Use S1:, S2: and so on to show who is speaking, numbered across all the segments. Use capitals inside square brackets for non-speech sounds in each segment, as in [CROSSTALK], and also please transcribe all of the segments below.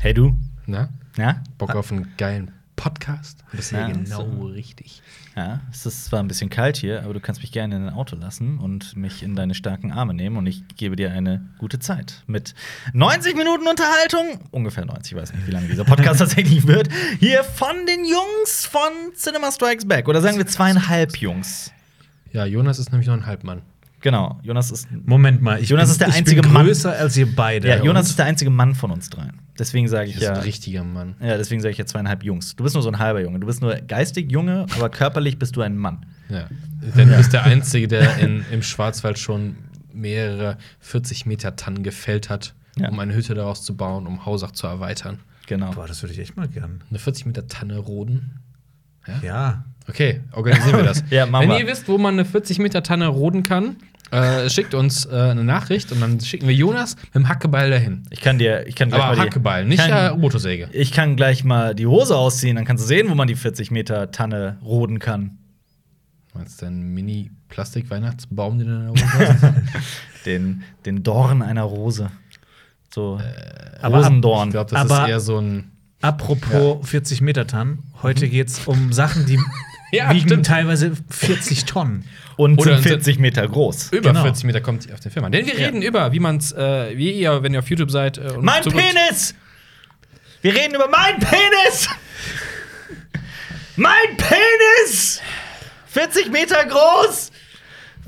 S1: Hey du,
S2: Na?
S1: na?
S2: Bock auf einen geilen Podcast? Bist
S1: Ah. Ja,
S2: hier genau
S1: so.
S2: richtig.
S1: Ja, es ist zwar ein bisschen kalt hier, aber du kannst mich gerne in dein Auto lassen und mich in deine starken Arme nehmen und ich gebe dir eine gute Zeit mit 90 Minuten Unterhaltung, ungefähr 90, ich weiß nicht, wie lange dieser Podcast [LAUGHS] tatsächlich wird, hier von den Jungs von Cinema Strikes Back oder sagen wir zweieinhalb Jungs.
S2: Ja, Jonas ist nämlich noch ein Halbmann.
S1: Genau, Jonas ist
S3: Moment mal, ich
S1: Jonas
S3: bin,
S1: ist der
S3: ich
S1: einzige
S3: bin
S1: Mann-
S3: größer als ihr beide.
S1: ja, Jonas
S3: Und-
S1: ist der einzige Mann von uns dreien. Deswegen sage ich
S2: Das ist
S1: ja
S2: ein richtiger Mann.
S1: ja, deswegen sage ich ja zweieinhalb Jungs. Du bist nur so ein halber Junge. Du bist nur geistig Junge, aber körperlich bist du ein Mann.
S2: Ja. Denn du bist der Einzige, der in, im Schwarzwald schon mehrere 40 Meter Tannen gefällt hat,
S1: Ja.
S2: um eine Hütte daraus zu bauen, um Hausach zu erweitern.
S1: Genau.
S3: Boah, das würde ich echt mal gern.
S2: Eine 40 Meter Tanne roden.
S3: Ja.
S2: Okay, organisieren wir das.
S1: [LAUGHS] Ja, machen
S2: Wenn
S1: wir.
S2: ihr wisst, wo man eine 40 Meter Tanne roden kann, äh, schickt uns äh, eine Nachricht und dann schicken wir Jonas mit dem Hackebeil dahin.
S1: Ich kann dir, ich kann gleich
S2: Aber
S1: mal die-
S2: Hackebeil, nicht äh,
S1: kann,
S2: Motorsäge.
S1: Ich kann gleich mal die Hose ausziehen, dann kannst du sehen, wo man die 40 Meter Tanne roden kann.
S2: Meinst du einen Mini-Plastik-Weihnachtsbaum, den du da oben hast?
S1: Den, den Dorn einer Rose. So Äh,
S3: aber ab-
S1: Rosendorn.
S2: Äh, Ich glaube, das
S3: Aber-
S2: ist eher so ein.
S3: Apropos 40 Meter Tonnen, heute geht's um Sachen, die
S2: Ja,
S3: wiegen
S2: stimmt.
S3: teilweise 40 Tonnen.
S1: und sind
S2: Oder ein-
S1: 40 Meter groß.
S2: Über
S3: Genau.
S2: 40 Meter kommt auf den Film an. Denn wir
S1: Ja.
S2: reden über, wie man's, äh, wie ihr, wenn ihr auf YouTube seid. Äh, und
S1: Mein
S2: so gut-
S1: Penis! Wir reden über meinen Penis! mein Penis! 40 Meter groß!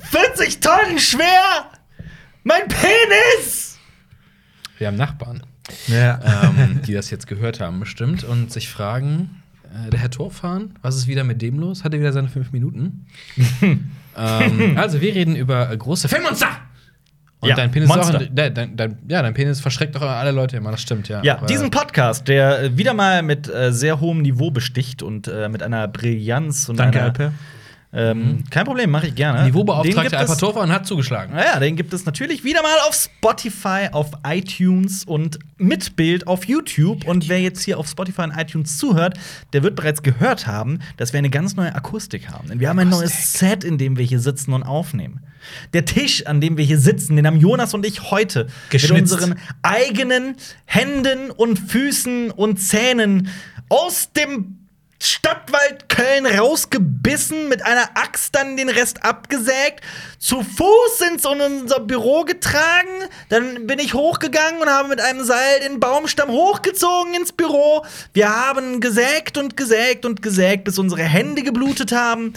S1: 40 Tonnen schwer! Mein Penis!
S2: Wir haben Nachbarn,
S3: Ja.
S2: ähm, [LAUGHS] die das jetzt gehört haben, bestimmt, und sich fragen: äh, Der Herr Torfahn, was ist wieder mit dem los? Hat er wieder seine fünf [LAUGHS] Minuten? ähm, also, wir reden über äh, große Filmmonster! Und
S1: Ja,
S2: dein Penis ist
S1: Monster.
S2: auch. ein- Dein, dein, dein, ja, dein Penis verschreckt doch alle Leute immer, das stimmt, ja.
S1: Ja,
S2: Aber-
S1: diesen Podcast, der äh, wieder mal mit äh, sehr hohem Niveau besticht und äh, mit einer Brillanz und
S3: Danke,
S1: einer,
S3: Alper.
S1: Ähm, kein Problem, mache ich gerne. Den gibt
S2: Niveaubeauftragter Alper
S1: es-
S2: Torfahn hat zugeschlagen.
S1: Naja, den gibt es natürlich wieder mal auf Spotify, auf iTunes und mit Bild auf YouTube. Und wer jetzt hier auf Spotify und iTunes zuhört, der wird bereits gehört haben, dass wir eine ganz neue Akustik haben. Denn wir haben ein neues Set, in dem wir hier sitzen und aufnehmen. Der Tisch, an dem wir hier sitzen, den haben Jonas und ich heute mit
S3: Geschnitzt.
S1: unseren eigenen Händen und Füßen und Zähnen aus dem Stadtwald Köln rausgebissen, mit einer Axt dann den Rest abgesägt, zu Fuß ins in unser Büro getragen, dann bin ich hochgegangen und habe mit einem Seil den Baumstamm hochgezogen ins Büro. Wir haben gesägt und gesägt und gesägt, bis unsere Hände geblutet haben.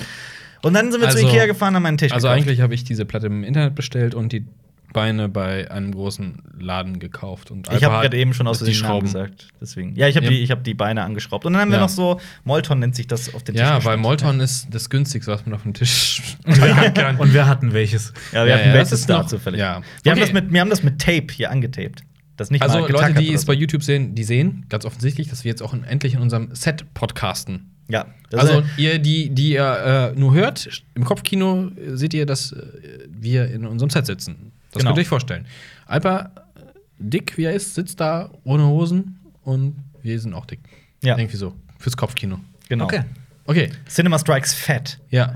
S1: Und dann sind wir zu
S2: Also-
S1: Ikea gefahren, haben einen Tisch
S2: Also
S1: gekauft.
S2: eigentlich habe ich diese Platte im Internet bestellt und die Beine bei einem großen Laden gekauft. Und
S1: Ich habe
S2: Alper hat
S1: gerade eben schon aus
S2: die
S1: den Namen gesagt. Deswegen. Ja, ich habe
S2: Ja.
S1: die, ich hab die Beine angeschraubt. Und dann haben wir
S2: Ja.
S1: noch so, Molton nennt sich das auf den Tisch.
S2: Ja, weil
S1: geschnitten.
S2: Molton ist das günstigste, was man auf
S1: [LAUGHS]
S2: dem Tisch [LAUGHS]
S3: Und wir hatten welches.
S1: Ja, wir
S2: Ja,
S1: hatten
S2: ja, das
S1: welches
S2: ist
S1: da
S2: noch-
S1: zufällig.
S2: ja.
S1: Wir, haben das
S2: Okay.
S1: mit, wir haben das mit Tape hier angetaped. Das nicht
S2: Also
S1: mal
S2: Leute,
S1: getackert
S2: die
S1: oder
S2: es
S1: so.
S2: bei YouTube sehen, die sehen ganz offensichtlich, dass wir jetzt auch in, endlich in unserem Set podcasten.
S1: Ja. Das
S2: Also
S1: ist-
S2: ihr, die, die ihr äh, nur hört, im Kopfkino äh, seht ihr, dass äh, wir in unserem Set sitzen. Das
S1: Genau.
S2: könnt ihr euch vorstellen. Alper, äh, dick wie er ist, sitzt da ohne Hosen und wir sind auch dick.
S1: Ja.
S2: Irgendwie so. Fürs Kopfkino.
S1: genau.
S3: Okay.
S2: Okay.
S1: Cinema Strikes Fat. [LAUGHS]
S2: Ja.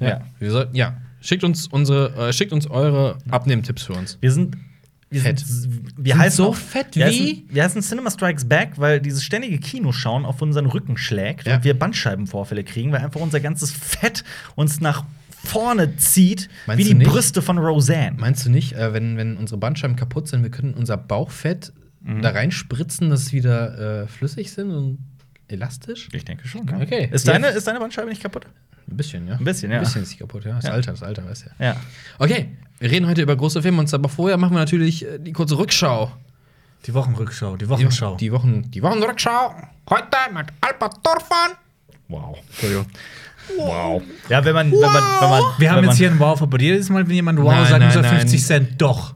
S2: ja.
S1: Ja.
S2: Wir sollten, ja. Schickt uns unsere, äh, schickt uns eure Abnehmtipps für uns.
S1: Wir sind. Wir
S2: Fett.
S1: Sind, wir
S2: Sind
S1: heißen
S2: so
S1: auch-
S2: fett
S1: wir
S2: wie-
S1: Heißen, wir heißen Cinema Strikes Back, weil dieses ständige Kinoschauen auf unseren Rücken schlägt
S2: Ja.
S1: und wir Bandscheibenvorfälle kriegen, weil einfach unser ganzes Fett uns nach vorne zieht,
S2: Meinst
S1: wie
S2: du
S1: die
S2: nicht?
S1: Brüste von Roseanne.
S2: Meinst du nicht, äh, wenn, wenn unsere Bandscheiben kaputt sind, wir können unser Bauchfett
S1: Mhm.
S2: da reinspritzen, dass es wieder äh, flüssig sind und elastisch?
S1: ich denke schon. Ja.
S2: Okay.
S1: Ist deine, ist deine Bandscheibe nicht kaputt?
S2: Ein bisschen, ja.
S1: Ein bisschen, ja.
S2: Ein bisschen ist sie kaputt, ja. Das
S1: Ja.
S2: Alter, das Alter, weißt du ja.
S1: Ja.
S2: Okay, wir reden heute über große Filmmonster, aber vorher machen wir natürlich äh, die kurze Rückschau.
S3: Die Wochenrückschau, die Wochenschau.
S2: Die, Wochen, die Wochenrückschau. Heute mit Albert Dorfan.
S1: Wow. Entschuldigung. Wow. Ja, wenn man, wenn man, wenn man
S3: wir haben
S1: wenn man,
S3: jetzt hier ein Wow, aber jedes Mal, wenn jemand Wow
S2: Nein,
S3: sagt,
S2: nein,
S3: muss er
S2: nein.
S3: 50 Cent. Doch.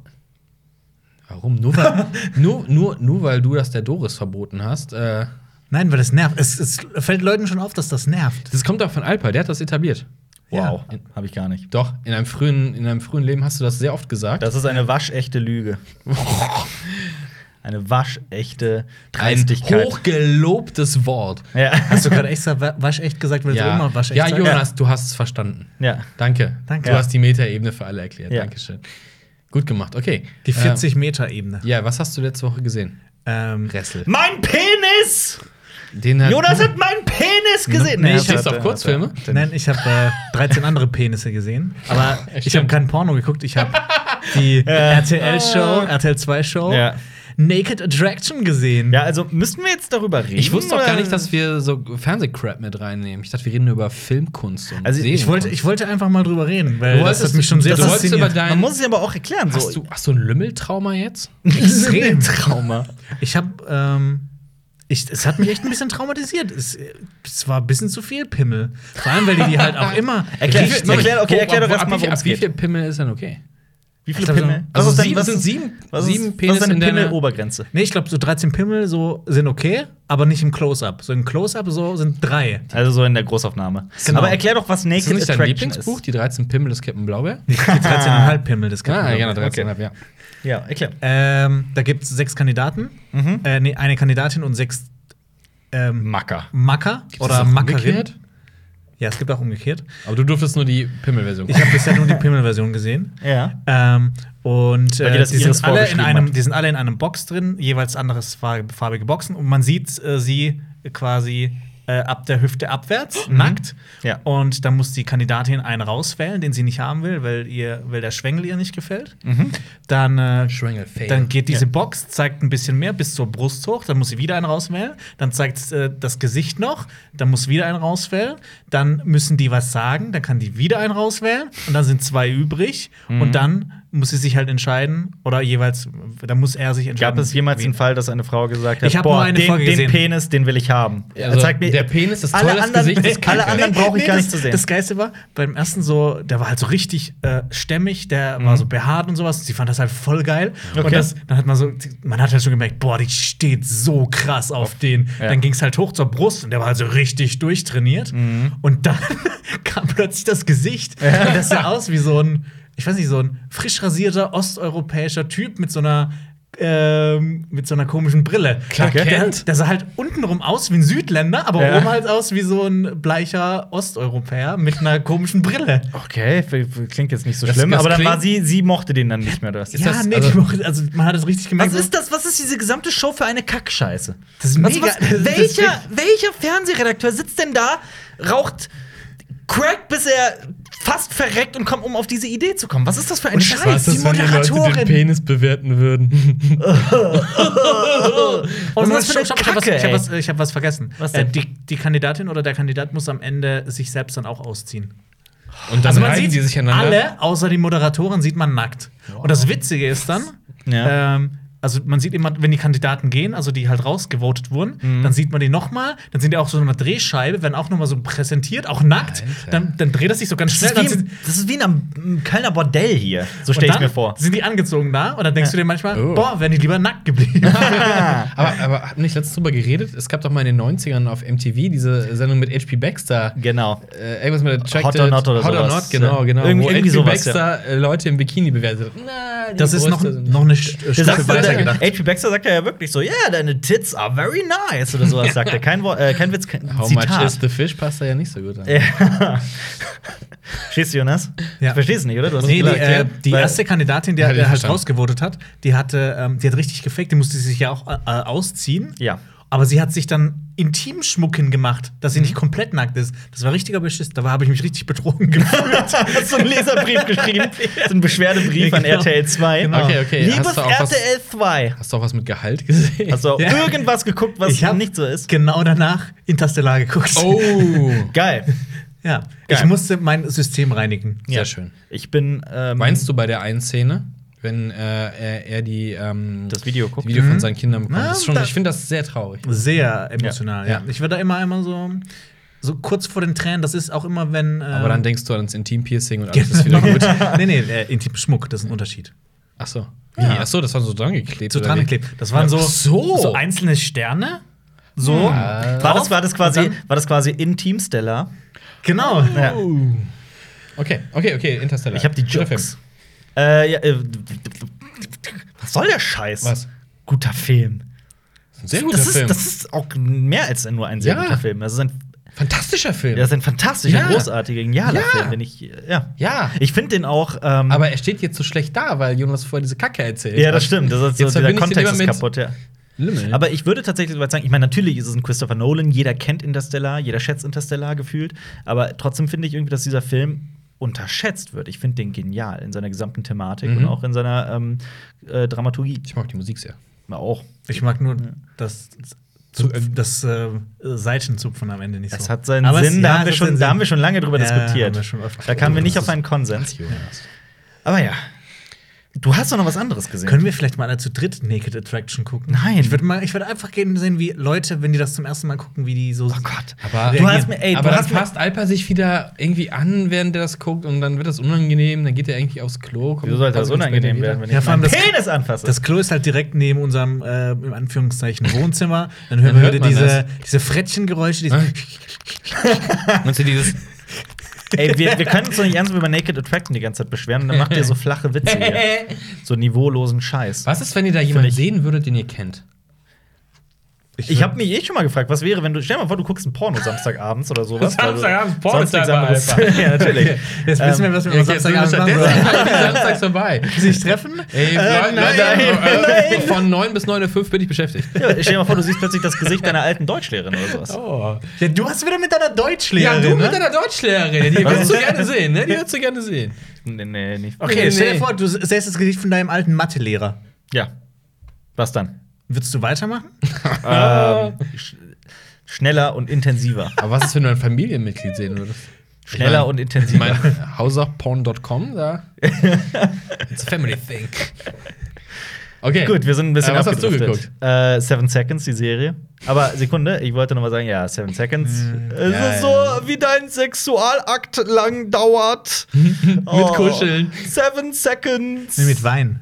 S2: Warum? Nur weil, [LAUGHS] nur, nur, nur weil du das der Doris verboten hast. Äh,
S3: Nein, weil das nervt. Es, es fällt Leuten schon auf, dass das nervt.
S2: das kommt auch von Alper, der hat das etabliert.
S1: Wow, habe ich gar nicht.
S2: Doch, in einem, frühen, in einem frühen Leben hast du das sehr oft gesagt.
S1: Das ist eine waschechte Lüge. eine waschechte
S2: ein
S1: Dreistigkeit.
S2: hochgelobtes Wort.
S1: ja.
S3: Hast du gerade extra wa- waschecht gesagt, weil du immer waschecht
S2: ja
S3: sagst?
S2: Jonas, du hast es verstanden.
S1: ja.
S2: Danke.
S3: Danke.
S2: Du hast die Metaebene für alle erklärt.
S1: Ja.
S2: Dankeschön. Gut gemacht. Okay.
S3: Die
S2: Äh,
S3: 40-Meter-Ebene.
S2: ja, was hast du letzte Woche gesehen?
S3: Ähm,
S2: Ressel.
S1: Mein Penis!
S2: Den hat
S1: Jonas hat meinen Penis gesehen!
S2: Nee, ich
S1: also-
S2: hab's auf Kurzfilme.
S3: nein, ich habe äh, 13 andere Penisse gesehen, aber
S1: [LAUGHS]
S3: ich habe
S2: Stimmt.
S3: keinen Porno geguckt. Ich habe
S2: [LAUGHS]
S3: die RTL-Show,
S2: Oh.
S3: RTL 2-Show,
S1: Ja.
S3: Naked Attraction gesehen.
S1: ja, also müssen wir jetzt darüber reden?
S2: Ich wusste auch
S1: oder?
S2: gar nicht, dass wir so Fernsehcrap mit reinnehmen. Ich dachte, wir reden nur über Filmkunst und
S1: Also, ich
S3: Ich wollte, ich wollte einfach mal drüber reden, weil
S2: Du
S3: Äh, das hat
S2: wolltest-
S3: mich schon sehr
S2: du wolltest über
S3: fasziniert.
S2: dein-
S1: Man muss es aber auch erklären. So.
S2: hast, du, hast du ein Lümmeltrauma jetzt?
S1: extrem
S2: [LAUGHS]
S1: Trauma.
S3: Ich habe, ähm, ich, es hat mich echt ein bisschen traumatisiert. Es, äh, es war ein bisschen zu viel Pimmel. Vor allem, weil die die halt auch
S2: [LAUGHS]
S3: immer.
S1: Erklär-
S3: richtig-
S1: Moment, erklär- okay,
S2: Wo-
S1: erklär
S2: ab-
S1: doch erst
S2: ab
S1: mal,
S2: wie-
S1: worum's
S2: Ab wie
S1: geht.
S2: viel Pimmel ist denn okay?
S1: Wie viele
S3: Ich glaub, so-
S1: Pimmel?
S2: Also
S1: ist dein-
S2: sieben-
S1: was
S2: sind
S1: ist-
S2: sieben-
S1: was ist,
S2: sieben
S1: was
S2: Penis
S1: ist deine
S2: in deiner-
S1: Pimmel-Obergrenze?
S3: Nee, ich glaube, so 13 Pimmel so sind okay, aber nicht im Close-Up. So im Close-Up so sind drei.
S1: Also so in der Großaufnahme.
S2: Genau.
S1: Aber erklär doch, was
S2: Ist das
S1: Naked
S2: nicht dein
S1: Attraction
S2: Lieblingsbuch,
S1: ist.
S2: die 13 Pimmel des Captain Blaubeer?
S3: Die 13,5 Pimmel, das gibt
S2: Ah,
S3: mir-
S2: genau, 13, ja.
S1: Ja, erklär.
S3: ähm, Da gibt es sechs Kandidaten.
S1: Mhm.
S3: Äh, nee, eine Kandidatin und sechs ähm,
S1: Macker.
S3: Macker
S2: das
S3: oder
S2: auch
S3: Mackerin.
S2: umgekehrt?
S3: Ja, es gibt auch umgekehrt.
S2: Aber du durftest nur die Pimmelversion.
S3: Ich habe bisher nur die Pimmel-Version gesehen.
S1: Ja.
S3: Ähm, und
S1: Weil
S3: äh,
S1: die
S3: die,
S1: das ihres
S3: sind alle in
S1: vorgeschrieben
S3: einem,
S1: hat.
S3: die sind alle in einem Box drin, jeweils anderes far- farbige Boxen. Und man sieht äh, sie quasi äh, ab der Hüfte abwärts, nackt.
S1: Mhm. Ja.
S3: Und dann muss die Kandidatin einen rauswählen, den sie nicht haben will, weil, ihr, weil der Schwengel ihr nicht gefällt.
S1: Mhm.
S3: Dann, äh,
S2: Schwengel fail.
S3: dann geht diese
S1: Ja.
S3: Box, zeigt ein bisschen mehr bis zur Brust hoch, dann muss sie wieder einen rauswählen. Dann zeigt äh, das Gesicht noch, dann muss wieder einen rauswählen. Dann müssen die was sagen, dann kann die wieder einen rauswählen. Und dann sind zwei übrig.
S1: Mhm.
S3: Und dann muss sie sich halt entscheiden, oder jeweils, dann muss er sich entscheiden.
S1: Gab es jemals
S3: wen-
S1: einen Fall, dass eine Frau gesagt hat,
S3: Ich hab
S1: boah,
S3: nur eine
S1: den,
S3: Folge
S1: den
S3: gesehen.
S1: Penis, den will ich haben.
S2: Ja, also der Penis ist toll,
S1: alle
S2: das
S1: anderen,
S2: Gesicht ist kacke.
S1: Alle anderen brauche ich
S3: Nee,
S1: gar
S3: das,
S1: nicht zu sehen.
S3: Das Geilste war, beim ersten so, der war halt so richtig äh, stämmig, der war so behaart und sowas. Sie fand das halt voll geil.
S1: Mhm. Okay.
S3: Und das, dann hat man so, man hat halt schon gemerkt, boah, die steht so krass auf den.
S1: ja.
S3: Dann ging es halt hoch zur Brust und der war halt so richtig durchtrainiert.
S1: Mhm.
S3: Und dann [LAUGHS] kam plötzlich das Gesicht. Und das sah aus wie so ein, ich weiß nicht, so ein frisch rasierter osteuropäischer Typ mit so einer. Ähm, mit so einer komischen Brille.
S2: Clark
S3: der, der,
S2: Kent?
S3: der sah halt untenrum aus wie ein Südländer, aber
S1: Ja.
S3: oben halt aus wie so ein bleicher Osteuropäer mit einer komischen Brille.
S1: okay, f- f- klingt jetzt nicht so
S2: Das-
S1: schlimm,
S2: das
S1: aber dann
S2: klingt-
S1: war sie, sie mochte den dann nicht mehr. Oder? was? [LAUGHS]
S2: Ist das-
S3: nee,
S2: also-
S3: die Woche- also man hat es richtig gemerkt.
S1: Was ist das? Was ist diese gesamte Show für eine Kackscheiße? Also
S3: Das ist mega- [LAUGHS]
S1: Was, was,
S3: das ist
S1: welcher, welcher Fernsehredakteur sitzt denn da, raucht Crack, bis er fast verreckt und kommt, um auf diese Idee zu kommen? Was ist das für ein Scheiß?
S3: das, die wenn die Leute den Moderatorin.
S2: Penis
S1: [LAUGHS]
S2: bewerten würden?
S3: Und
S1: Was
S3: was
S1: ist das
S3: stopp,
S1: für eine
S3: stopp, ich habe was,
S1: Kacke,
S3: ich hab
S1: ey?
S3: was, ich hab was vergessen.
S1: Was
S3: äh,
S1: denn?
S3: die, die Kandidatin oder der Kandidat muss am Ende sich selbst dann auch ausziehen.
S2: Und dann
S3: Also man
S2: reiben
S3: sieht
S2: die sich aneinander.
S3: alle, außer die Moderatorin, sieht man nackt. Und das Witzige ist dann,
S1: Ja.
S3: ähm, also man sieht immer, wenn die Kandidaten gehen, also die halt rausgevotet wurden,
S1: Mhm.
S3: dann sieht man die nochmal, dann sind die auch so eine Drehscheibe, werden auch nochmal so präsentiert, auch nackt.
S2: Alter.
S3: Dann, dann dreht das sich so ganz
S1: Das
S3: schnell.
S1: ist,
S3: dann
S1: wie,
S3: sind-
S1: im- das ist wie in einem im Kölner Bordell hier. So stelle
S3: Und
S1: ich
S3: dann
S1: mir vor.
S3: Sind die angezogen da und dann denkst du dir manchmal,
S2: Oh.
S3: boah, wären die lieber nackt geblieben.
S2: Ah. aber, aber hatten nicht letztens drüber geredet? Es gab doch mal in den 90ern auf MTV diese Sendung mit H.P. Baxter.
S1: Genau.
S2: Äh, irgendwas mit Attracted-
S1: Hot or Not oder
S2: Hot or
S1: sowas.
S2: Not, genau, genau.
S1: Irgendwie-
S2: wo
S1: irgendwie
S2: H.P.
S1: sowas,
S2: Baxter äh, Leute im Bikini bewertet hat. Na, die
S3: [LAUGHS] das ist noch,
S2: Brüste sind nicht-
S3: noch eine Sch-
S1: Der
S3: Stufe
S1: sagt,
S3: weiter
S1: der,
S3: gedacht.
S1: H.P. Baxter sagt ja wirklich so, ja, yeah, deine Tits are very nice oder sowas sagt er. Kein, Wort, äh, kein Witz, kein
S2: How
S1: Zitat.
S2: much is the fish? Passt da ja nicht so gut an.
S1: Ja. [LAUGHS] Verstehst du, Jonas?
S3: Ja.
S1: Du verstehst es nicht, oder? Du hast
S3: Nee, die,
S1: es klar
S3: äh,
S1: erklärt.
S3: die
S1: Weil-
S3: erste Kandidatin, die
S2: Hatte ich
S3: er halt
S2: verstanden.
S3: rausgevotet hat, die hatte, ähm, die hat richtig gefaked, die musste sich ja auch äh, ausziehen.
S1: Ja.
S3: Aber sie hat sich dann Intimschmuck hingemacht, dass sie
S2: Mhm.
S3: nicht komplett nackt ist. Das war richtiger Beschiss. Da habe ich mich richtig betrogen [LAUGHS] gefühlt.
S1: [LAUGHS] Hast du einen Leserbrief
S2: [LAUGHS]
S1: geschrieben? So einen Beschwerdebrief
S3: Ja,
S1: an
S3: genau.
S1: RTL 2.
S3: Genau.
S2: Okay, okay.
S1: Liebes
S2: Hast du auch was-
S1: RTL 2.
S2: Hast du auch was mit Gehalt gesehen?
S1: Hast du
S2: [LAUGHS]
S1: auch
S3: Ja.
S1: irgendwas geguckt, was
S3: hab
S1: nicht so ist?
S3: Genau danach Interstellar geguckt.
S2: oh,
S1: Geil.
S3: [LAUGHS] Ja.
S1: Geil.
S3: Ich musste mein System reinigen.
S2: sehr
S1: [LAUGHS] Ja.
S2: schön.
S1: Ich bin. Ähm,
S2: Meinst du bei der einen Szene, wenn äh, er, er die, ähm,
S1: Das Video guckt.
S2: die Video von seinen Kindern bekommt?
S3: Na,
S2: das ist schon,
S3: da-
S2: ich finde das sehr traurig.
S3: Sehr emotional,
S2: Ja.
S3: ja.
S2: Ja.
S3: Ich werde da immer einmal so, so kurz vor den Tränen. Das ist auch immer, wenn. ähm,
S2: Aber dann denkst du ans Intim-Piercing und alles
S3: [LAUGHS]
S2: ist wieder
S1: [LAUGHS]
S3: Genau.
S2: gut.
S3: nee, nee, äh, Intimschmuck, das ist ein Unterschied.
S2: Achso.
S3: Ja.
S2: Achso, das war so dran geklebt.
S3: So
S2: oder
S3: dran
S2: wie?
S3: geklebt. Das waren so,
S2: Ach so. Hm.
S3: so einzelne Sterne. So.
S2: Ja.
S1: war, das, war, das quasi,
S3: Und dann-
S1: war das quasi in Teamstellar?
S3: Genau.
S1: Ja.
S2: Okay, okay, okay, Interstellar.
S1: Ich hab die
S2: Guter
S1: Jokes.
S2: Film.
S1: Äh, ja, äh, was soll der Scheiß?
S2: Was?
S1: Guter Film.
S2: Das ist ein Sehr guter
S1: das ist,
S2: Film.
S1: Das ist auch mehr als nur ein sehr
S2: Ja.
S1: guter Film. Das ist ein
S2: Fantastischer Film.
S1: Das ist ein fantastischer,
S2: Ja.
S1: großartiger, genialer
S2: Ja.
S1: Film, wenn ich. äh, Ja.
S2: ja.
S1: Ich finde den auch. Ähm,
S2: Aber er steht jetzt so schlecht da, weil Jonas vorher diese Kacke erzählt
S1: ja, das
S2: hat.
S1: stimmt. Das ist so,
S2: Jetzt
S1: dieser
S2: verbinde ich den
S1: Kontext
S2: immer
S1: ist
S2: mit-
S1: kaputt, ja.
S2: Limmel.
S1: Aber ich würde tatsächlich soweit sagen, ich meine, natürlich ist es ein Christopher Nolan, jeder kennt Interstellar, jeder schätzt Interstellar gefühlt, aber trotzdem finde ich irgendwie, dass dieser Film unterschätzt wird. Ich finde den genial in seiner gesamten Thematik und auch in seiner ähm, äh, Dramaturgie.
S2: Ich mag die Musik sehr.
S1: Auch.
S3: Ich mag nur das, Zupf, das äh, Seitenzupfen am Ende nicht so.
S1: Das hat seinen
S3: Aber es-
S1: Sinn,
S3: ja,
S1: da, haben wir
S3: das hat
S1: schon,
S3: seinen
S1: da
S3: Sinn.
S1: haben wir schon lange drüber
S3: Ja,
S1: diskutiert.
S3: haben wir schon oft-
S1: da kamen wir nicht auf einen Konsens. Aber ja. Du hast doch noch was anderes gesehen.
S3: Können wir vielleicht mal alle zu dritt Naked Attraction gucken?
S1: Nein.
S3: Ich würde würd einfach gerne sehen, wie Leute, wenn die das zum ersten Mal gucken, wie die so.
S1: oh Gott.
S2: Aber,
S1: Du hast mir- ey, du
S2: aber dann
S1: hast mir-
S2: passt Alper sich wieder irgendwie an, während der das guckt und dann wird das unangenehm, dann geht er irgendwie aufs Klo. kommt-
S1: Wieso sollte das
S2: kommt ins Bett
S1: unangenehm
S2: wieder.
S1: werden, wenn ich
S3: Ja, vor allem
S1: meinen
S3: das-
S1: Penis anfasse?
S3: Das Klo ist halt direkt neben unserem, äh, im Anführungszeichen, Wohnzimmer. Dann hören
S2: Dann
S3: wir
S2: hört
S3: wieder
S2: man
S3: diese, diese Frettchengeräusche. Diese
S2: [LAUGHS] Und sie dieses
S1: Ey, wir, wir können uns doch nicht ernsthaft über Naked Attraction die ganze Zeit beschweren und dann macht ihr so flache Witze
S2: [LAUGHS]
S1: hier. So niveaulosen Scheiß.
S2: Was ist, wenn ihr da jemanden sehen würdet, den ihr kennt?
S1: Ich habe mich eh schon mal gefragt, was wäre, wenn du. Stell dir mal vor, du guckst ein Porno Samstagabends oder sowas. weil du
S2: Samstagabends, Porno
S1: sonst nichts
S2: dabei,
S1: anderes-
S2: Alter.
S1: [LAUGHS] Ja, natürlich.
S3: Jetzt wissen wir, was wir
S2: Ähm,
S3: am Samstagabend machen
S2: [LAUGHS]
S3: sollen.
S2: Samstags vorbei.
S3: Sich treffen?
S2: Ey, Leute,
S1: nein,
S2: Leute, äh, von 9 bis 9.05 Uhr bin ich beschäftigt.
S1: Ja, stell dir mal vor, du siehst plötzlich das Gesicht deiner alten Deutschlehrerin oder sowas.
S2: Oh.
S3: Ja, du hast wieder mit deiner
S2: Ja,
S3: Deutschlehrerin.
S2: du mit
S3: ne?
S2: deiner Deutschlehrerin, die
S1: Was?
S2: würdest du gerne sehen, ne? Die würdest du gerne sehen.
S1: Nee, nee, nicht.
S3: Okay,
S2: Nee,
S3: stell dir
S2: nee.
S3: vor, du säst das Gesicht von deinem alten Mathelehrer.
S1: Ja. Was dann?
S2: [LAUGHS]
S3: Würdest du weitermachen?
S1: ähm, sch schneller und intensiver.
S2: Aber was ist, wenn du ein Familienmitglied sehen würdest?
S1: Schneller und
S2: Ich
S1: intensiver.
S2: meine, hauserporn.com, da. It's a family thing.
S1: [LAUGHS]
S2: Okay.
S1: Gut, wir sind ein bisschen
S2: Äh, was hast du
S1: abgedriftet.
S2: geguckt?
S1: Äh, Seven Seconds, die Serie. Aber Sekunde, ich wollte noch mal sagen, ja, Seven Seconds. es
S2: Hm, ja,
S1: ist
S2: ja.
S1: so, wie dein Sexualakt lang
S2: [LAUGHS]
S1: dauert. Mit
S2: Oh. Kuscheln.
S1: Seven Seconds.
S3: Nee, mit Wein.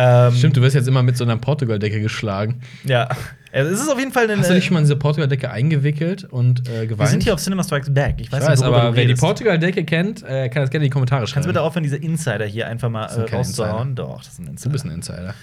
S1: Ähm,
S2: Stimmt, du wirst jetzt immer mit so einer Portugaldecke geschlagen.
S1: Ja. Also, Es ist auf jeden Fall eine.
S2: Hast du dich schon mal in diese Portugaldecke eingewickelt und äh, geweint?
S1: wir sind hier auf Cinema Strikes Back. Ich weiß,
S2: ich weiß,
S1: nicht, worüber
S2: aber
S1: du
S2: wer die
S1: redest.
S2: Portugaldecke kennt, äh, kann das gerne in die Kommentare schreiben.
S1: Kannst du bitte aufhören, diese Insider hier einfach mal
S2: sind
S1: äh,
S2: keine
S1: rauszuhauen? Doch, das sind Insider.
S2: Du bist ein Insider.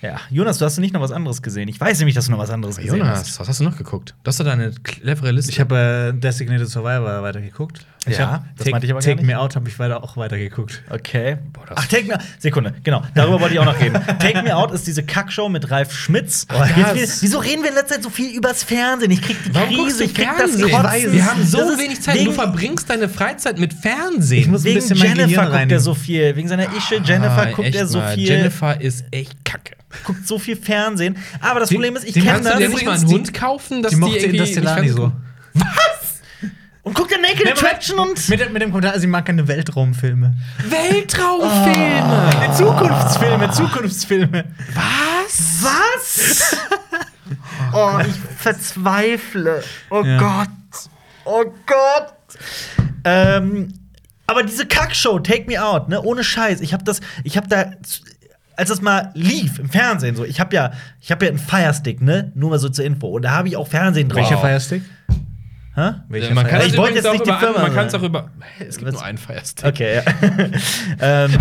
S1: Ja. Jonas, du hast nicht noch was anderes gesehen. Ich weiß nämlich, dass du noch was anderes gesehen hast.
S2: Jonas, was hast du noch geguckt? Das ist doch deine clevere Liste.
S3: Ich habe äh, Designated Survivor weitergeguckt. Ich
S1: Ja,
S3: hab,
S1: das
S3: Take,
S1: meinte ich aber gar
S3: Take
S1: nicht.
S3: Me Out habe ich weiter auch weitergeguckt.
S1: Okay.
S2: das-
S1: Ach, Take Me Out. Sekunde, genau. Darüber wollte ich auch noch
S2: [LAUGHS]
S1: reden. Take Me Out ist diese Kackshow mit Ralf Schmitz.
S2: das-
S1: Jetzt- wieso reden wir in letzter Zeit so viel übers Fernsehen? Ich krieg die
S2: Warum guckst
S1: Krise,
S2: du
S1: ich krieg das
S2: Fernsehen?
S1: Kotzen.
S2: Wir haben so
S1: Das ist
S2: wenig Zeit.
S1: Wegen,
S2: Du verbringst deine Freizeit mit Fernsehen.
S3: Ich muss- ein
S1: wegen
S3: bisschen mein Gehirn
S1: Jennifer guckt er
S3: reinigen.
S1: so viel. Wegen seiner Ische Jennifer
S2: Ah,
S1: guckt
S2: echt
S1: er so
S2: mal.
S1: viel.
S2: Jennifer ist echt kacke.
S1: Guckt so viel Fernsehen. Aber das Problem ist, ich
S3: die
S1: kenne
S2: Kannst du dir
S1: das.
S2: nicht mal einen
S3: die-
S2: Hund kaufen, dass
S3: Die mochte
S2: irgendwie
S3: Interstellar
S2: nicht
S3: nicht so.
S2: ganz-
S1: Und guckt dann Naked
S3: Nee, Moment.
S1: Attraction und
S3: Mit, mit dem Kommentar, sie mag keine Weltraumfilme. Äh,
S2: Weltraumfilme.
S3: Zukunftsfilme, Zukunftsfilme.
S2: [LAUGHS]
S1: Was? oh, ich verzweifle. Oh
S3: Ja.
S1: Gott. Oh Gott. Ähm, aber diese Kackshow, Take Me Out, ne, ohne Scheiß. Ich habe das, ich habe da, als das mal lief im Fernsehen, so, ich habe ja, ich habe ja einen Firestick, ne, nur mal so zur Info. Und da habe ich auch Fernsehen drauf.
S3: Welcher Firestick?
S1: Hä?
S3: Welcher
S2: Äh, Man kann
S1: Ich
S2: es
S1: wollte
S2: übrigens
S1: jetzt
S2: auch
S1: nicht die
S2: über
S1: Firma
S2: an- Man kann es auch
S1: sagen.
S2: über. Hä, Es gibt
S1: Was?
S2: nur einen Firestick.
S1: Okay, ja. [LAUGHS] ähm,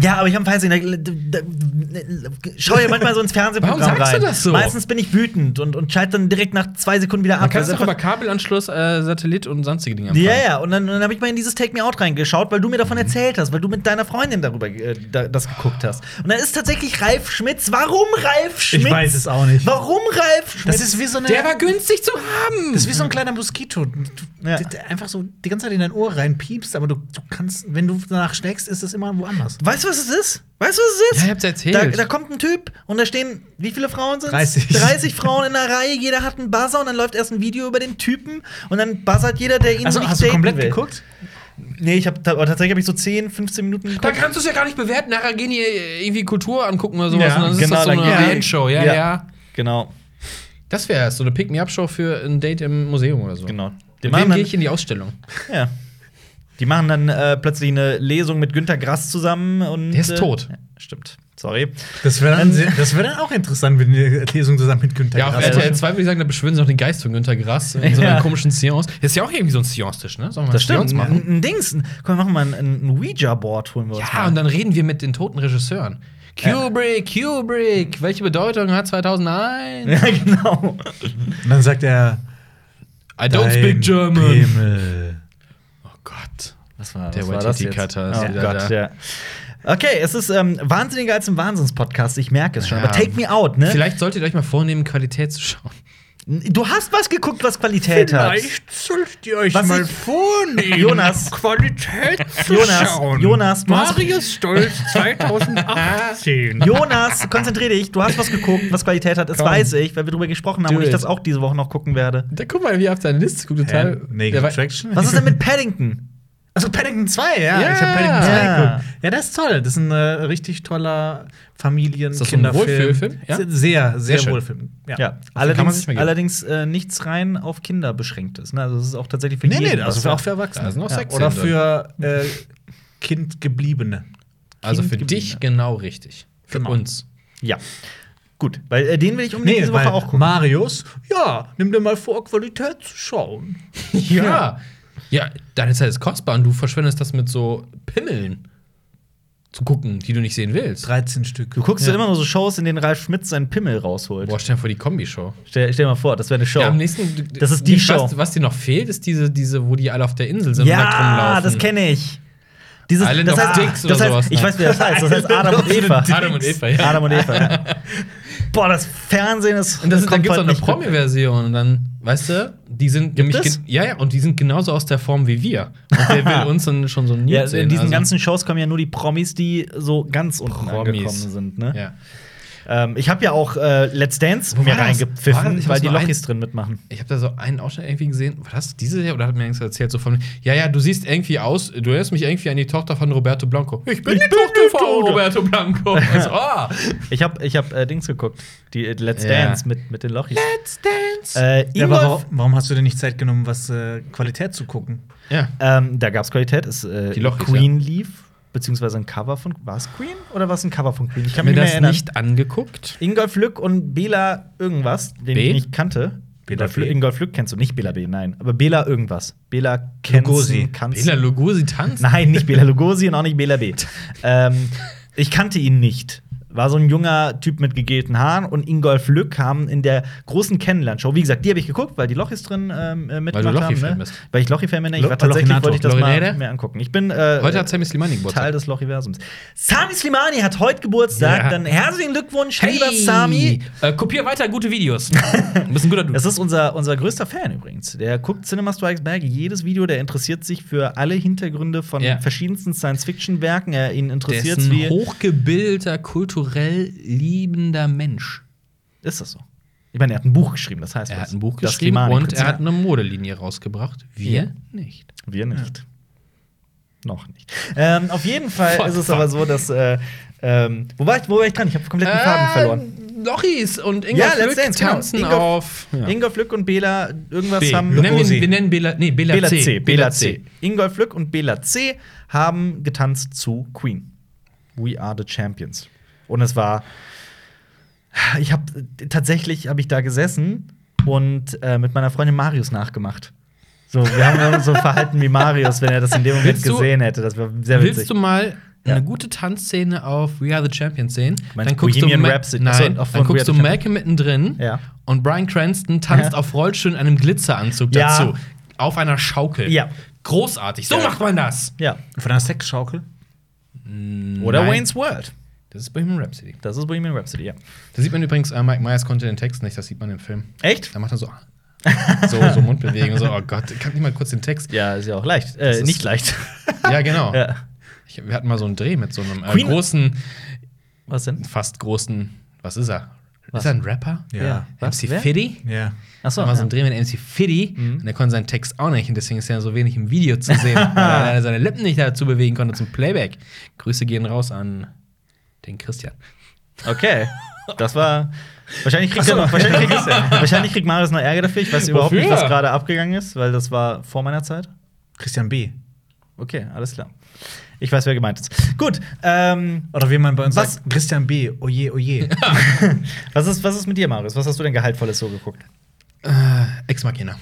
S1: ja, aber ich habe Fernsehen. Da, da, da, schau ja manchmal so ins Fernsehprogramm
S2: Warum sagst du
S1: rein.
S2: das so?
S1: Meistens bin ich wütend und, und schalte dann direkt nach zwei Sekunden wieder ab.
S2: Man kann
S1: Also Das
S2: es
S1: ist
S2: auch über
S1: einfach-
S2: Kabelanschluss, äh, Satellit und sonstige Dinge
S1: ja,
S2: empfangen.
S1: ja, und dann, dann habe ich mal in dieses Take Me Out reingeschaut, weil du mir davon erzählt hast, weil du mit deiner Freundin darüber äh, da, das geguckt hast. Und dann ist tatsächlich Ralf Schmitz. Warum Ralf Schmitz?
S3: Ich weiß es auch nicht.
S1: Warum Ralf Schmitz?
S3: Das ist wie so eine.
S2: Der war günstig zu haben.
S3: das ist wie so ein kleiner Moskito. Du,
S1: Ja.
S3: der- der einfach so die ganze Zeit in dein Ohr reinpiepst, aber du, du kannst, wenn du danach schlägst, ist es immer woanders.
S1: Weißt du, was es ist? Weißt du, was es ist?
S2: Ja, ich hab's erzählt.
S1: Da, da kommt ein Typ und da stehen, wie viele Frauen sind
S3: [LAUGHS] 30.
S1: 30 Frauen in der Reihe, jeder hat einen Buzzer und dann läuft erst ein Video über den Typen und dann buzzert jeder, der
S3: Also
S1: ihn nicht daten will.
S3: geguckt?
S1: Nee, ich hab, ta- aber tatsächlich habe ich so 10, 15 Minuten geguckt.
S2: Da kannst du es ja gar nicht bewerten. Nachher gehen die äh, irgendwie Kultur angucken oder sowas.
S1: Ja,
S2: und dann ist
S1: genau,
S2: das so
S1: dann-
S2: eine
S1: ja.
S2: Randshow. Ja,
S1: Ja.
S2: ja,
S1: Genau,
S2: Das wäre so eine Pick-me-up-Show für ein Date im Museum oder so.
S1: genau. Die
S2: Mit wem
S1: machen,
S2: gehe
S1: dann,
S2: ich in die Ausstellung?
S1: ja. die machen dann äh, plötzlich eine Lesung mit Günter Grass zusammen und.
S2: Der ist
S1: äh,
S2: tot.
S1: ja, Stimmt. Sorry.
S3: Das wäre dann, das wär dann auch interessant, wenn die Lesung zusammen mit Günther
S2: Ja, auf
S3: Grass
S2: RTL
S3: ist.
S2: 2 würde ich sagen, da beschwören sie noch den Geist von Günter Grass in so einer
S1: Ja.
S2: komischen Seance. Das ist ja auch irgendwie so ein Seance-Tisch, ne? Sollen wir
S1: Das
S2: einen
S1: stimmt.
S2: Seance machen?
S1: Ein, ein Dings. Ein- Komm, wir machen mal ein, ein Ouija-Board, holen wir uns
S2: Ja,
S1: mal.
S2: und dann reden wir mit den toten Regisseuren. Kubrick, Kubrick, welche Bedeutung hat 2001?
S1: [LAUGHS] Ja, genau.
S3: Und dann sagt er.
S2: I don't
S3: "Dein
S2: speak German.
S3: Pimmel.
S2: Oh Gott.
S1: Was war,
S2: Der
S1: was war
S2: Waititi-Cutter
S1: das
S2: ist
S1: jetzt?
S2: wieder
S1: oh Gott,
S2: da.
S1: ja. Okay, es ist ähm, wahnsinniger als ein Wahnsinns-Podcast, ich merke es schon.
S2: Ja.
S1: Aber Take Me Out, ne?
S2: Vielleicht solltet ihr euch mal vornehmen, Qualität zu schauen.
S1: Du hast was geguckt, was Qualität hat.
S3: Vielleicht solltet ihr euch
S1: Was
S3: mal
S1: ich-
S3: vornehmen, um
S1: Jonas.
S3: Qualität zu
S1: Jonas,
S3: schauen.
S1: Jonas, du hast-
S3: Marius Stolz
S1: [LAUGHS]
S3: 2018.
S1: Jonas, konzentrier dich. Du hast was geguckt, was Qualität hat. Das
S2: Komm.
S1: weiß ich, weil wir drüber gesprochen haben
S2: Do
S1: und ich
S2: it.
S1: das auch diese Woche noch gucken werde.
S2: [LAUGHS] Da guck mal, wie er auf deine Liste guckt. Total. Der
S3: Negative
S2: war-
S3: Traction?
S1: Was ist denn mit Paddington?
S3: Also Paddington 2, ja.
S2: Ja.
S3: Ich habe Paddington 2
S1: Ja.
S3: geguckt. Ja, das ist toll. Das ist ein äh, richtig toller Familien
S2: Ist das so ein
S3: Kinderfilm.
S2: Wohlfühlfilm? Ja?
S3: Sehr, sehr
S2: schön.
S3: Wohlfühl. Ja.
S1: Ja,
S2: kann man
S1: allerdings,
S2: sich mehr geben.
S1: allerdings äh, nichts rein auf Kinder beschränkt ist. Ne? Also es ist auch tatsächlich für
S3: Nee,
S1: jeden.
S3: nee,
S1: was
S3: also für, auch für Erwachsene.
S2: Da sind auch
S3: ja.
S2: Sexszenen
S3: Oder für äh, Kindgebliebene.
S2: Also für
S1: Kind
S2: dich
S1: geblieben,
S2: genau richtig. Für
S3: Genau.
S2: uns.
S1: Ja. Gut, weil äh, den will ich unbedingt
S3: Nee,
S1: diese
S3: weil
S1: Woche auch gucken.
S3: Marius, ja, nimm dir mal vor, Qualität zu schauen.
S2: [LAUGHS] Ja. Ja, deine Zeit ist kostbar und du verschwendest das mit so Pimmeln zu gucken, die du nicht sehen willst.
S3: 13 Stück.
S1: Du guckst
S3: ja.
S1: ja immer nur so Shows, in denen Ralf Schmitz seinen Pimmel rausholt.
S2: Boah, stell dir vor die Kombi-Show.
S1: Stell, stell dir mal vor, das wäre eine Show.
S2: Ja, am nächsten,
S1: Das ist die Show.
S2: Was, was dir noch fehlt, ist diese, diese, wo die alle auf der Insel sind und
S1: Ja,
S2: rumlaufen.
S1: das kenne ich. Dieses,
S2: Island
S1: das
S2: of
S1: heißt,
S2: Dicks oder
S1: das heißt,
S2: sowas,
S1: Ich
S2: ne?
S1: weiß, wie das heißt. Das heißt Adam und
S3: Island
S1: Eva.
S3: of
S2: Adam und Eva, ja.
S1: Adam und Eva.
S2: [LAUGHS]
S1: Ja. Boah, das Fernsehen ist.
S2: Und das, dann
S1: kommt
S2: gibt's auch
S1: heute
S2: eine
S1: nicht gut.
S2: Promi-Version und dann, weißt du, die sind nämlich
S1: es?
S2: gen- ja ja und die sind genauso aus der Form wie wir. Und
S1: [LAUGHS]
S2: der will uns dann schon so nie
S1: Ja,
S2: sehen.
S1: in diesen
S2: also,
S1: ganzen Shows kommen ja nur die Promis, die so ganz unten
S2: Promis.
S1: angekommen sind. Ne?
S2: ja.
S1: Ähm, ich habe ja auch äh, Let's Dance
S2: Wo
S1: mir
S2: war das? War das-
S1: reingepfiffen,
S2: ich
S1: weil
S2: hab's
S1: die
S2: nur
S1: Lochis drin mitmachen.
S2: Ich habe da so einen Ausschnitt irgendwie gesehen. War das diese hier? Oder hat mir irgendwas erzählt so von Ja, ja, du siehst irgendwie aus, du erinnerst mich irgendwie an die Tochter von Roberto Blanco. Ich bin die Tochter von
S1: [LAUGHS]
S2: Roberto Blanco. Also, oh.
S1: Ich habe ich hab, äh, Dings geguckt. Die äh, Let's
S2: Ja.
S1: Dance mit, mit den Lochis.
S2: Let's dance.
S1: Äh,
S3: Ja, aber
S1: Ingolf,
S3: warum, warum hast du denn nicht Zeit genommen, was äh, Qualität zu gucken?
S2: ja.
S1: ähm, da gab es Qualität. Ist, äh,
S2: Die Lochis,
S1: Queen lief, beziehungsweise ein Cover von. War es Queen oder war es ein Cover von Queen? Ich kann
S2: Hab mir
S1: mich nicht mehr
S2: das
S1: erinnern.
S2: nicht angeguckt.
S1: Ingolf Lück und Bela irgendwas, den
S2: B?
S1: ich nicht kannte.
S3: Bela
S1: Ingolf Lück-
S3: B.
S1: Ingolf Lück kennst du nicht, Bela B, nein. Aber Bela irgendwas. Bela Kenzi.
S3: Lugosi.
S1: Kanzi.
S2: Bela Lugosi
S1: [LAUGHS]
S2: tanzt.
S1: Nein, nicht Bela Lugosi und auch nicht Bela B. Ähm, ich kannte ihn nicht. War so ein junger Typ mit gegelten Haaren und Ingolf Lück kam in der großen Kennenlernshow. Wie gesagt, die habe ich geguckt, weil die Lochis drin ähm, äh, mitgemacht haben.
S2: Lochi-Fan
S1: ne?
S2: bist.
S1: Weil ich Lochi-Fan bin. Ich
S3: Lo-
S1: war tatsächlich,
S3: Lochinator.
S1: wollte ich das mal
S2: Lochinade?
S1: mehr angucken. Ich bin äh,
S2: Heute hat Sammy Slimani
S1: Teil
S2: Geburtstag.
S1: des Lochiversums. Sami Slimani hat heute Geburtstag.
S2: Ja.
S1: Dann herzlichen Glückwunsch, lieber Sami.
S2: äh, kopier weiter
S1: [LAUGHS]
S2: gute Videos. du bist ein guter Dude.
S1: Das ist unser, unser größter Fan übrigens. Der guckt Cinema Strikes Back jedes Video, der interessiert sich für alle Hintergründe von
S2: Ja.
S1: verschiedensten Science-Fiction-Werken. Er ihn
S2: Der
S1: interessiert
S2: ist ein
S1: wie.
S2: hochgebildeter, kulturell liebender Mensch.
S1: Ist das so? Ich meine, er hat ein Buch geschrieben, das heißt,
S2: Er
S1: was.
S2: hat ein Buch
S1: Das
S2: geschrieben
S1: Slimani
S2: und er
S1: Prinzip.
S2: hat eine Modelinie rausgebracht. Wir nicht.
S1: Wir nicht. Noch nicht. Ähm, auf
S2: [LAUGHS]
S1: jeden Fall
S2: Fuck,
S1: ist es aber so, dass. Äh, ähm, wo, war ich, wo war ich dran? Ich habe komplett den Faden
S2: Ähm.
S1: verloren.
S2: Lochis und Ingo
S1: Ja,
S2: ja,
S1: Let's Dance, genau.
S2: tanzen
S1: Ingolf-
S2: auf. Ja.
S1: Ingolf Lück und Bela irgendwas
S2: B.
S1: haben.
S2: Nennen wir,
S3: Lugosi.
S2: wir nennen Bela, nee, Bela,
S1: Bela
S2: C.
S1: C. Bela C. Ingolf Lück und Bela C. haben getanzt zu Queen. We are the Champions. Und es war, ich habe tatsächlich habe ich da gesessen und äh, mit meiner Freundin Marius nachgemacht. So, wir haben uns so verhalten wie Marius, wenn er das in dem Moment
S2: Willst du-
S1: gesehen hätte. Das wäre sehr witzig.
S2: Willst du mal
S1: Ja.
S2: eine gute Tanzszene auf We Are the Champions sehen?
S1: Meinst
S2: Dann
S1: du
S2: guckst du,
S1: Bohemian
S2: Ma-
S1: Rhapsody? Achso,
S2: Nein,
S1: auf von
S2: dann
S1: We
S2: guckst
S1: Are
S2: du
S1: the
S2: Malcolm mittendrin
S1: Ja.
S2: und Brian Cranston tanzt
S1: Ja.
S2: auf Rollstuhl in einem Glitzeranzug
S1: Ja.
S2: dazu. Auf einer Schaukel.
S1: Ja.
S2: Großartig. So
S1: Ja.
S2: macht man das.
S1: ja.
S3: Von einer Sexschaukel?
S1: Oder
S2: Nein.
S1: Wayne's World.
S2: Das ist Bohemian Rhapsody.
S1: Das ist Bohemian Rhapsody, ja.
S2: Da sieht man übrigens, äh, Mike Myers konnte den Text nicht, das sieht man im Film.
S1: Echt?
S2: Da macht er so, so, so Mundbewegungen, so, oh Gott, ich kann nicht mal kurz den Text.
S1: Ja, ist ja auch leicht. Äh,
S2: Das ist-
S1: nicht leicht.
S2: Ja, genau.
S1: ja.
S2: Ich, wir hatten mal so einen Dreh mit so einem äh,
S1: Queen-
S2: großen,
S1: Was denn?
S2: fast großen, was ist er?
S1: Was?
S2: Ist er ein Rapper?
S3: Ja.
S1: Was?
S2: MC
S1: Wer?
S2: Fiddy?
S3: Ja.
S1: Achso,
S2: Da war so
S1: ja. Mhm.
S2: ein Dreh mit MC Fiddy und der konnte seinen Text auch nicht und deswegen ist er so wenig im Video zu sehen,
S1: [LAUGHS]
S2: weil er seine Lippen nicht dazu bewegen konnte zum Playback. Grüße gehen raus an den Christian.
S1: Okay. Das war. Wahrscheinlich kriegt,
S3: Ach so.
S1: er, wahrscheinlich, kriegt, wahrscheinlich kriegt Marius noch Ärger dafür. Ich weiß überhaupt nicht, was
S2: Wofür?
S1: gerade abgegangen ist, weil das war vor meiner Zeit.
S3: Christian B.
S1: Okay, alles klar. Ich weiß, wer gemeint ist. Gut, [LAUGHS] ähm,
S3: Oder wie man bei uns
S1: Was?
S3: sagt, Christian B. Oje, [LAUGHS] oje.
S1: was, ist, was ist mit dir, Marius? Was hast du denn Gehaltvolles so geguckt?
S2: Ex Machina.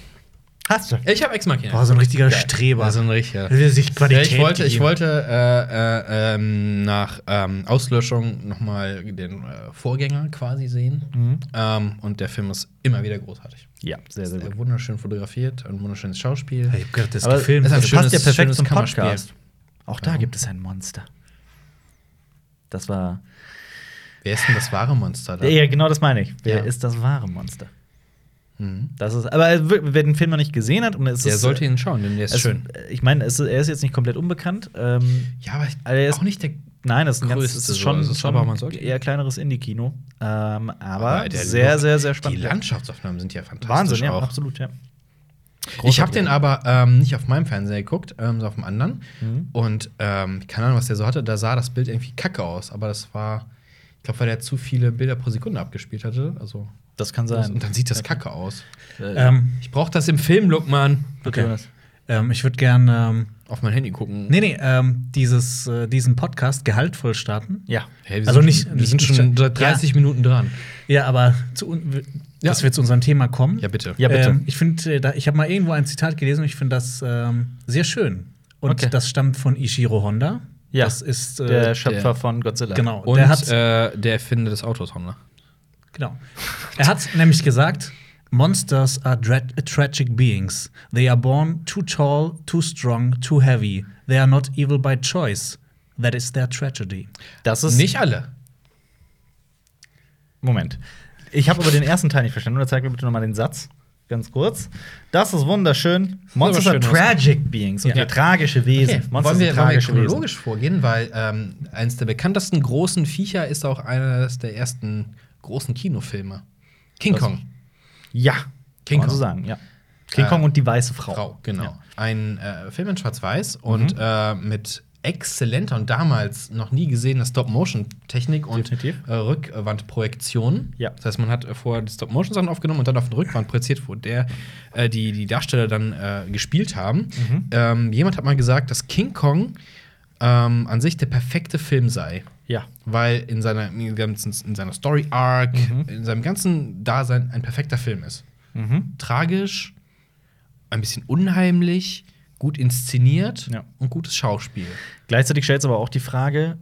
S1: Hast du?
S2: Äh, Ich habe Ex Machina.
S3: Boah, Oh, so ein richtiger
S1: Geil.
S3: Streber.
S2: Also ein richtiger.
S3: Der will sich
S2: Ja,
S3: Qualität
S2: ich wollte, ich
S3: geben.
S2: wollte äh, äh, ähm, nach ähm, Auslöschung nochmal den äh, Vorgänger quasi sehen. Ähm, und der Film ist immer wieder großartig.
S1: Ja, Mhm. sehr, sehr
S2: Ist, äh,
S1: gut.
S2: wunderschön fotografiert, ein wunderschönes Schauspiel.
S3: Ich hab gerade das
S1: Aber
S3: gefilmt.
S1: das
S2: Ist ein
S1: passt ja
S2: schönes-
S1: perfekt
S2: schönes
S1: zum
S2: Kammerspiel.
S1: Podcast. Auch da gibt es ein Monster. Das war.
S2: Wer ist denn das wahre Monster da?
S1: Ja, genau das meine ich. Wer
S2: Ja.
S1: ist das wahre Monster? Das ist, aber wir- wer den Film noch nicht gesehen hat, und es
S2: Mhm. Der
S1: ist,
S3: äh,
S2: sollte ihn schauen, denn der ist
S1: es,
S3: also
S2: schön.
S1: Ich meine, es, ist- er ist jetzt nicht komplett unbekannt. Ähm,
S2: Ja, aber
S1: Also, er ist-
S2: auch nicht der.
S1: nein, es ist, ein ganz,
S2: Größte
S1: es ist
S2: so,
S1: schon,
S2: also es ist
S1: schon
S2: aber man sollte-
S1: eher kleineres Indie-Kino. Ähm, aber
S2: der
S1: sehr,
S2: Look,
S1: sehr, sehr
S2: Die
S1: spannend.
S2: Landschaftsaufnahmen sind ja fantastisch.
S1: Wahnsinn, ja,
S2: auch.
S1: absolut, ja.
S2: Ich habe den aber ähm, nicht auf meinem Fernseher geguckt, ähm, sondern auf dem anderen.
S3: Mhm.
S2: Und ähm, keine Ahnung, was der so hatte. Da sah das Bild irgendwie kacke aus. Aber das war, ich glaube, weil der zu viele Bilder pro Sekunde abgespielt hatte. Also,
S1: Das kann sein.
S2: und dann sieht das kacke aus.
S1: Äh,
S3: Ähm,
S2: Ich brauche das im Filmlook, Mann.
S1: bitte,
S3: äh, okay.
S1: Jonas.
S3: ähm, ich würde gerne ähm,
S2: Auf mein Handy gucken.
S3: Nee, nee, ähm, dieses, äh, diesen Podcast gehaltvoll starten.
S1: Ja.
S2: Hey, wir
S3: Also
S2: sind,
S3: nicht-
S2: wir sind
S3: nicht-
S2: schon seit
S3: ja.
S2: 30 Minuten dran.
S3: Ja, aber zu, un- w-
S2: Ja.
S3: dass wir zu unserem Thema kommen.
S2: Ja, bitte.
S1: Ja, bitte.
S3: Ähm, ich finde, äh, da- ich habe mal irgendwo ein Zitat gelesen und ich finde das ähm, sehr schön. Und
S1: Okay.
S3: das stammt von Ishiro Honda.
S1: Ja.
S3: Das ist äh,
S1: Der Schöpfer
S2: der-
S1: von Godzilla.
S3: genau.
S2: Und
S3: der hat
S2: äh, der Erfinder des ne? Autos, Honda.
S3: genau. er hat nämlich gesagt, Monsters are dra tragic beings. They are born too tall, too strong, too heavy. They are not evil by choice. That is their tragedy.
S1: Das ist
S2: Nicht alle.
S1: Moment. Ich habe aber den ersten Teil nicht verstanden. Oder zeig mir bitte nochmal den Satz. Ganz kurz. Das ist wunderschön. Monsters are
S2: schön
S1: tragic beings. Okay,
S2: Ja.
S1: tragische Wesen.
S2: Okay.
S1: Monster
S2: Wollen
S1: sind
S2: wir, wollen wir
S1: tragische
S2: chronologisch vorgehen, weil ähm, eines der bekanntesten großen Viecher ist auch eines der ersten großen Kinofilme. King
S1: Das-
S2: Kong.
S1: Wesen. Ja.
S2: King
S1: Kann man so
S2: Kong.
S1: sagen, ja. King
S2: Äh,
S1: Kong und die weiße Frau.
S2: Frau, genau. Ein äh, Film in Schwarz-Weiß und äh, mit exzellenter und damals noch nie gesehener Stop-Motion-Technik und
S1: Definitiv.
S2: äh, Rückwandprojektion.
S1: Ja.
S2: Das heißt, man hat äh, vorher die Stop-Motion-Sachen aufgenommen und dann auf den Rückwand projiziert, wo der, äh, die, die Darsteller dann äh, gespielt haben. Ähm, jemand hat mal gesagt, dass King Kong ähm, an sich der perfekte Film sei
S1: Ja.
S2: weil in seiner, in ganzen- in seiner Story Arc,
S1: Mhm.
S2: in seinem ganzen Dasein ein perfekter Film ist.
S1: Mhm.
S2: Tragisch, ein bisschen unheimlich, gut inszeniert
S1: Ja.
S2: und gutes Schauspiel.
S1: Gleichzeitig stellt es aber auch die Frage,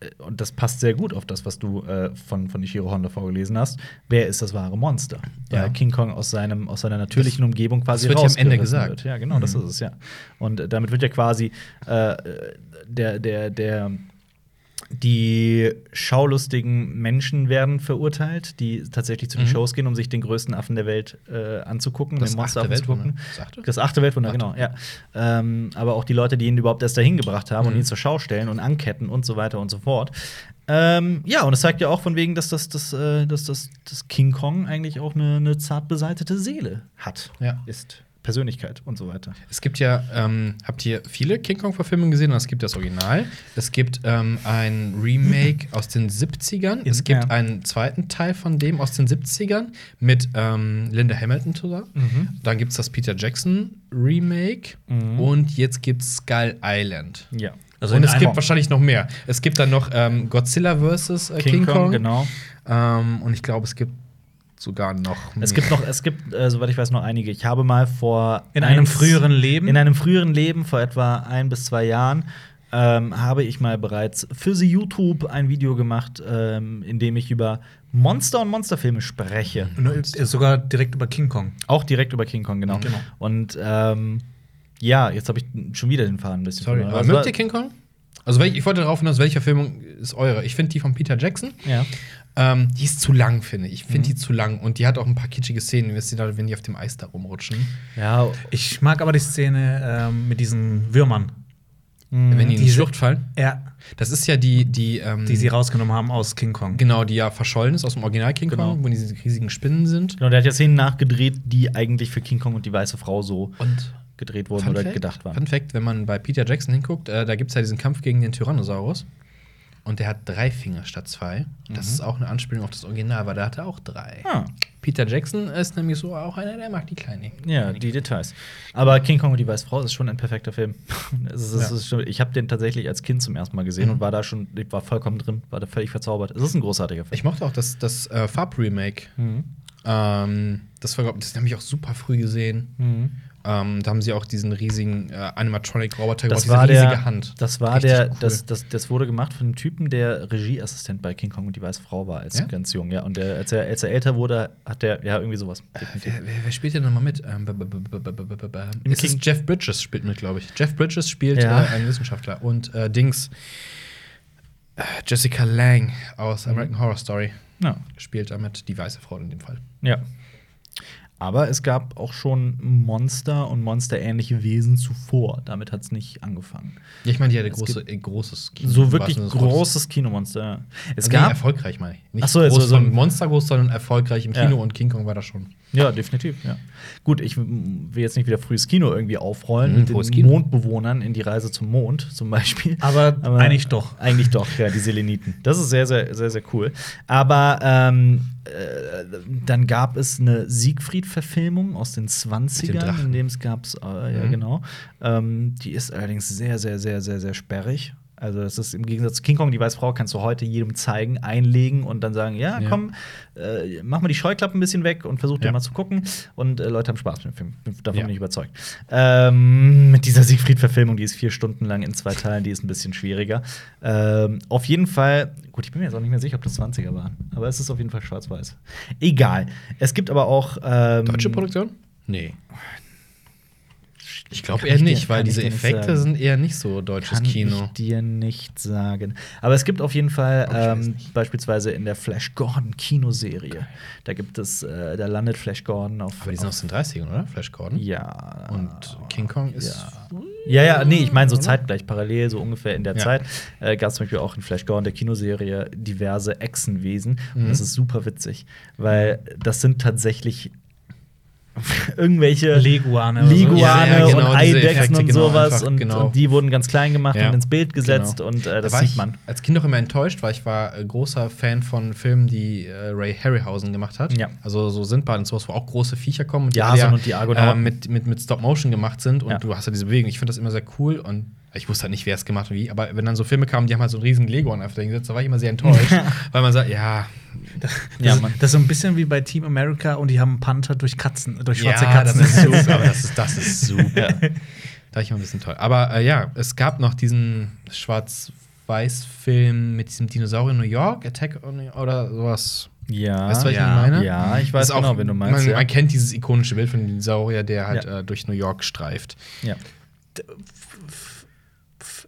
S1: äh, und das passt sehr gut auf das, was du äh, von, von Ichiro Honda vorgelesen hast, wer ist das wahre Monster?
S2: Ja.
S1: Weil King Kong aus, seinem, aus seiner natürlichen Umgebung quasi
S2: das wird ja am Ende
S1: rausgerissen
S2: gesagt. Mhm.
S1: Wird. Ja, genau, das ist es, ja. Und äh, damit wird ja quasi äh, der, der, der die schaulustigen Menschen werden verurteilt, die tatsächlich zu den Shows gehen, um sich den größten Affen der Welt äh, anzugucken,
S2: Mhm. Das
S1: den Monster
S2: achte
S1: anzugucken.
S2: Weltwunder. Das achte?
S1: Das achte Weltwunder,
S2: Achte.
S1: genau, ja. Ähm, aber auch die Leute, die ihn überhaupt erst dahin gebracht haben und
S2: Mhm.
S1: ihn zur Schau stellen und anketten und so weiter und so fort. Ähm, ja, und es zeigt ja auch von wegen, dass das, das, äh, dass das, das King Kong eigentlich auch eine, eine zart beseitete Seele hat.
S2: Ja.
S1: Ist Persönlichkeit und so weiter.
S2: Es gibt ja, ähm, habt ihr viele King Kong-Verfilmungen gesehen? Es gibt das Original. Es gibt ähm, ein Remake aus den 70ern.
S3: Ja.
S2: Es gibt einen zweiten Teil von dem aus den 70ern mit ähm, Linda Hamilton zusammen. Dann gibt es das Peter Jackson Remake. Und jetzt gibt es Skull Island.
S1: Ja.
S2: und
S3: Also in
S2: Also es
S3: einem-
S2: gibt wahrscheinlich noch mehr. Es gibt dann noch ähm, Godzilla vs. Äh, King, Kong.
S1: genau.
S2: Ähm, und ich glaube, es gibt sogar noch.
S1: Es
S2: mehr.
S1: gibt noch, es gibt, äh, soweit ich weiß, noch einige. Ich habe mal vor
S3: In einem
S1: eins-
S3: früheren Leben.
S1: In einem früheren Leben, vor etwa ein bis zwei Jahren, ähm, habe ich mal bereits für sie YouTube ein Video gemacht, ähm, in dem ich über Monster und Monsterfilme spreche.
S3: Nur- Sogar direkt über King Kong.
S1: Auch direkt über King Kong, genau.
S3: Genau.
S1: Und ähm, ja, jetzt habe ich schon wieder den Faden ein bisschen
S2: Sorry,
S1: verloren.
S2: aber
S1: Also,
S2: mögt ihr King Kong? Also, wel- ich wollte darauf hinaus, welche Verfilmung ist eure? Ich finde die von Peter Jackson.
S1: Ja.
S2: Ähm, die ist zu lang, finde ich. Ich finde die zu lang. Und die hat auch ein paar kitschige Szenen, wisst ihr, da, wenn die auf dem Eis da rumrutschen.
S1: Ja,
S3: Ich mag aber die Szene ähm, mit diesen Würmern.
S2: Wenn die in die
S3: Diese-
S2: Schlucht fallen.
S3: Ja,
S2: Das ist ja die, die, ähm,
S3: die sie rausgenommen haben aus King Kong.
S2: genau, die ja verschollen ist aus dem Original King
S1: Genau.
S2: Kong, wo diese riesigen Spinnen sind.
S1: genau, der hat ja Szenen nachgedreht, die eigentlich für King Kong und die weiße Frau so
S2: Und
S1: gedreht wurden oder gedacht waren.
S2: Fun Fact, wenn man bei Peter Jackson hinguckt, äh, da gibt es ja diesen Kampf gegen den Tyrannosaurus. Und der hat drei Finger statt zwei. Das ist auch eine Anspielung auf das Original, weil da hatte er auch drei.
S1: Ah.
S2: Peter Jackson ist nämlich so auch einer, der mag die Kleinen.
S1: Ja, die Details. Aber King Kong und die Weiße Frau ist schon ein perfekter Film. [LAUGHS] es ist, es
S3: Ja.
S1: ist schon, ich habe den tatsächlich als Kind zum ersten Mal gesehen und war da schon, ich war vollkommen drin, war da völlig verzaubert. Es ist ein großartiger Film.
S2: Ich mochte auch das, das äh, Farb-Remake. Ähm, das war, glaub, ich, das habe ich auch super früh gesehen. Ähm, da haben sie auch diesen riesigen äh, Animatronic-Roboter
S1: das
S2: diese
S1: war
S2: riesige
S1: der,
S2: Hand.
S1: Das war
S2: Richtig
S1: der,
S2: cool.
S1: das, das, das wurde gemacht von dem Typen, der Regieassistent bei King Kong und die Weiße Frau war, als
S2: Ja?
S1: ganz jung, ja. Und der, als, er, als er älter wurde, hat der, ja, irgendwie sowas.
S2: Wer, wer, wer spielt denn nochmal mit? Ähm, b- b- b- b- b- b- b- b-
S1: Im
S2: es
S1: King-
S2: ist Jeff Bridges spielt mit, glaube ich. Jeff Bridges spielt
S1: Ja.
S2: äh, einen Wissenschaftler und äh, Dings. äh, Jessica Lang aus
S1: Mhm.
S2: American Horror Story
S1: Ja.
S2: spielt damit die weiße Frau in dem Fall.
S1: ja. Aber es gab auch schon Monster und monsterähnliche Wesen zuvor. Damit hat es nicht angefangen.
S2: Ja, ich meine, die hatte
S1: Es
S2: große, äh, großes Kino.
S1: So
S2: im
S1: wirklich
S2: wahrsten Sinne des Wortes. Also
S1: großes Kinomonster. ja. Es
S2: Nee,
S1: gab.
S2: erfolgreich meine ich. Nicht
S1: Ach so,
S2: groß
S1: also so
S2: von
S1: ein-
S2: Monster groß, sondern erfolgreich im
S1: Ja.
S2: Kino und King Kong war das schon.
S1: Ja, definitiv, ja. Gut, ich mm, will jetzt nicht wieder frühes Kino irgendwie aufrollen,
S2: Mhm,
S1: mit
S2: frühes
S1: den
S2: Kino.
S1: Mondbewohnern in die Reise zum Mond zum Beispiel. [LAUGHS]
S3: Aber eigentlich doch.
S1: Eigentlich doch, ja, die Seleniten. Das ist sehr, sehr, sehr, sehr cool. Aber ähm, äh, dann gab es eine Siegfried-Verfilmung aus den 20ern,
S2: Drachen.
S1: in dem es gab es, äh, ja,
S2: Mhm.
S1: genau. Ähm, die ist allerdings sehr, sehr, sehr, sehr, sehr sperrig. Also, das ist im Gegensatz zu King Kong, die Weißfrau, kannst du heute jedem zeigen, einlegen und dann sagen: Ja,
S2: Ja.
S1: komm, äh, mach mal die Scheuklappen ein bisschen weg und versuch den
S2: Ja.
S1: mal zu gucken. Und äh, Leute haben Spaß mit dem Film. Bin- Davon
S2: Ja.
S1: bin ich überzeugt. Ähm, mit dieser Siegfried-Verfilmung, die ist vier Stunden lang in zwei Teilen, die ist ein bisschen schwieriger. Ähm, auf jeden Fall, gut, ich bin mir jetzt auch nicht mehr sicher, ob das 20er waren, aber es ist auf jeden Fall schwarz-weiß. Egal. Es gibt aber auch. Ähm,
S2: Deutsche Produktion? Nee. Ich glaube
S1: Kann
S2: eher
S1: ich dir-
S2: nicht, weil
S1: kann ich
S2: diese
S1: dir nicht
S2: Effekte
S1: sagen.
S2: sind eher nicht so deutsches
S1: Kann
S2: Kino.
S1: ich dir nicht sagen. Aber es gibt auf jeden Fall
S2: Oh, ich weiß
S1: ähm,
S2: nicht.
S1: beispielsweise in der Flash Gordon Kinoserie. Da gibt es, äh, da landet Flash Gordon auf.
S2: Aber die sind
S1: auf
S2: aus den 30ern, oder? Flash Gordon?
S1: ja.
S2: Und King Kong ist.
S1: Ja. Ja, ja, nee, ich meine so
S2: Oder?
S1: zeitgleich, parallel, so ungefähr in der
S2: Ja.
S1: Zeit, äh, gab es zum Beispiel auch in Flash Gordon der Kinoserie diverse Echsenwesen. Und
S2: Mhm.
S1: das ist super witzig, weil das sind tatsächlich [LAUGHS] irgendwelche
S3: Leguane. oder so.
S1: Leguane
S2: Ja, ja, genau,
S1: und
S2: diese
S1: Eidechsen
S2: Effekte,
S1: und
S2: genau,
S1: sowas.
S2: einfach,
S1: und,
S2: genau.
S1: und die wurden ganz klein gemacht
S2: Ja,
S1: und ins Bild gesetzt
S2: genau.
S1: und äh, das
S2: Da war
S1: sieht
S2: ich
S1: man.
S2: als Kind auch immer enttäuscht, weil ich war äh, großer Fan von Filmen, die äh, Ray Harryhausen gemacht hat.
S1: Ja.
S2: Also so Sindbad und sowas, wo auch große Viecher kommen und
S1: Jason
S2: alle
S1: und die Argonauten.
S2: äh, mit, mit, mit Stop-Motion gemacht sind und
S1: Ja.
S2: du hast ja diese Bewegung. Ich finde das immer sehr cool und ich wusste halt nicht, wer es gemacht hat und wie, aber wenn dann so Filme kamen, die haben halt so einen riesigen Lego einfach dahingesetzt, da war ich immer sehr enttäuscht, [LAUGHS] weil man sagt,
S1: Ja,
S2: ja,
S3: Das,
S1: Mann.
S3: das ist so ein bisschen wie bei Team America und die haben einen Panther durch Katzen, äh, durch schwarze
S2: ja,
S3: Katzen.
S2: Das ist
S1: [LAUGHS]
S3: [LAUGHS]
S2: super, aber das ist, das ist super. Da war ich immer ein bisschen toll. Aber äh, ja, es gab noch diesen Schwarz-Weiß-Film mit diesem Dinosaurier in New York, Attack on, oder sowas.
S1: Ja,
S2: Weißt du, was ich
S3: ja,
S2: meine?
S1: ja, ich weiß
S2: Ist
S1: genau, wen du meinst.
S2: Man,
S1: ja.
S2: man kennt dieses ikonische Bild von dem Dinosaurier, der halt
S1: Ja.
S2: äh, durch New York streift.
S1: ja.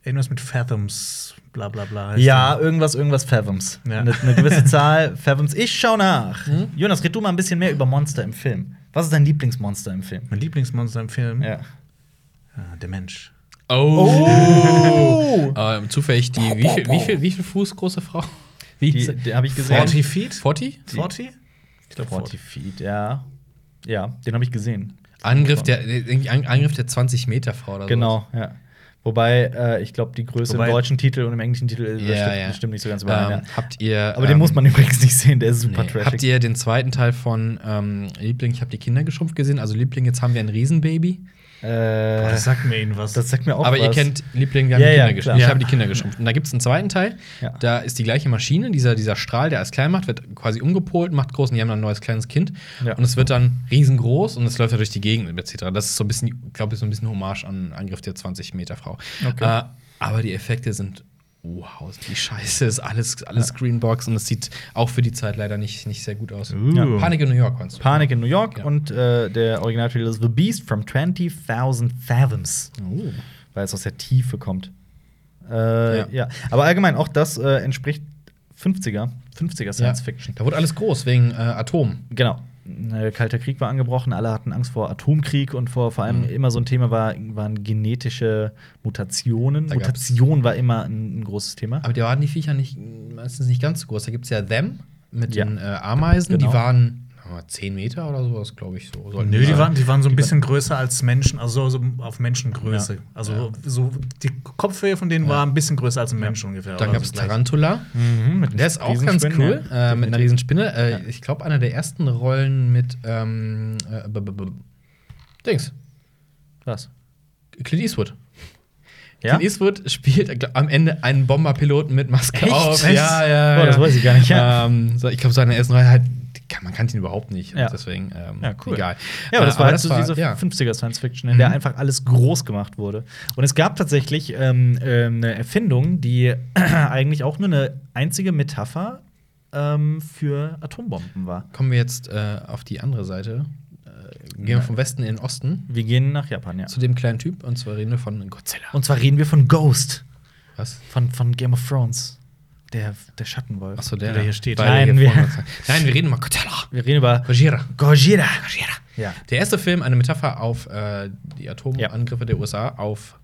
S3: Irgendwas mit Fathoms, bla bla bla. heißt
S1: Ja,
S3: der.
S1: irgendwas, irgendwas Fathoms.
S3: Ja.
S1: Eine, eine gewisse Zahl Fathoms. Ich schau nach. Jonas, red du mal ein bisschen mehr über Monster im Film. Was ist dein Lieblingsmonster im Film?
S3: Mein Lieblingsmonster im Film, ah, der Mensch.
S2: Oh! [LAUGHS] Ähm, zufällig die, wie viel, wie viel, wie viel Fuß
S1: [LAUGHS]
S2: große Frau? Wie
S1: Die, die habe ich gesehen.
S3: 40 Feet?
S2: 40?
S3: 40? Ich glaube
S1: 40
S3: 40.
S1: Feet, ja. Ja, den habe ich gesehen.
S2: Angriff der, äh, irgendwie An- Angriff der 20-Meter-Frau oder so.
S1: Genau, ja. Wobei, äh, ich glaube, die Größe
S3: Wobei-
S1: im deutschen Titel und im englischen Titel äh, das
S2: Ja,
S1: stimmt,
S2: ja.
S1: das stimmt nicht so ganz überein.
S2: Ähm,
S1: ja.
S2: habt ihr.
S1: Aber den
S2: ähm,
S1: muss man [LAUGHS] übrigens nicht sehen, der ist super
S2: Nee.
S1: trashig.
S2: Habt ihr den zweiten Teil von ähm, Liebling, ich habe die Kinder geschrumpft gesehen? Also Liebling, jetzt haben wir ein Riesenbaby.
S1: äh,
S3: Oh, Das sagt mir ihnen was.
S1: das sagt mir auch
S2: Aber
S1: was.
S2: ihr kennt Liebling, wir haben
S1: Ja,
S2: die
S1: ja, klar.
S2: Kinder geschrumpft. Ich
S1: Ja.
S2: habe die Kinder geschrumpft. Und da gibt es einen zweiten Teil.
S1: Ja.
S2: Da ist die gleiche Maschine, dieser, dieser Strahl, der als klein macht, wird quasi umgepolt, macht groß und die haben dann ein neues kleines Kind.
S1: Ja.
S2: Und es wird dann riesengroß und es läuft ja durch die Gegend etc. Das ist so ein bisschen, glaube ich, so ein bisschen Hommage an Angriff der 20-Meter-Frau.
S1: Okay.
S2: Äh, aber die Effekte sind. Wow, die Scheiße ist alles, alles Screenbox und es sieht auch für die Zeit leider nicht, nicht sehr gut aus.
S3: Uh.
S2: Panik in New York meinst du?
S1: Panik in New York
S2: Ja.
S1: und äh, der Originaltitel ist The Beast from 20,000 Fathoms.
S2: Oh.
S1: weil es aus der Tiefe kommt. Äh,
S2: Ja.
S1: ja. Aber allgemein, auch das äh, entspricht 50er, 50er
S2: Ja.
S1: Science Fiction.
S2: Da wurde alles groß wegen äh, Atom.
S1: Genau. Äh, Kalter Krieg war angebrochen, alle hatten Angst vor Atomkrieg und vor, vor
S2: Mhm.
S1: allem immer so ein Thema war, waren genetische Mutationen.
S2: Da gab's-
S1: Mutation war immer ein, ein großes Thema.
S2: Aber da waren die Viecher nicht, meistens nicht ganz so groß. Da gibt es ja Them mit
S1: Ja.
S2: den äh, Ameisen.
S1: Genau.
S2: Die waren äh, 10 Meter oder sowas, glaube ich. So. sollten
S3: Nö, die
S2: sein.
S3: waren, die waren so ein bisschen größer als Menschen, also so so auf Menschengröße.
S1: Ja.
S3: Also so die Kopfhöhe von denen war ein bisschen größer als ein Mensch ungefähr.
S2: Dann
S3: oder
S2: gab es
S3: so gleich.
S2: Tarantula. Mhm. Der ist auch ganz cool, äh, mit einer Riesenspinne. Äh, Ich glaube, einer der ersten Rollen mit ähm, äh, b- b- b- Dings,
S1: Was?
S2: Clint Eastwood.
S1: Ja?
S2: Clint Eastwood spielt äh, glaub, am Ende einen Bomberpiloten mit Maske
S1: Echt?
S2: auf.
S1: Echt?
S2: Ja, ja, ja.
S1: Boah, das weiß ich gar nicht, ja.
S2: Ähm, so, ich glaube, seine ersten Reihe halt, die kann, man kannte ihn überhaupt nicht.
S1: Ja.
S2: Und deswegen, ähm,
S1: Ja, cool.
S2: egal. Äh,
S1: Ja, aber das war
S2: aber
S1: halt so diese
S2: ja.
S1: 50er Science Fiction, in der
S2: Mhm.
S1: einfach alles groß gemacht wurde. Und es gab tatsächlich ähm, ähm, eine Erfindung, die [CLEARS THROAT] eigentlich auch nur eine einzige Metapher ähm, für Atombomben war.
S2: Kommen wir jetzt äh, auf die andere Seite. Äh, gehen wir vom Westen in den Osten
S1: Wir gehen nach Japan, ja.
S2: zu dem kleinen Typ. Und zwar reden wir von Godzilla.
S1: Und zwar reden wir von Ghost,
S2: was?
S1: von, von Game of Thrones. Der, der Schattenwolf.
S2: Achso, der,
S3: der hier steht.
S2: Weil
S1: Nein,
S2: hier
S1: wir-
S2: vorne- Nein, wir reden über Cotella.
S1: [LAUGHS] Wir reden über
S2: Gojira.
S1: Gojira.
S2: Gojira.
S1: Ja.
S2: Der erste Film, eine Metapher auf äh, die Atomangriffe der USA auf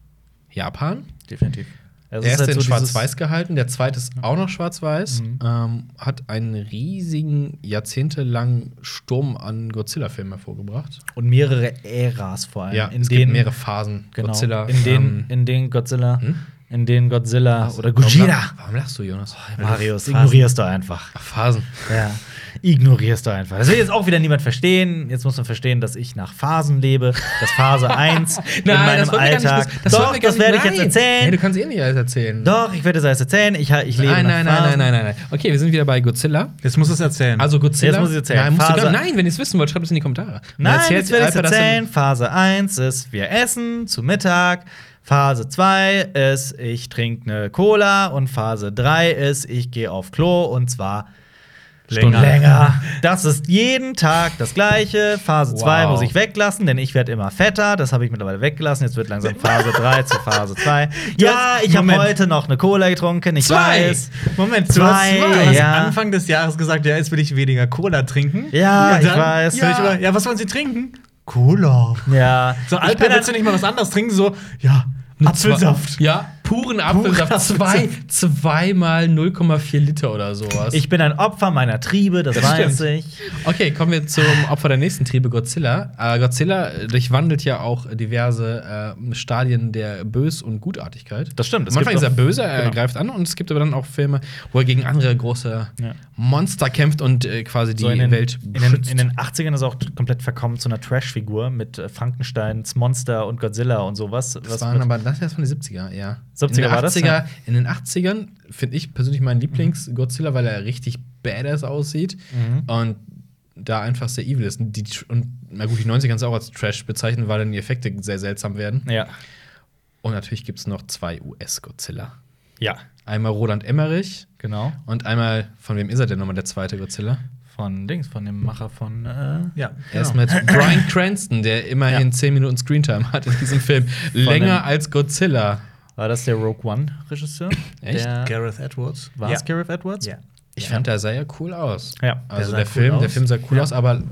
S2: Japan.
S1: Definitiv. Also
S2: Der
S1: es ist
S2: erste
S1: halt
S2: in
S1: so dieses- Mhm.
S2: schwarz-weiß gehalten, der zweite ist auch noch schwarz-weiß. Ähm, hat einen riesigen, jahrzehntelangen Sturm an Godzilla-Filmen hervorgebracht.
S1: Und mehrere Äras vor allem.
S2: Ja,
S1: in
S2: es gibt
S1: denen-
S2: mehrere Phasen.
S1: Genau,
S2: Godzilla.
S1: in denen,
S2: ähm, hm?
S1: in denen Godzilla, in denen Godzilla oder
S2: Warum,
S1: Gojira.
S2: lach- warum lachst du, Jonas?
S1: Marius,
S3: Phasen.
S1: ignorierst du einfach.
S2: Ach, Phasen.
S1: Ja, ignorierst du einfach. Das will jetzt auch wieder niemand verstehen. Jetzt muss man verstehen, dass ich nach Phasen lebe, dass
S2: [LAUGHS]
S1: Phase 1 in meinem
S2: wollen wir gar nicht
S1: Alltag.
S2: wissen. wollen
S1: Doch,
S2: wir gar
S1: das
S2: nicht-
S1: werde ich jetzt
S2: nein. Nee, du
S1: erzählen.
S2: kannst eh nicht alles erzählen.
S1: Doch, ich werde es alles erzählen. Ich, ha- ich lebe
S2: Nein,
S1: nach
S2: nein, nein,
S1: Phasen.
S2: nein, nein, nein, nein. Okay, wir sind wieder bei Godzilla.
S3: Jetzt muss es erzählen.
S2: Also Godzilla.
S1: Jetzt muss ich erzählen.
S2: Nein, musst du
S1: Phase-
S2: gar, nein wenn ihr es wissen wollt, schreibt es in die Kommentare. Und
S1: Nein,
S2: erzählt
S1: jetzt werde ich
S2: Alper, dass er-
S1: erzählen. Phase 1 ist, wir essen zu Mittag. Phase 2 ist, ich trinke eine Cola. Und Phase 3 ist, ich gehe auf Klo und zwar
S3: Länger.
S1: länger. Das ist jeden Tag das Gleiche. Phase 2
S2: Wow.
S1: muss ich weglassen, denn ich werde immer fetter. Das habe ich mittlerweile weggelassen. Jetzt wird langsam Phase 3 zu Phase
S2: [LAUGHS]
S1: 2. Ja, ich habe
S3: Moment.
S1: heute noch eine Cola getrunken. Ich
S2: Zwei.
S1: weiß.
S3: Moment, du hast,
S1: Zwei,
S3: du hast
S1: ja.
S3: Anfang des Jahres gesagt, ja, jetzt will ich weniger Cola trinken.
S1: Ja,
S3: Und
S1: ich weiß.
S3: Ja. Ich über, ja, was wollen sie trinken? Cola.
S1: Ja.
S3: So,
S1: Ich
S3: Alter,
S1: bin
S3: willst du nicht mal was anderes trinken? So, ja,
S2: Eine
S3: Apfelsaft.
S2: Zwei, ja, puren Apfelsaft. zwei, zweimal 0,4 Liter oder sowas.
S1: Ich bin ein Opfer meiner Triebe, das,
S2: Das
S1: weiß
S2: stimmt.
S1: ich.
S2: okay, kommen wir zum Opfer der nächsten Triebe, Godzilla. Äh, Godzilla durchwandelt ja auch diverse äh, Stadien der Bös- und Gutartigkeit.
S1: Das stimmt, es
S2: Am Anfang
S1: gibt
S2: ist er
S1: auch-
S2: böse, er
S1: genau.
S2: greift an und es gibt aber dann auch Filme, wo er gegen andere große
S1: Ja.
S2: Monster kämpft und äh, quasi die
S1: so in den,
S2: Welt
S1: in den,
S2: beschützt.
S1: in den 80ern ist er auch komplett verkommen zu einer Trash-Figur mit äh, Frankensteins Monster und Godzilla und sowas.
S2: Das
S1: was
S2: waren
S1: mit-
S2: aber das erst von den 70er, ja.
S1: 70er
S2: in den
S1: war das,
S2: 80er,
S1: ja. Mhm.
S2: In den 80ern finde ich persönlich meinen Lieblings-Godzilla, weil er richtig badass aussieht
S1: Mhm.
S2: und da einfach sehr evil ist. Und, die, und na gut, die 90er kannst du auch als Trash bezeichnen, weil dann die Effekte sehr seltsam werden.
S1: ja.
S2: Und natürlich gibt es noch zwei US-Godzilla.
S1: ja,
S2: Einmal Roland Emmerich
S1: genau.
S2: und einmal, von wem ist er denn nochmal, der zweite Godzilla?
S1: Von Dings, von dem Macher von. Äh,
S3: Ja,
S2: Er ist
S3: genau.
S2: mit Brian Cranston, der immerhin 10 Minuten Screentime hat in diesem Film. Länger
S1: dem-
S2: als Godzilla.
S1: war das der Rogue One-Regisseur?
S2: Echt?
S1: Der,
S3: genau. Gareth Edwards.
S1: war es Gareth Edwards?
S3: Ja.
S2: Ich fand, der sah ja cool aus.
S1: Ja,
S2: also
S3: der
S2: der,
S3: sah cool
S2: Film, der
S3: aus.
S2: Film sah cool aus, aber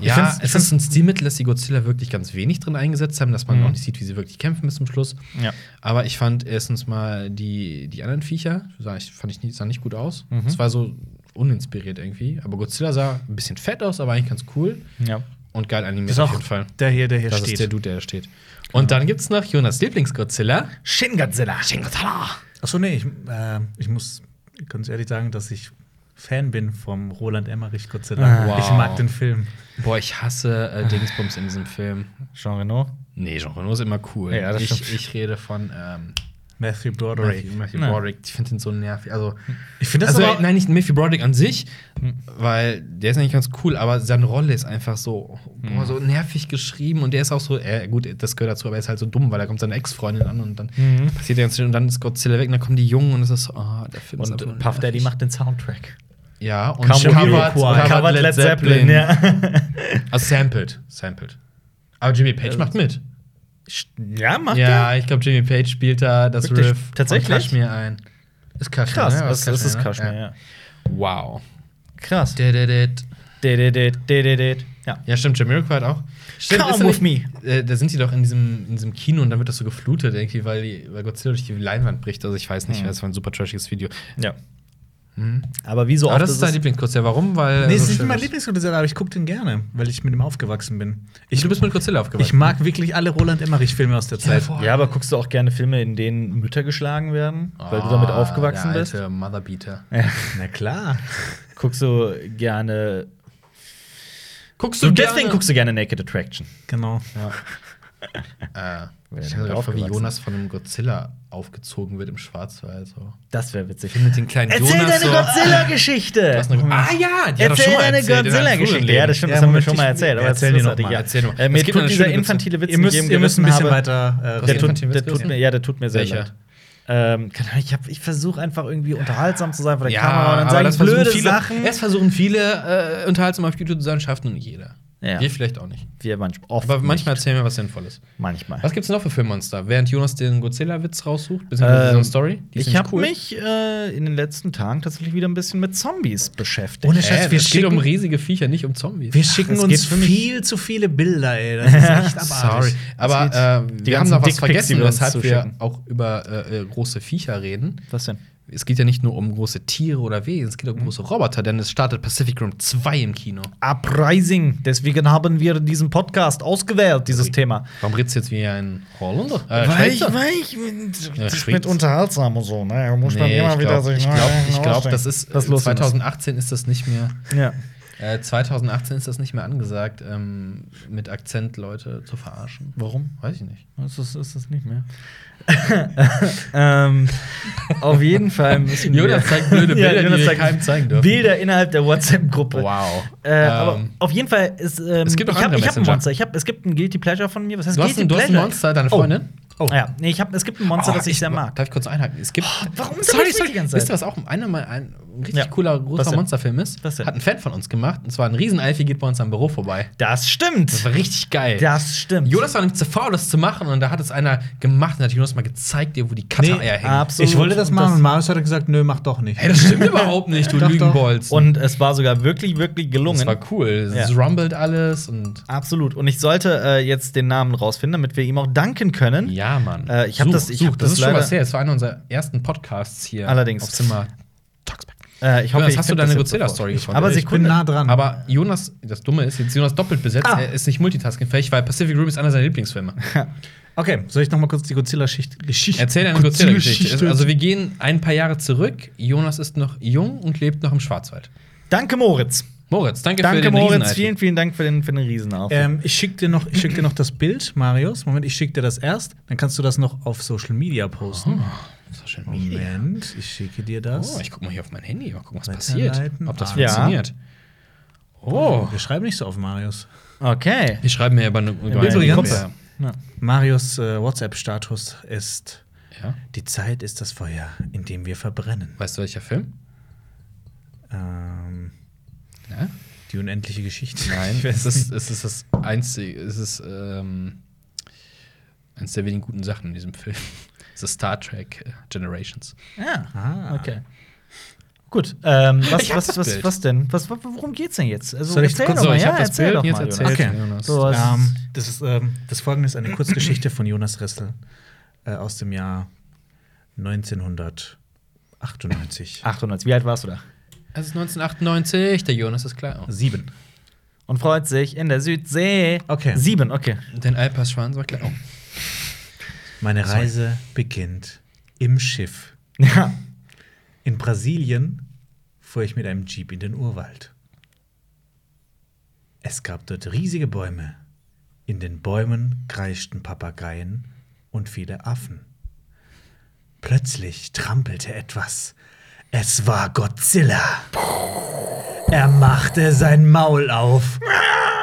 S2: ja,
S1: find's- ich
S2: es ist ein Stilmittel, dass die Godzilla wirklich ganz wenig drin eingesetzt haben, dass man auch nicht sieht, wie sie wirklich kämpfen bis zum Schluss.
S1: Ja.
S2: Aber ich fand erstens mal die, die anderen Viecher, sah ich, fand ich nicht, sah nicht gut aus. Es war so uninspiriert irgendwie. Aber Godzilla sah ein bisschen fett aus, aber eigentlich ganz cool
S1: ja.
S2: und geil animiert
S3: Ist
S2: auf
S3: auch
S2: jeden Fall.
S3: der hier, der hier
S2: Das
S3: steht.
S2: ist der Dude, der da steht. Und dann gibt's noch Jonas Lieblings-Godzilla.
S1: Shin Godzilla. Shin Godzilla.
S3: Achso, nee, ich, äh, ich muss ganz ehrlich sagen, dass ich Fan bin vom Roland Emmerich Godzilla.
S2: Ah. Wow.
S3: Ich mag den Film.
S2: Boah, ich hasse [LAUGHS] äh, Dingsbums in diesem Film.
S1: Jean Reno.
S2: Nee, Jean Reno ist immer cool.
S1: Ja, das
S2: ich,
S1: stimmt.
S2: ich rede von ähm,
S3: Matthew Broderick.
S2: Matthew, Matthew
S1: Ja.
S2: Broderick. Ich finde den so nervig. Also,
S3: Ich finde das
S2: also
S3: aber
S2: nein, nicht Matthew Broderick an sich,
S1: Hm.
S2: weil der ist eigentlich ganz cool, aber seine Rolle ist einfach so,
S1: Hm.
S2: boah, so nervig geschrieben und der ist auch so, äh, gut, das gehört dazu, aber er ist halt so dumm, weil da kommt seine Ex-Freundin an und dann
S1: Mhm.
S2: passiert der ganze Shit und dann ist Godzilla weg und dann kommen die Jungen und es ist so, ah, der Film ist
S1: Und
S2: einfach nur
S1: Puff Daddy
S2: nervig.
S1: macht den Soundtrack.
S2: Ja, und
S1: Cowboy
S2: covered,
S1: Hero.
S2: covered, Led, Zeppelin.
S1: Ja. [LAUGHS]
S2: Also sampled, sampled. Aber Jimmy Page macht mit.
S1: ja, macht
S2: ja, ich glaube, Jimmy Page spielt da das
S1: Wirklich?
S2: Riff. von
S1: Tatsächlich?
S2: Kaschmir ein. Ist Kaschmir.
S1: Krass,
S2: ne?
S1: das, das ist
S2: ne?
S1: Kaschmir, ja.
S2: Wow.
S1: Krass.
S2: Dididid.
S1: Dididid, dididid. Ja.
S2: Ja, stimmt, Jamiroquai hat auch. Stimmt,
S1: Come
S2: ist er
S1: with
S2: nicht-
S1: me.
S2: Äh, da sind die doch in diesem, in diesem Kino und dann wird das so geflutet, irgendwie, weil, die, weil Godzilla durch die Leinwand bricht. Also ich weiß nicht, das war ein super trashiges Video.
S1: ja. Aber wie so oft
S2: Aber das ist halt dein Lieblingsgodzilla. Wawarum? Weil. er
S3: Nee, es
S2: so
S3: ist nicht
S2: schön
S3: mein Lieblingsgodzilla, aber ich gucke den gerne, weil ich mit ihm aufgewachsen bin. Ich,
S2: Du bist mit Godzilla
S3: ich
S2: aufgewachsen.
S3: mag wirklich alle Roland Emmerich-Filme aus der Zeit.
S2: voll.
S1: Ja, aber guckst du auch gerne Filme, in denen Mütter geschlagen werden, weil du damit
S2: Ah,
S1: aufgewachsen
S2: der
S1: bist?
S2: alte Motherbeater.
S3: Na klar.
S1: [LAUGHS] Guckst du gerne.
S2: Guckst
S1: Du, deswegen guckst du gerne Naked Attraction.
S3: Genau.
S2: Äh,
S1: Wer
S2: ich
S1: denn
S2: habe gerade vor, wie
S1: aufgewachsen?
S2: Jonas von einem Godzilla aufgezogen wird im Schwarzwald. So.
S1: Das wäre witzig.
S2: Mit den kleinen Jonas. so,
S1: Godzilla-Geschichte!
S2: Was eine- ah ja, die hat er schon
S1: Erzähl
S2: mal
S1: deine
S2: erzählt, in einem
S1: Godzilla-Geschichte.
S2: früheren
S1: Ja,
S2: Leben.
S1: das stimmt,
S3: Ja,
S1: das haben wir
S3: Moment,
S1: schon mal
S3: ich-
S1: erzählt. Aber das
S3: erzähl die
S1: ist
S3: noch mal,
S1: großartig,
S2: erzähl noch mal.
S1: Ja. Äh,
S2: Es
S1: mir
S2: gibt eine
S1: tut dieser
S2: schöne Witz-
S1: infantile Witz
S3: Ihr müsst,
S1: mit jedem
S3: ihr müsst ein
S1: Gewissen habe-
S3: bisschen weiter.
S2: Das
S1: Der
S3: Äh,
S2: Jeden
S1: tut,
S2: Fall
S1: der
S2: Tim
S1: tut mir, ja, der tut mir sehr
S2: Welcher?
S1: leid. Ähm, keine Ahnung, ich hab- ich versuche einfach irgendwie unterhaltsam zu sein vor der
S2: Ja,
S1: Kamera und dann
S2: aber
S1: sage
S2: das
S1: ich
S2: versuchen
S1: blöde
S2: viele,
S1: Sachen.
S2: Erst versuchen viele äh, unterhaltsam auf YouTube zu sein, schafft nun nicht jeder.
S1: Ja.
S2: Wir vielleicht auch nicht.
S1: Wir manchmal. Oft
S2: Aber manchmal
S1: Nicht.
S2: erzählen wir was Sinnvolles.
S1: Manchmal.
S2: Was gibt's denn noch für Filmmonster? Während Jonas den Godzilla-Witz raussucht, beziehungsweise
S1: Ähm,
S2: so eine Story. Die ist
S1: ich
S2: nämlich
S1: habe mich äh, in den letzten Tagen tatsächlich wieder ein bisschen mit Zombies beschäftigt.
S3: Ohne Scheiß.
S2: Äh,
S3: wir
S2: es geht um
S3: schicken-
S2: riesige Viecher, nicht um Zombies.
S3: Wir schicken
S1: es geht
S3: uns
S1: für mich-
S3: viel zu viele Bilder,
S2: [LAUGHS]
S3: ey. Das ist echt abartig.
S2: Sorry. Aber äh, wir haben
S1: ganzen
S2: noch was
S1: Dickpics, die
S2: vergessen,
S1: wir uns
S2: weshalb wir
S1: zuschicken.
S2: auch über äh, äh, große Viecher reden.
S1: Was denn?
S2: Es geht ja nicht nur um große Tiere oder Wesen, es
S1: Mhm.
S2: geht um große Roboter, denn es startet Pacific Rim 2 im Kino.
S1: Uprising. Deswegen haben wir diesen Podcast ausgewählt, dieses Thema.
S2: Warum redest du jetzt wie ein Holländer? Äh,
S1: Weil ich,
S2: Schweizer?
S1: weil ich mit,
S2: Ja,
S1: das ist mit
S2: Schweiz.
S1: unterhaltsam und so, ne? Da Muss man
S2: Nee,
S1: immer
S2: ich
S1: wieder
S2: glaub,
S1: sich
S2: ich
S1: neu-
S2: glaub,
S1: neu
S2: ich glaub, das
S1: ausdenken.
S2: ist
S1: Was
S2: äh,
S1: los
S2: 2018 ist das nicht mehr.
S1: Ja.
S2: Äh, 2018 ist das nicht mehr angesagt, ähm, mit Akzent Leute zu verarschen.
S1: Warum?
S2: Weiß ich nicht.
S1: Das ist, ist das nicht mehr. [LAUGHS] ähm, auf jeden Fall müssen wir.
S2: Jonas
S1: [LAUGHS]
S2: zeigt blöde Bilder, die
S1: Jonas
S2: wir
S1: zeigt
S2: keinem zeigen dürfen.
S1: Bilder innerhalb der WhatsApp-Gruppe.
S2: Wow.
S1: Äh, aber
S2: Ähm,
S1: auf jeden Fall ist. Ähm,
S2: es gibt auch
S1: ich hab,
S2: andere
S1: ich hab ein
S2: Messenger.
S1: Monster. Ich hab, es gibt ein Guilty Pleasure von mir. Was heißt
S2: du, hast
S1: Guilty
S2: ein, du hast ein
S1: Pleasure?
S2: Monster, deine
S1: Oh.
S2: Freundin?
S1: Oh. Ja, nee, ich hab, es gibt ein Monster, das ich sehr mag. Oh,
S2: Darf ich kurz einhaken? Es gibt.
S1: warum unterbrichst du
S2: sorry,
S1: mich
S2: sorry.
S1: die ganze Zeit?
S2: Wisst ihr, was auch einer mal ein richtig
S1: Ja.
S2: cooler,
S1: Was
S2: großer
S1: denn?
S2: Monsterfilm ist?
S1: Was denn?
S2: Hat ein Fan von uns gemacht. Und zwar ein Riesenalfie geht bei uns am Büro vorbei.
S1: Das stimmt.
S2: Das war richtig geil.
S1: Das stimmt.
S2: Jonas war nämlich zu faul, das zu machen. Und da hat es einer gemacht und hat Jonas mal gezeigt, dir, wo die
S3: Nee,
S2: Kattereier hängen.
S1: absolut.
S3: Ich wollte das
S1: Und
S3: machen
S1: das-
S3: und Marius hat gesagt, nö, mach doch nicht.
S2: Ey, das
S1: [LAUGHS]
S2: stimmt überhaupt nicht, du
S3: Doch, doch.
S2: Lügenbolz.
S1: Und es war sogar wirklich, wirklich gelungen.
S2: Das war cool. Es
S1: Ja.
S2: rumbelt alles und.
S1: Absolut. Und ich sollte äh, jetzt den Namen rausfinden, damit wir ihm auch danken können.
S2: Ja, Mann.
S1: Äh, ich hab
S2: Such,
S1: das- ich
S2: such.
S1: hab
S2: das,
S1: das
S2: ist schon
S1: leider-
S2: was her. Es war einer unserer ersten Podcasts hier.
S1: Allerdings.
S2: Auf Zimmer. Talksback.
S1: Äh, ich hoffe,
S2: Jonas,
S1: ich
S2: hast du
S1: find
S2: deine
S1: das jetzt
S2: Godzilla-Story
S1: sofort.
S2: gefunden?
S1: Aber
S2: Ich
S3: ich bin
S1: Sekunde.
S3: nah dran.
S2: Aber Jonas, das Dumme ist, jetzt Jonas doppelt besetzt,
S1: Ah.
S2: er ist nicht multitaskingfähig, weil Pacific Rim ist einer seiner Lieblingsfilme.
S3: okay, soll ich noch mal kurz die Godzilla-Geschichte
S2: Erzähl deine Godzilla-Geschichte. Also wir gehen ein paar Jahre zurück. Jonas ist noch jung und lebt noch im Schwarzwald.
S1: danke, Moritz.
S2: Moritz, danke, für
S1: Danke,
S2: den
S1: Moritz.
S2: Riesenalten.
S1: Vielen, vielen Dank für den, für den Riesenaufruf.
S3: ähm, ich schicke dir, noch- ich schick dir noch das Bild, Marius. Moment, ich schicke dir das erst. Dann kannst du das noch auf Social Media posten.
S2: Oh, Social Media.
S3: Moment, ich schicke dir
S2: Oh,
S3: das.
S2: ich guck mal hier auf mein Handy, mal gucken, was passiert.
S3: Weiterleiten.
S2: Ob das
S3: Ah.
S2: funktioniert. Oh.
S3: Wir schreiben nicht so auf Marius.
S1: Okay.
S2: Wir schreiben mir aber eine über
S1: Übrigens-
S2: die Gruppe.
S1: Ja.
S3: Marius äh, WhatsApp-Status ist:
S2: Ja.
S3: Die Zeit ist das Feuer, in dem wir verbrennen.
S2: Weißt du, welcher Film?
S3: Ähm,
S2: Ja?
S3: die unendliche Geschichte.
S2: Nein,
S3: [LAUGHS] Ich weiß
S2: [LAUGHS] es ist, es
S1: [LAUGHS]
S2: ist das einzige, es ist ähm, eines der wenigen guten Sachen in diesem Film. [LAUGHS] Es ist Star Trek äh, Generations.
S1: Ja.
S3: Ah.
S1: Okay. Gut. Ähm, was,
S2: Ich hab
S1: was,
S2: das
S1: was,
S2: Bild.
S1: was denn? Was, worum geht's denn jetzt? Also,
S3: Soll ich kurz-
S1: doch
S2: So,
S1: mal.
S2: ich
S1: ja,
S2: hab das
S1: erzähl
S2: Bild
S1: doch
S2: jetzt
S1: mal,
S2: erzählt.
S3: Okay.
S2: Jonas.
S1: So, was-
S3: Ähm, das, ist, ähm, das folgende ist eine Kurzgeschichte von Jonas Ressel äh, aus dem Jahr 1998.
S2: Ah.
S1: 800. Wie alt warst du da?
S2: Es ist 1998, der Jonas ist klar.
S3: Sieben.
S1: Und freut sich in der Südsee.
S3: Okay.
S1: Sieben, okay.
S2: Dein Alpers Schwanz war Oh, klar.
S3: Meine Reise beginnt im Schiff.
S1: [LAUGHS] Ja.
S3: In Brasilien fuhr ich mit einem Jeep in den Urwald. Es gab dort riesige Bäume. In den Bäumen kreischten Papageien und viele Affen. Plötzlich trampelte etwas. Es war Godzilla. Er machte sein Maul auf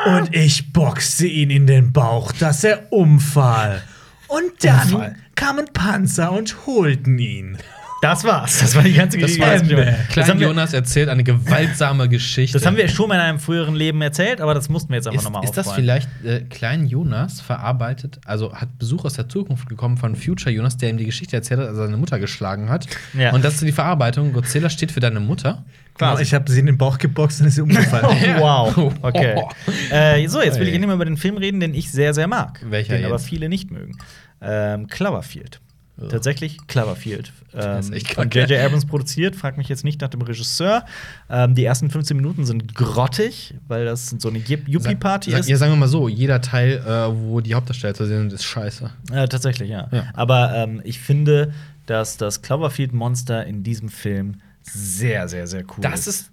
S3: und ich boxte ihn in den Bauch, dass er umfall. Und dann
S1: Umfall.
S3: kamen Panzer und holten ihn.
S1: Das war's. Das war die ganze Geschichte.
S3: war's.
S1: das,
S2: Klein
S1: haben wir,
S2: Jonas erzählt eine gewaltsame Geschichte.
S1: das haben wir schon mal in einem früheren Leben erzählt, aber das mussten wir jetzt einfach
S2: ist,
S1: nochmal
S2: ist das
S1: aufrollen.
S2: vielleicht äh, Klein Jonas verarbeitet, also hat Besuch aus der Zukunft gekommen von Future Jonas, der ihm die Geschichte erzählt hat, als er seine Mutter geschlagen hat.
S1: Ja.
S2: Und das ist die Verarbeitung. Godzilla steht für deine Mutter.
S3: Genau, ich habe sie in den Bauch geboxt und ist sie umgefallen.
S1: [LAUGHS]
S2: [LAUGHS] Ja.
S1: Wow. Okay.
S2: Oh.
S1: Äh, so, jetzt will ich
S2: Ey.
S1: endlich mal über den Film reden, den ich sehr, sehr mag.
S2: Welcher
S1: den aber
S2: jetzt?
S1: viele nicht mögen. Ähm, Cloverfield.
S2: Ja.
S1: Tatsächlich Cloverfield. Ähm,
S2: ist echt
S1: von
S2: kacke.
S1: J.J. Abrams produziert, frag mich jetzt nicht nach dem Regisseur. Ähm, die ersten 15 Minuten sind grottig, weil das so eine Yip- Yuppie-Party
S2: Sa-
S1: ist.
S2: Ja, sagen wir mal so, jeder Teil, äh, wo die Hauptdarsteller zu sehen sind, ist scheiße.
S1: Äh, tatsächlich, ja.
S2: Ja.
S1: Aber ähm, ich finde, dass das Cloverfield-Monster in diesem Film sehr, sehr, sehr cool ist.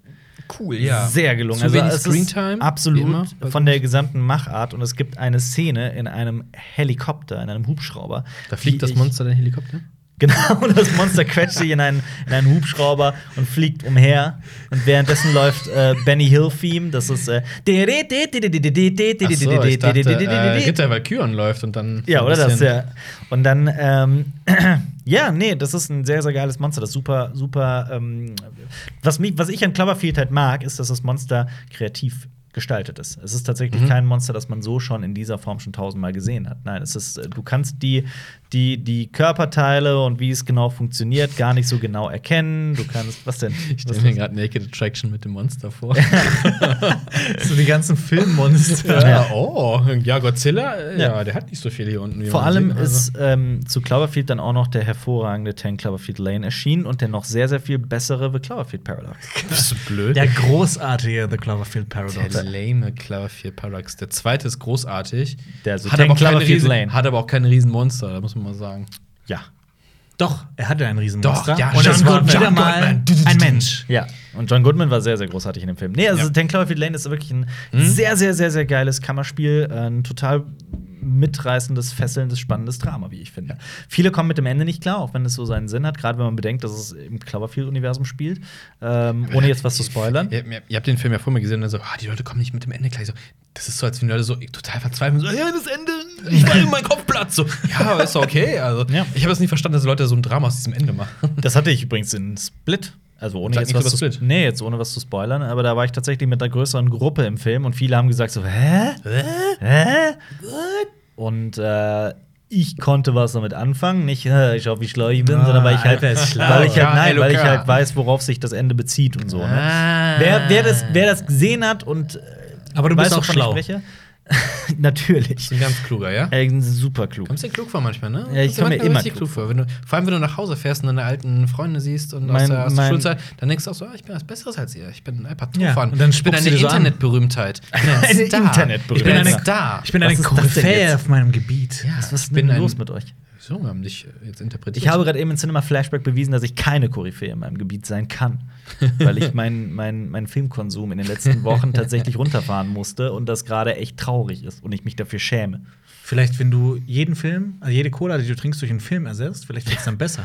S2: cool,
S1: Sehr gelungen. Also
S2: Zu wenig
S1: es ist
S2: Screentime, wie immer.
S1: Absolut. Von der gesamten Machart. Und es gibt eine Szene in einem Helikopter, in einem Hubschrauber.
S2: Da fliegt
S1: die
S2: das
S1: ich-
S2: Monster den Helikopter.
S1: [LAUGHS] Genau, und das Monster quetscht sich in einen, in einen Hubschrauber und fliegt umher. Und währenddessen läuft äh, Benny Hill-Theme. Das ist. Äh,
S2: Achso, ich dachte, äh, Ritter Valkyren läuft und dann.
S1: Ja,
S2: ein
S1: oder das,
S2: bisschen-
S1: ja. Und dann, ähm, [CLEARS THROAT] ja, nee, das ist ein sehr, sehr geiles Monster. Das ist super, super. Ähm, was, mich, was ich an Cloverfield halt mag, ist, dass das Monster kreativ gestaltet ist. Es ist tatsächlich
S2: Mhm.
S1: kein Monster, das man so schon in dieser Form schon tausendmal gesehen hat. Nein, es ist, äh, du kannst die, die, die Körperteile und wie es genau funktioniert, gar nicht so genau erkennen. Du kannst, was denn?
S2: Ich stelle mir gerade Naked Attraction mit dem Monster
S1: [LAUGHS]
S2: vor.
S3: So die ganzen Filmmonster.
S2: ja, oh, ja, Godzilla, äh, ja. der hat nicht so viel hier unten. wie
S1: Vor
S2: man
S1: allem
S2: sieht, also.
S1: ist ähm, zu Cloverfield dann auch noch der hervorragende 10 Cloverfield Lane erschienen und der noch sehr, sehr viel bessere The Cloverfield Paradox.
S2: Bist du blöd?
S3: Der großartige The Cloverfield
S2: Der
S3: Paradox.
S2: lame Cloverfield Paradox. Der zweite ist großartig.
S1: Der so
S2: hat, aber auch keine
S1: Cloverfield
S2: Riesen,
S1: Lane.
S2: hat aber auch keinen Riesenmonster, da muss man mal sagen.
S1: Ja.
S3: Doch, er hatte einen Riesenmonster.
S2: Doch, ja,
S3: und es
S2: John
S3: war
S2: Goodman.
S3: wieder
S2: John
S3: mal
S2: Goodman.
S3: ein Mensch.
S1: Ja. Und John Goodman war sehr, sehr großartig in dem Film. Nee, also
S2: Ja. Hm?
S1: 10 Cloverfield Lane ist wirklich ein sehr, sehr, sehr, sehr geiles Kammerspiel. äh, Ein total mitreißendes, fesselndes, spannendes Drama, wie ich finde. Viele kommen mit dem Ende nicht klar, auch wenn es so seinen Sinn hat, gerade wenn man bedenkt, dass es im Cloverfield-Universum spielt. Ähm, ohne jetzt was zu spoilern.
S2: Ihr, ihr, ihr habt den Film ja vor mir gesehen und dann so, ah, die Leute kommen nicht mit dem Ende gleich. So, das ist so, als wenn die Leute so total verzweifeln. So, ja, das [LAUGHS] Ende, ich war in meinem Kopf platt. So, ja, aber ist doch okay. Also,
S1: Ja.
S2: Ich habe das nie verstanden, dass die Leute so ein Drama aus diesem Ende machen.
S1: Das hatte ich übrigens in Split. Also ohne
S2: Sag
S1: jetzt
S2: nichts
S1: was
S2: über
S1: zu
S2: Split.
S1: Nee, jetzt ohne was zu spoilern, aber da war ich tatsächlich mit einer größeren Gruppe im Film und viele haben gesagt so, hä? Hä? Und äh, ich konnte was damit anfangen, nicht äh, ich hoffe, wie schlau ich bin,
S2: Ah,
S1: sondern weil ich halt,
S2: Alter ist schlau.
S1: weil ich
S2: Ja,
S1: halt nein, weil ich
S2: Luca.
S1: halt weiß, worauf sich das Ende bezieht und so. Ne?
S2: Ah.
S1: Wer, wer, das, wer das gesehen hat und äh,
S3: Aber du bist auch
S1: wovon
S3: schlau.
S1: Ich
S2: [LAUGHS]
S1: spreche? Natürlich.
S2: Ist ein ganz kluger, ja?
S1: Äh, super klug.
S2: Kommst dir klug vor manchmal, ne?
S1: Ja, ich
S2: Kommst dir
S1: komm mir
S2: manchmal
S1: immer
S2: richtig klug vor. Wenn du, vor allem, wenn du nach Hause fährst und deine alten Freunde siehst und aus
S1: Mein-
S2: der, aus der
S1: mein-
S2: Schulzeit, dann denkst du auch so, ah, ich bin was Besseres als ihr. Ich bin ein
S3: Ja,
S2: Patofan.
S3: und dann
S2: ich bin
S3: spuckst
S2: eine
S3: du dir so
S1: [LAUGHS]
S3: an.
S2: Internetberühmtheit. Ich bin ein
S1: Eine
S2: Star.
S1: Internetberühmtheit.
S2: Ich bin ein
S3: Ich bin eine-
S2: Star.
S3: Ich bin
S1: Was
S3: eine
S1: ist das denn
S3: Koryphäe
S1: jetzt?
S3: auf meinem Gebiet.
S2: ja,
S1: Was, was ist
S2: bin
S1: denn
S2: ein-
S1: los mit euch?
S2: So, wir haben dich äh, jetzt interpretiert.
S1: Ich habe gerade eben in Cinema Flashback bewiesen, dass ich keine Koryphäe in meinem Gebiet sein kann, weil ich meinen mein, mein Filmkonsum in den letzten Wochen tatsächlich runterfahren musste und das gerade echt traurig ist und ich mich dafür schäme.
S3: Vielleicht, wenn du jeden Film, also jede Cola, die du trinkst, durch einen Film ersetzt, vielleicht wird es dann besser.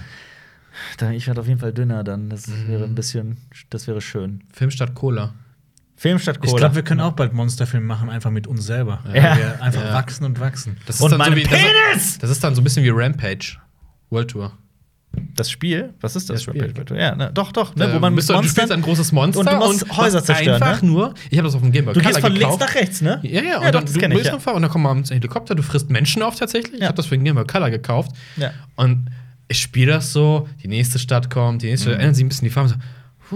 S1: Dann- Ich werde auf jeden Fall dünner dann. Das wäre ein bisschen, das wäre schön.
S2: Film statt Cola.
S1: Film statt
S3: Ich
S1: Cola.
S3: glaube, wir können auch bald Monsterfilme machen, einfach mit uns selber.
S1: Ja.
S3: Weil wir einfach
S2: Ja.
S3: wachsen und wachsen.
S2: Das
S1: und
S2: dann
S1: mein
S2: so wie,
S1: Penis!
S2: Das, das ist dann so ein bisschen wie Rampage. World Tour.
S1: das Spiel, was ist das?
S2: Das Spiel.
S1: Rampage? Ja, ne, doch, doch. Ne, wo
S2: Äh,
S1: man mit
S2: bist du, du
S1: Monstern,
S2: spielst ein großes Monster
S1: und du musst Häuser
S2: was
S1: zerstören, ne?
S2: Einfach nur, ich habe das auf dem Gameboy
S1: du gehst
S2: Color
S1: von links
S2: gekauft.
S1: nach rechts, ne?
S2: Ja, ja, und
S1: doch,
S2: dann,
S1: das
S2: du
S1: kenne ich.
S2: bist
S1: Ja.
S2: und dann kommt mal ein Helikopter, du frisst Menschen auf tatsächlich.
S1: Ja.
S2: Ich habe das für den Game Boy Color gekauft.
S1: Ja.
S2: Und ich spiele das so, die nächste Stadt kommt, die nächste,
S1: Mhm.
S2: ändern sich ein bisschen die Farben. So,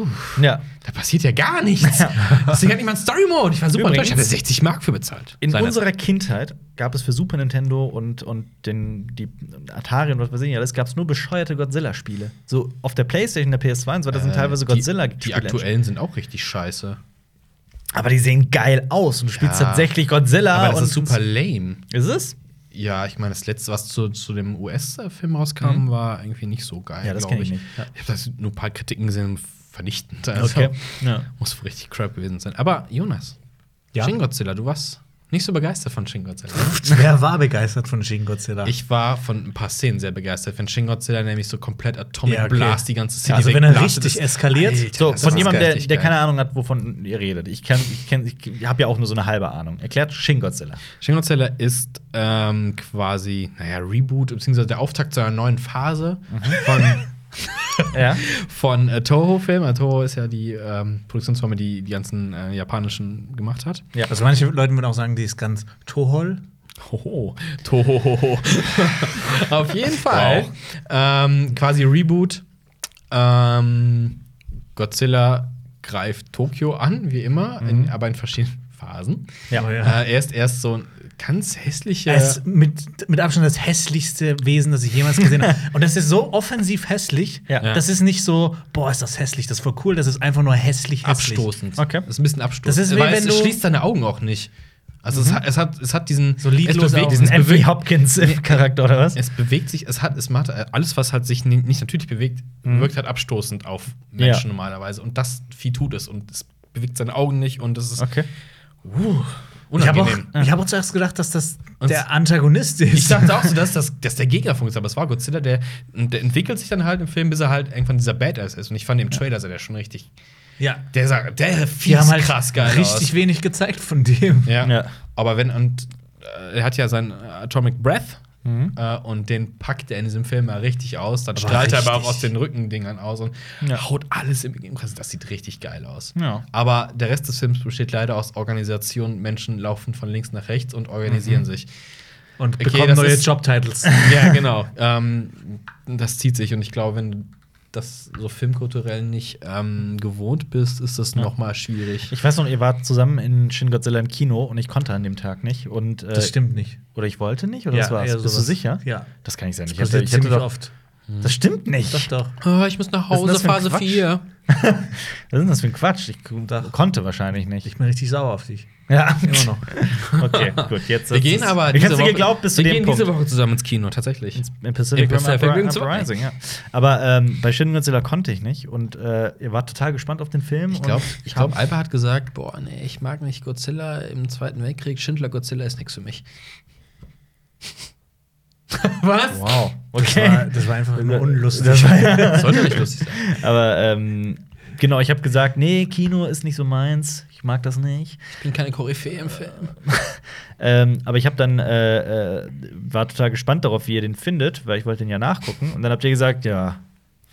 S2: puh,
S1: ja.
S2: da passiert ja gar nichts. das ist ja nicht mal ein Story-Mode. Ich war super
S1: Übrigens-
S2: enttäuscht. Ich hatte 60 Mark für bezahlt.
S1: In
S2: Seinerzeit.
S1: unserer Kindheit gab es für Super Nintendo und, und den, die Atari und was weiß ich nicht alles, gab es nur bescheuerte Godzilla-Spiele. So auf der Playstation, der PS2 und so, da sind
S2: Äh,
S1: teilweise godzilla
S2: Die, die aktuellen sind auch richtig scheiße.
S1: Aber die sehen geil aus und du spielst
S2: Ja.
S1: tatsächlich Godzilla.
S2: Aber das
S1: und
S2: ist super lame.
S1: Ist es?
S2: Ja, ich meine, das letzte, was zu, zu dem US-Film rauskam, war irgendwie nicht so geil.
S1: Mhm. Ja, das
S2: glaub
S1: kenn ich nicht. Ja.
S2: Ich habe das nur ein paar Kritiken gesehen, um vernichtend. Also,
S1: Okay. Ja.
S2: Muss wohl richtig crap gewesen sein. Aber Jonas,
S3: Ja?
S2: Shin Godzilla, du warst nicht so begeistert von Shin Godzilla. ne?
S3: Wer war begeistert von Shin Godzilla?
S2: ich war von ein paar Szenen sehr begeistert. Wenn Shin Godzilla nämlich so komplett Atomic
S3: Ja, okay.
S2: Blast die ganze Szene
S3: Also, wenn
S2: wegblastet,
S3: er richtig
S2: das-
S3: eskaliert,
S2: Alter,
S1: So,
S2: das
S1: von
S2: ist
S1: jemandem, der,
S2: richtig
S1: der
S2: geil.
S1: keine Ahnung hat, wovon ihr redet. Ich, kann, ich, kenn- ich habe ja auch nur so eine halbe Ahnung. Erklärt Shin Godzilla.
S2: Shin Godzilla ist ähm, quasi, naja, Reboot, beziehungsweise der Auftakt zu einer neuen Phase
S3: Mhm.
S2: von [LAUGHS]
S1: ja.
S2: von äh, Toho-Film. Äh, Toho ist ja die ähm, Produktionsfirma, die die ganzen äh, japanischen gemacht hat.
S1: ja.
S3: also, manche Leute würden auch sagen, die ist ganz tohol.
S2: Hoho. Toho. [LAUGHS] Auf jeden Fall. Ähm, quasi Reboot. Ähm, Godzilla greift Tokio an, wie immer, in, aber in verschiedenen [LAUGHS] Phasen.
S1: Ja.
S2: Äh, er ist erst so ein ganz hässlicher.
S3: Er ist mit, mit Abstand das hässlichste Wesen, das ich jemals gesehen habe. Und das ist so offensiv hässlich.
S1: Ja.
S3: Das ist nicht so, boah, ist das hässlich, das ist voll cool. Das ist einfach nur hässlich, hässlich.
S2: abstoßend.
S1: Okay.
S2: Das ist ein bisschen abstoßend.
S3: Das ist wie
S2: Weil
S3: wenn
S2: es
S3: du-
S2: schließt seine Augen auch nicht. Also es, hat, es, hat, es hat diesen
S3: So lidlose
S2: es bewegt,
S3: Augen.
S2: diesen, es
S1: Anthony
S2: bewegt,
S1: Hopkins im Charakter oder
S2: [LAUGHS]
S1: was?
S2: Es bewegt sich, es hat, es macht äh, alles, was halt sich ni- nicht natürlich bewegt,
S3: Mhm.
S2: wirkt halt abstoßend auf Menschen
S1: Ja.
S2: normalerweise. Und das Vieh tut es und es bewegt seine Augen nicht und es ist
S1: Okay.
S2: uh,
S3: Ich habe auch,
S2: unangenehm.
S3: ich hab auch zuerst gedacht, dass das
S2: Und-
S3: der Antagonist ist.
S2: Ich, dachte auch so, dass, das dass der Gegner von uns, aber es war Godzilla, der, der entwickelt sich dann halt im Film, bis er halt irgendwann dieser Badass ist. Und ich fand im Trailer sah der schon richtig.
S3: [LAUGHS] ja.
S2: Der sah, der
S3: Die
S2: fies
S3: haben halt
S2: krass geil aus.
S3: richtig wenig gezeigt von dem.
S2: Ja.
S1: Ja.
S2: Aber wenn und äh, er hat ja sein Atomic Breath Äh, und den packt er in diesem Film mal richtig aus. Dann strahlt er aber auch
S3: richtig.
S2: aus den Rückendingern aus und
S3: Ja.
S2: haut alles im Gegensatz. Das sieht richtig geil aus.
S3: Ja.
S2: Aber der Rest des Films besteht leider aus Organisation. Menschen laufen von links nach rechts und organisieren sich.
S3: Und
S2: Okay,
S3: bekommen
S2: das
S3: neue
S2: ist-
S3: Jobtitles.
S2: Ja, genau. ähm, das zieht sich und ich glaube, wenn du das so filmkulturell nicht ähm, gewohnt bist, ist das noch mal schwierig.
S1: Ich weiß noch, ihr wart zusammen in Shin Godzilla im Kino und ich konnte an dem Tag nicht. Und, äh,
S3: Das stimmt nicht.
S1: Oder ich wollte nicht, oder
S3: Ja,
S1: was war's?
S3: eher
S1: Bist du
S3: sowas.
S1: sicher?
S3: Ja.
S1: Das kann ich sein. Ich
S3: Das passiert ziemlich
S1: doch,
S3: oft.
S1: Das stimmt nicht.
S3: Doch, doch.
S2: Oh, ich muss nach
S1: Was ist
S2: Hause,
S1: das für ein
S2: Phase
S1: Quatsch?
S2: 4.
S1: Was ist denn das für ein Quatsch? Ich konnte wahrscheinlich nicht.
S3: Ich bin richtig sauer auf dich.
S1: ja,
S3: Immer noch.
S1: Okay, gut. Jetzt
S2: Wir gehen aber
S1: Ich
S2: diese
S1: hätte
S2: Woche,
S1: geglaubt bis zu
S2: wir
S1: dem
S2: gehen
S1: Punkt.
S2: diese Woche zusammen ins Kino, tatsächlich.
S1: In Pacific,
S2: In Pacific
S1: Rim
S2: Rim
S1: Upri-
S2: zwei.
S1: Uprising, ja. Aber ähm, bei Shin Godzilla konnte ich nicht und äh, ihr wart total gespannt auf den Film.
S2: Ich glaube,
S1: und
S2: ich glaub, Alba hat gesagt, boah, nee, ich mag nicht Godzilla im Zweiten Weltkrieg, Schindler Godzilla ist nichts für mich. [LAUGHS] Was?
S1: Wow,
S3: Das war,
S1: okay.
S3: das war einfach nur
S1: Das-
S3: unlustig.
S1: das war-
S2: Das sollte nicht lustig sein.
S1: Aber ähm, genau, ich habe gesagt, nee, Kino ist nicht so meins. Ich mag das nicht.
S2: Ich bin keine Koryphäe im Film.
S1: Ähm, aber ich habe dann äh, äh, war total gespannt darauf, wie ihr den findet, weil ich wollte den ja nachgucken. Und dann habt ihr gesagt, ja,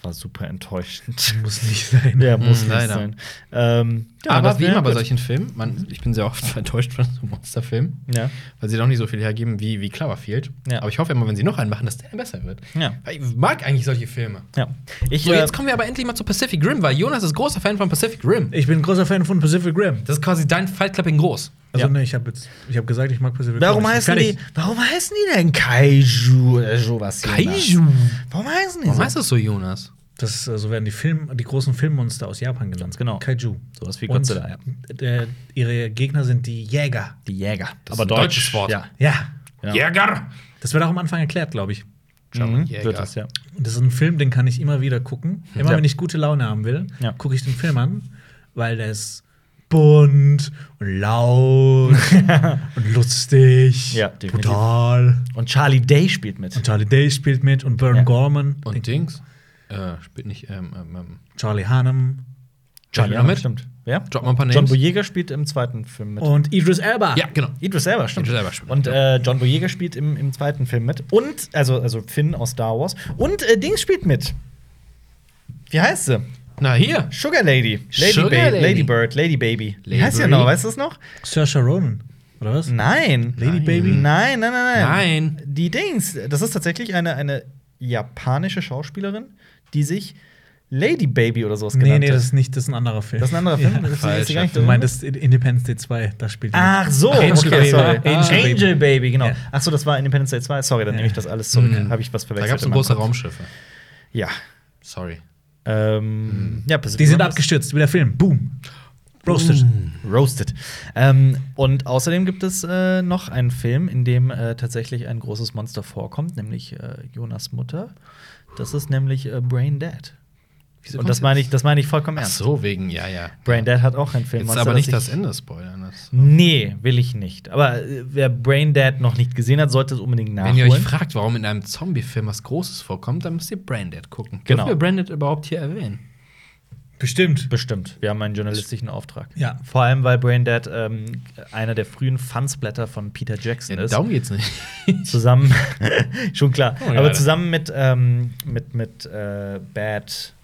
S1: war super
S2: [LAUGHS]
S1: enttäuschend.
S3: muss nicht sein.
S1: Der muss
S2: Mm,
S1: nicht
S2: leider.
S1: sein. Ähm, ja,
S2: aber
S1: das
S2: wie
S1: wär
S2: immer bei
S1: gut.
S2: solchen Filmen, man, ich bin sehr oft [LAUGHS] enttäuscht von so Monsterfilmen,
S1: Ja.
S2: weil sie doch nicht so viel hergeben wie, wie Cloverfield.
S1: Ja.
S2: Aber ich hoffe immer, wenn sie noch einen machen, dass der besser wird.
S1: Ja.
S2: Weil Ich mag eigentlich solche Filme.
S1: ja. Ich,
S2: So,
S1: äh,
S2: jetzt kommen wir aber endlich mal zu Pacific Rim, weil Jonas ist großer Fan von Pacific Rim.
S3: Ich bin ein großer Fan von Pacific Rim.
S2: Das ist quasi dein Fight Club in groß.
S3: Also,
S1: Ja.
S3: ne, ich habe jetzt, ich habe gesagt, ich mag Pacific Rim.
S4: Warum
S3: Ich bin
S4: heißen, die,
S3: fertig.
S4: warum heißen die denn Kaiju oder sowas? hier? Warum heißen die
S2: Warum
S4: so?
S2: heißt das so, Jonas?
S3: Das, ist, äh, so werden die, Film, die großen Filmmonster aus Japan genannt.
S1: Ganz genau.
S3: Kaiju.
S1: Sowas wie
S3: Und,
S1: Godzilla, ja.
S3: äh, ihre Gegner sind die Jäger.
S1: Die Jäger.
S2: Das ist ein deutsches Wort.
S1: Ja.
S3: Ja.
S1: Ja.
S2: Jäger!
S3: Das wird auch am Anfang erklärt, glaube ich.
S1: Mhm.
S2: Jäger.
S1: Wird es, ja.
S3: Und Das ist ein Film, den kann ich immer wieder gucken. Immer
S1: Ja.
S3: wenn ich gute Laune haben will,
S1: Ja.
S3: gucke ich den Film an, weil der ist bunt
S1: [LAUGHS]
S3: und laut und lustig,
S1: Ja, definitiv.
S3: brutal.
S1: Und Charlie Day spielt mit.
S3: Und Charlie Day spielt mit und Bern
S1: Ja.
S3: Gorman,
S2: Und Dings? Äh, spielt nicht, ähm, ähm, ähm.
S3: Charlie Hunnam
S2: Charlie
S1: ja,
S2: Hunnam.
S1: Stimmt. Wer?
S2: Drop mal ein paar
S1: John
S2: Names.
S1: Boyega spielt im zweiten Film mit.
S2: Oh,
S3: und Idris Elba.
S2: Ja, genau.
S1: Idris Elba, stimmt.
S2: Idris Elba spielt
S1: und äh, John Boyega spielt im, im zweiten Film mit. Und, also, also Finn aus Star Wars. Und äh, Dings spielt mit. Wie heißt sie?
S2: Na, hier.
S1: Sugar Lady. Lady,
S2: Sugar
S1: Ba-
S2: Lady.
S1: Lady Bird, Lady Baby.
S2: Lady
S1: Wie heißt sie
S2: Birdie?
S1: noch? Weißt du das noch?
S3: Saoirse Ronan, oder was?
S1: Nein.
S3: Lady
S2: Nein.
S3: Baby.
S1: Nein, nein, nein, nein.
S2: Nein.
S1: Die Dings, das ist tatsächlich eine, eine japanische Schauspielerin, die sich Lady Baby oder sowas
S3: Nee,
S1: genannt
S3: nee,
S1: hat.
S3: das ist nicht, das ist ein anderer Film.
S1: Das ist ein anderer Film.
S3: [LAUGHS] Ja.
S1: das ist, ist die gar nicht
S2: falscher
S3: Du meintest Independence Day 2, da spielt die mit.
S1: Ach so,
S3: Angel
S1: okay,
S3: Baby.
S1: sorry.
S3: Ah.
S1: Angel,
S3: Angel
S1: Baby, genau.
S3: Ja.
S1: Ach so, das war Independence Day 2. Sorry, dann
S3: Ja.
S1: nehme ich das alles zurück.
S2: Mhm.
S1: Habe ich was verwechselt.
S2: Da gab es so
S1: in meinem
S2: große
S1: Kopf.
S2: Raumschiffe.
S1: Ja.
S2: Sorry. Mhm.
S1: Ähm, ja, Pacific
S3: Die sind
S1: Rim ist-
S3: abgestürzt, wie der Film. Boom. Roasted.
S1: Roasted. Ähm, und außerdem gibt es äh, noch einen Film, in dem äh, tatsächlich ein großes Monster vorkommt, nämlich äh, Jonas Mutter. Das ist nämlich äh, Brain Dead.
S2: Wieso
S1: und
S2: kommst
S1: das
S2: du
S1: meine ich,
S2: jetzt-
S1: das meine ich vollkommen
S2: Ach
S1: ernst.
S2: so, wegen, ja, ja.
S1: Brain Dead hat auch einen Film.
S2: Jetzt aber nicht das
S1: ich-
S2: Ende spoilern. Das.
S1: Nee, will ich nicht. Aber äh, wer Brain Dead noch nicht gesehen hat, sollte es unbedingt
S2: Wenn
S1: nachholen.
S2: ihr euch fragt, warum in einem Zombie-Film was Großes vorkommt, dann müsst ihr Branded gucken.
S1: Genau.
S2: Dürfen wir Branded überhaupt hier erwähnen?
S3: Bestimmt.
S1: Bestimmt. Wir haben einen journalistischen Auftrag.
S3: Ja.
S1: Vor allem, weil Brain Dead ähm, einer der frühen Fansblätter von Peter Jackson
S2: Ja,
S1: ist.
S2: darum geht's nicht.
S1: Zusammen, [LAUGHS] schon klar,
S2: Oh,
S1: aber
S2: gerade.
S1: zusammen mit, ähm, mit, mit äh, Bad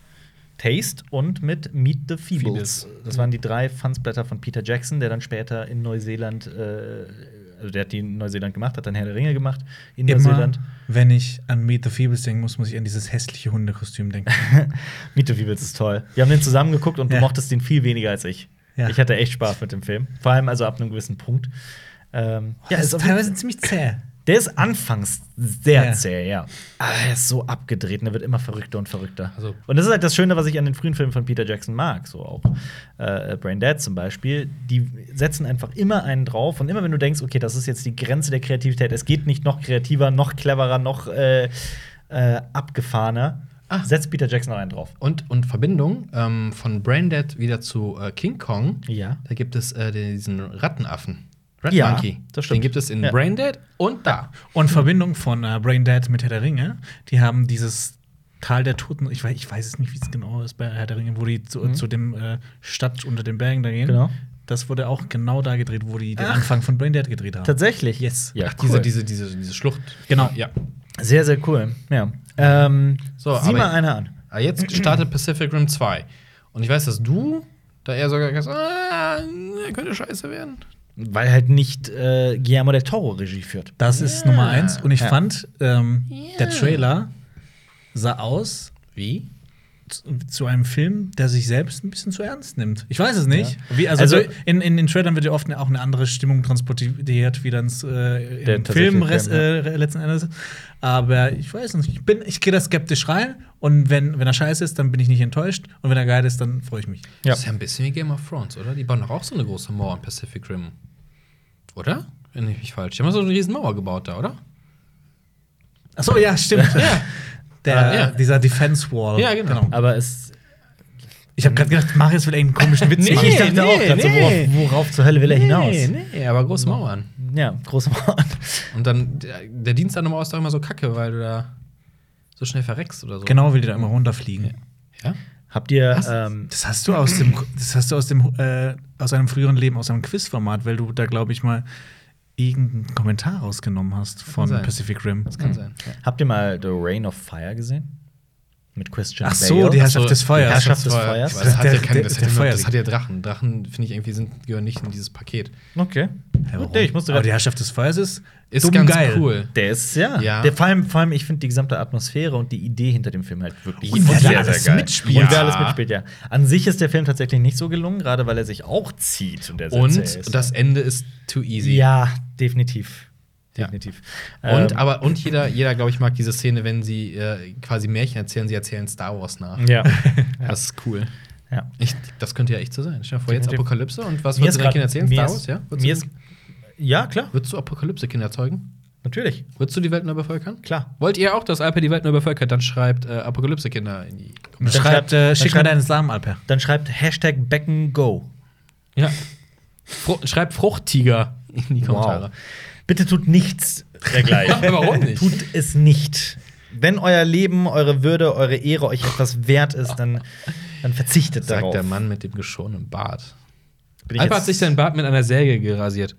S1: Taste und mit Meet the Feebles.
S2: Feebles.
S1: Das waren die drei Fansblätter von Peter Jackson, der dann später in Neuseeland, äh, also der hat die in Neuseeland gemacht, hat dann Herr der Ringe gemacht in
S3: Immer,
S1: Neuseeland.
S3: wenn ich an Meet the Feebles denken muss, muss ich an dieses hässliche Hundekostüm denken.
S1: [LAUGHS] Meet the Feebles ist toll. Wir haben den zusammen geguckt und du
S3: Ja.
S1: mochtest den viel weniger als ich.
S3: Ja.
S1: Ich hatte echt Spaß mit dem Film. Vor allem also ab einem gewissen Punkt. Ähm, ja,
S3: Oh, das
S1: ist auf-
S3: ziemlich zäh.
S1: der ist anfangs sehr
S3: Ja.
S1: zäh, ja. Aber er ist so abgedreht und er wird immer verrückter und verrückter.
S2: Also-
S1: und das ist halt das Schöne, was ich an den frühen Filmen von Peter Jackson mag. So auch äh, Brain Dead zum Beispiel. Die setzen einfach immer einen drauf und immer wenn du denkst, okay, das ist jetzt die Grenze der Kreativität, es geht nicht noch kreativer, noch cleverer, noch äh, äh, abgefahrener,
S2: Ah.
S1: setzt Peter Jackson noch einen drauf.
S2: Und, und Verbindung ähm, von Branded wieder zu äh, King Kong.
S1: Ja.
S2: Da gibt es äh, den- diesen Rattenaffen. Rat
S1: Ja,
S2: Monkey.
S1: das stimmt.
S2: Den gibt es in
S1: Ja.
S2: Branded und da.
S1: Hm.
S3: Und Verbindung von äh, Brain Dead mit Herr der Ringe, die haben dieses Tal der Toten, ich weiß, ich weiß es nicht, wie es genau ist bei Herr der Ringe, wo die zu, zu dem äh, Stadt unter den Bergen da gehen.
S1: Hm. Genau.
S3: Das wurde auch genau da gedreht, wo die den Anfang von Brain Dead gedreht haben.
S1: Tatsächlich?
S3: Yes.
S1: Ja,
S2: Ach,
S1: cool.
S2: diese, diese, diese, diese Schlucht.
S3: Genau.
S2: Ja.
S1: Sehr, sehr cool. Ja. Ähm,
S2: So,
S1: sieh
S2: aber-
S1: mal einer an.
S2: Ah, jetzt startet Pacific Rim 2. Und ich weiß, dass du da eher sogar gesagt hast, ah, könnte scheiße werden.
S1: Weil halt nicht äh, Guillermo del Toro Regie führt.
S3: Das ist Nummer eins. Und ich
S1: Ja.
S3: fand, ähm, der Trailer sah aus
S2: Wie?
S3: zu, zu einem Film, der sich selbst ein bisschen zu ernst nimmt. Ich weiß es nicht. Wie, also
S1: Also-
S3: in, in den Trailern wird ja oft auch eine andere Stimmung transportiert, wie dann äh,
S1: Der
S3: im
S1: tatsächliche
S3: Film, res-
S1: Film, ja.
S3: äh, letzten Endes. Aber ich weiß nicht. Ich, bin- ich gehe da skeptisch rein. Und wenn, wenn er scheiße ist, dann bin ich nicht enttäuscht. Und wenn er geil ist, dann freue ich mich.
S1: Ja.
S2: Das ist ja ein bisschen wie Game of Thrones, oder? Die bauen doch auch so eine große Mauer in Pacific Rim. Oder? Wenn ich mich falsch. Die haben so eine riesen Mauer gebaut da, oder?
S3: Ach so, ja, stimmt. ja. [LAUGHS] Der,
S2: Ah, ja.
S3: Dieser Defense Wall.
S2: Ja, genau.
S1: Aber es.
S3: Ich habe gerade gedacht, Marius will irgendeinen komischen Witz
S2: Nee,
S3: machen.
S1: ich dachte auch
S2: nee,
S1: gerade so,
S2: nee.
S1: worauf, worauf zur Hölle will er hinaus?
S2: nee, aber große Mauern.
S1: Ja, große Mauer.
S2: Und dann, der, der Dienst an der Mauer ist doch immer so kacke, weil du da so schnell verreckst oder so.
S3: Genau, will die da immer runterfliegen.
S2: Ja?
S1: Habt ihr.
S2: Was?
S1: Ähm,
S3: Das hast du aus dem, das hast du aus dem, äh, aus einem früheren Leben, aus einem Quizformat, weil du da glaube ich mal irgendeinen Kommentar rausgenommen hast von
S2: sein.
S3: Pacific Rim.
S2: Das
S1: Mhm.
S2: kann sein.
S1: Habt ihr mal The Rain of Fire gesehen? Mit Christian
S3: Ach so,
S1: Bale?
S3: die Herrschaft
S2: So,
S3: des
S1: die
S3: Feuers.
S1: Herrschaft des Feuers.
S2: Aber Das hat ja
S3: Der-
S2: kein,
S3: der-
S2: das
S3: der
S2: hat ja nur- das
S3: Feuer-
S2: hat ja Drachen. Drachen, finde ich, irgendwie sind, gehören nicht in dieses Paket.
S1: Okay.
S3: Hä, warum?
S1: Nee, ich musste
S3: Aber die
S1: grad,
S3: Herrschaft des Feuers ist,
S2: Ist
S3: dumm
S2: ganz
S3: geil.
S2: cool.
S1: der ist, ja.
S2: Ja.
S1: Der, vor, allem, vor allem, ich finde die gesamte Atmosphäre und die Idee hinter dem Film halt wirklich
S2: Oh,
S3: Und wer da alles mitspielt.
S1: Und wer
S2: Ja.
S1: alles mitspielt, ja. An sich ist der Film tatsächlich nicht so gelungen, gerade weil er sich auch zieht. Und, der sehr zäh
S2: Und
S1: ist.
S2: das Ende ist too easy.
S1: Ja, definitiv.
S2: Ja.
S1: Definitiv.
S2: Und,
S1: Ähm,
S2: aber, und jeder, jeder glaube ich, mag diese Szene, wenn sie äh, quasi Märchen erzählen, sie erzählen Star Wars nach. [LAUGHS]
S1: ja.
S2: Das ist cool.
S1: ja.
S2: Ich, das könnte ja echt so sein. Stell dir vor, jetzt
S1: Definitiv.
S2: Apokalypse und was
S1: Mir
S2: würdest
S1: ist
S2: du deinen
S1: grad-
S2: Kindern erzählen?
S1: mir
S2: Star
S1: ist-
S2: Wars, ja? Würdest
S1: Mir
S2: du,
S1: ist, ja, klar,
S2: würdest du Apokalypse-Kinder erzeugen?
S1: natürlich.
S2: Würdest du die Welt neu bevölkern?
S1: Klar.
S2: Wollt ihr auch, dass Alper die Welt neu bevölkert? Dann schreibt äh, Apokalypse-Kinder in die.
S3: Und
S1: Dann
S3: schreibt,
S1: schreibt-
S3: äh,
S1: dann
S3: schick mal
S1: schreibt-
S3: deinen Islam ab her.
S1: Dann schreibt Hashtag Becken Go.
S2: Ja. Fru schreibt Fruchttiger in die Kommentare.
S1: Bitte tut nichts dergleichen.
S2: Warum nicht?
S1: Tut es nicht. Wenn euer Leben, eure Würde, eure Ehre euch etwas wert ist, dann, dann verzichtet
S2: Sagt
S1: darauf.
S2: der Mann mit dem geschorenen Bart.
S1: Bin ich
S2: Alper
S1: jetzt- [LAUGHS]
S2: hat sich seinen Bart mit einer Säge gerasiert.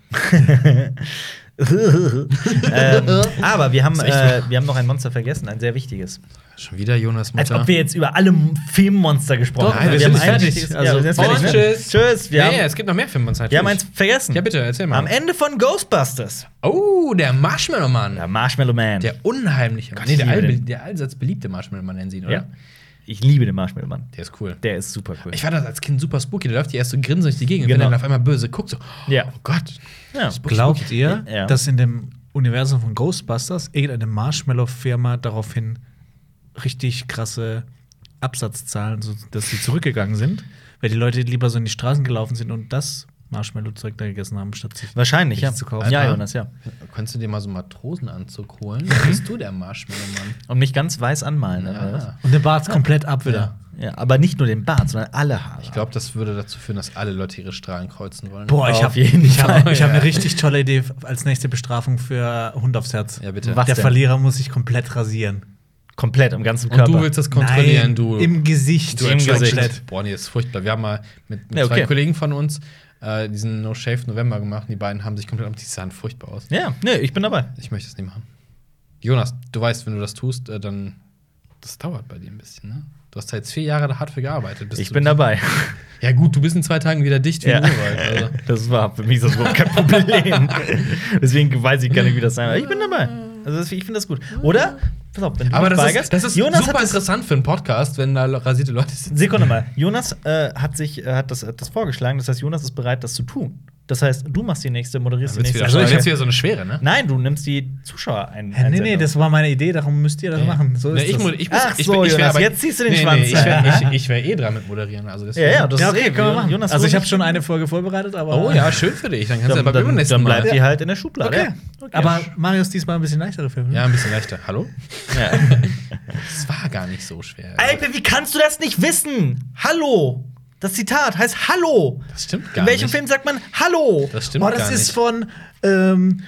S1: ähm, aber
S2: [LAUGHS]
S1: wir haben,
S2: Ist echt
S1: äh, wir haben noch ein Monster vergessen, ein sehr wichtiges.
S2: Schon wieder Jonas
S1: Als
S2: Mutter.
S1: ob wir jetzt über alle Filmmonster gesprochen
S2: Doch,
S1: haben.
S2: wir sind
S1: haben
S2: nicht
S1: ein
S2: fertig.
S1: wichtiges-
S3: Also,
S1: ja, wir sind
S2: und
S1: jetzt fertig. ne?
S2: tschüss.
S1: Tschüss. Wir,
S2: Ja,
S1: haben,
S2: ja, es gibt noch mehr Filmmonster.
S1: wir haben
S2: natürlich.
S1: eins vergessen.
S2: Ja, bitte, erzähl mal.
S1: Am Ende von Ghostbusters.
S2: Oh, der Marshmallow Mann.
S1: Der Marshmallow Man.
S2: Der unheimliche Mann.
S1: Gott,
S2: Nee, der,
S1: ich liebe
S2: allbe-
S1: den.
S2: der allseits beliebte Marshmallow Mann nennen sie ihn, oder?
S1: ja. Ich liebe den Marshmallow Man.
S2: Der ist cool.
S1: Der ist super cool.
S2: ich fand das als Kind super spooky. Da läuft die erst so grinsend durch die Gegend. Und Wenn
S1: Genau.
S2: er dann auf einmal böse guckt, so,
S1: Ja.
S2: oh Gott.
S1: Ja.
S2: Spooky,
S3: Glaubt
S2: spooky.
S3: ihr,
S1: Ja.
S3: dass in dem Universum von Ghostbusters irgendeine Marshmallow-Firma daraufhin richtig krasse Absatzzahlen, so, dass sie zurückgegangen sind? Weil die Leute lieber so in die Straßen gelaufen sind und das Marshmallow-Zeug da gegessen haben, statt sich
S1: Wahrscheinlich,
S3: richtig
S1: ja.
S3: zu kaufen.
S1: Ja, Jonas, ja.
S2: Könntest du dir mal so einen Matrosenanzug holen? Dann bist du der Marshmallow Mann.
S1: Und mich ganz weiß anmalen. ne?
S2: Ja.
S3: Und der Bart komplett ab wieder.
S1: Ja, aber nicht nur den Bart, sondern alle Haare.
S2: Ich glaube, das würde dazu führen, dass alle Leute ihre Strahlen kreuzen wollen.
S3: Boah, ich
S1: Auf
S3: habe
S1: jeden
S3: ich hab,
S1: Fall,
S3: ich hab
S1: ja.
S3: eine richtig tolle Idee als nächste Bestrafung für Hund aufs Herz.
S2: Ja, bitte.
S1: Was
S3: der
S1: denn?
S3: Verlierer muss sich komplett rasieren.
S1: Komplett am ganzen
S2: Und
S1: Körper.
S2: du willst das kontrollieren,
S3: Nein,
S2: du.
S3: Im Gesicht.
S2: Du
S1: Im
S2: entschuldigst.
S3: Gesicht.
S2: Boah, nee, das ist furchtbar. Wir haben mal mit, mit
S1: Ja, okay.
S2: zwei Kollegen von uns äh, diesen No Shave November gemacht. und Die beiden haben sich komplett am die sahen furchtbar aus.
S1: ja, nee, ich bin dabei.
S2: Ich möchte es nicht machen. Jonas, du weißt, wenn du das tust, äh, dann das dauert bei dir ein bisschen, ne? Du hast da jetzt vier Jahre da hart für gearbeitet. bis
S1: Ich
S2: du-
S1: bin dabei.
S2: Ja gut, du bist in zwei Tagen wieder dicht wie
S1: Ja.
S2: ein Urwald.
S1: [LAUGHS]
S2: Also.
S1: Das war für mich ist das überhaupt kein
S2: [LAUGHS]
S1: Problem. Deswegen weiß ich gar nicht, wie das sein wird. Ich bin dabei. Also das- ich finde das gut. Oder? Pass auf, wenn du
S2: Aber
S1: dich
S2: das ist,
S1: weigerst-
S2: das ist
S1: Jonas
S2: super
S1: hat das,
S2: interessant für einen Podcast, wenn da rasierte Leute sitzen.
S1: Sekunde mal. Jonas äh, hat sich äh, hat das, hat das vorgeschlagen. Das heißt, Jonas ist bereit, das zu tun. Das heißt, du machst die nächste, moderierst die
S2: Dann wird's
S1: nächste.
S2: wieder,
S3: Also
S2: also
S3: ich-
S2: jetzt wieder so eine Schwere, ne?
S1: Nein, du nimmst die Zuschauer ein.
S3: Hä, nee, nee,
S1: Einsendung.
S3: das war meine Idee, darum müsst ihr das machen. So
S2: Nee,
S3: ist
S2: ich,
S3: das.
S2: mu- ich muss,
S1: Ach
S2: ich,
S1: so,
S2: ich wär
S1: Jonas, jetzt ziehst du den Schwanz
S2: ich wäre ich, ich wär eh dran mit moderieren. Also
S1: ja, ja, das
S3: Ja,
S1: ist
S3: okay,
S1: eh,
S3: können wir machen.
S1: Jonas,
S3: also ich
S1: Ulrich-
S3: habe schon eine Folge vorbereitet, aber
S2: Oh ja, schön für dich. Dann kannst
S1: dann,
S2: du aber beim
S1: dann,
S2: nächsten
S1: dann
S2: Mal.
S1: bleibt die halt in der Schublade.
S3: Okay.
S1: Ja. Okay.
S3: Aber Marius diesmal ein bisschen leichtere Filme.
S2: Ja, ein bisschen leichter. Hallo?
S1: Ja.
S2: [LAUGHS] Es war gar nicht so schwer.
S1: Alpe, wie kannst du das nicht wissen? Hallo. Das Zitat heißt Hallo.
S2: Das stimmt gar
S1: In welchem
S2: nicht.
S1: Film sagt man Hallo?
S2: Das stimmt
S3: Oh, das
S2: gar
S3: ist
S2: nicht. [LAUGHS]
S3: von ähm,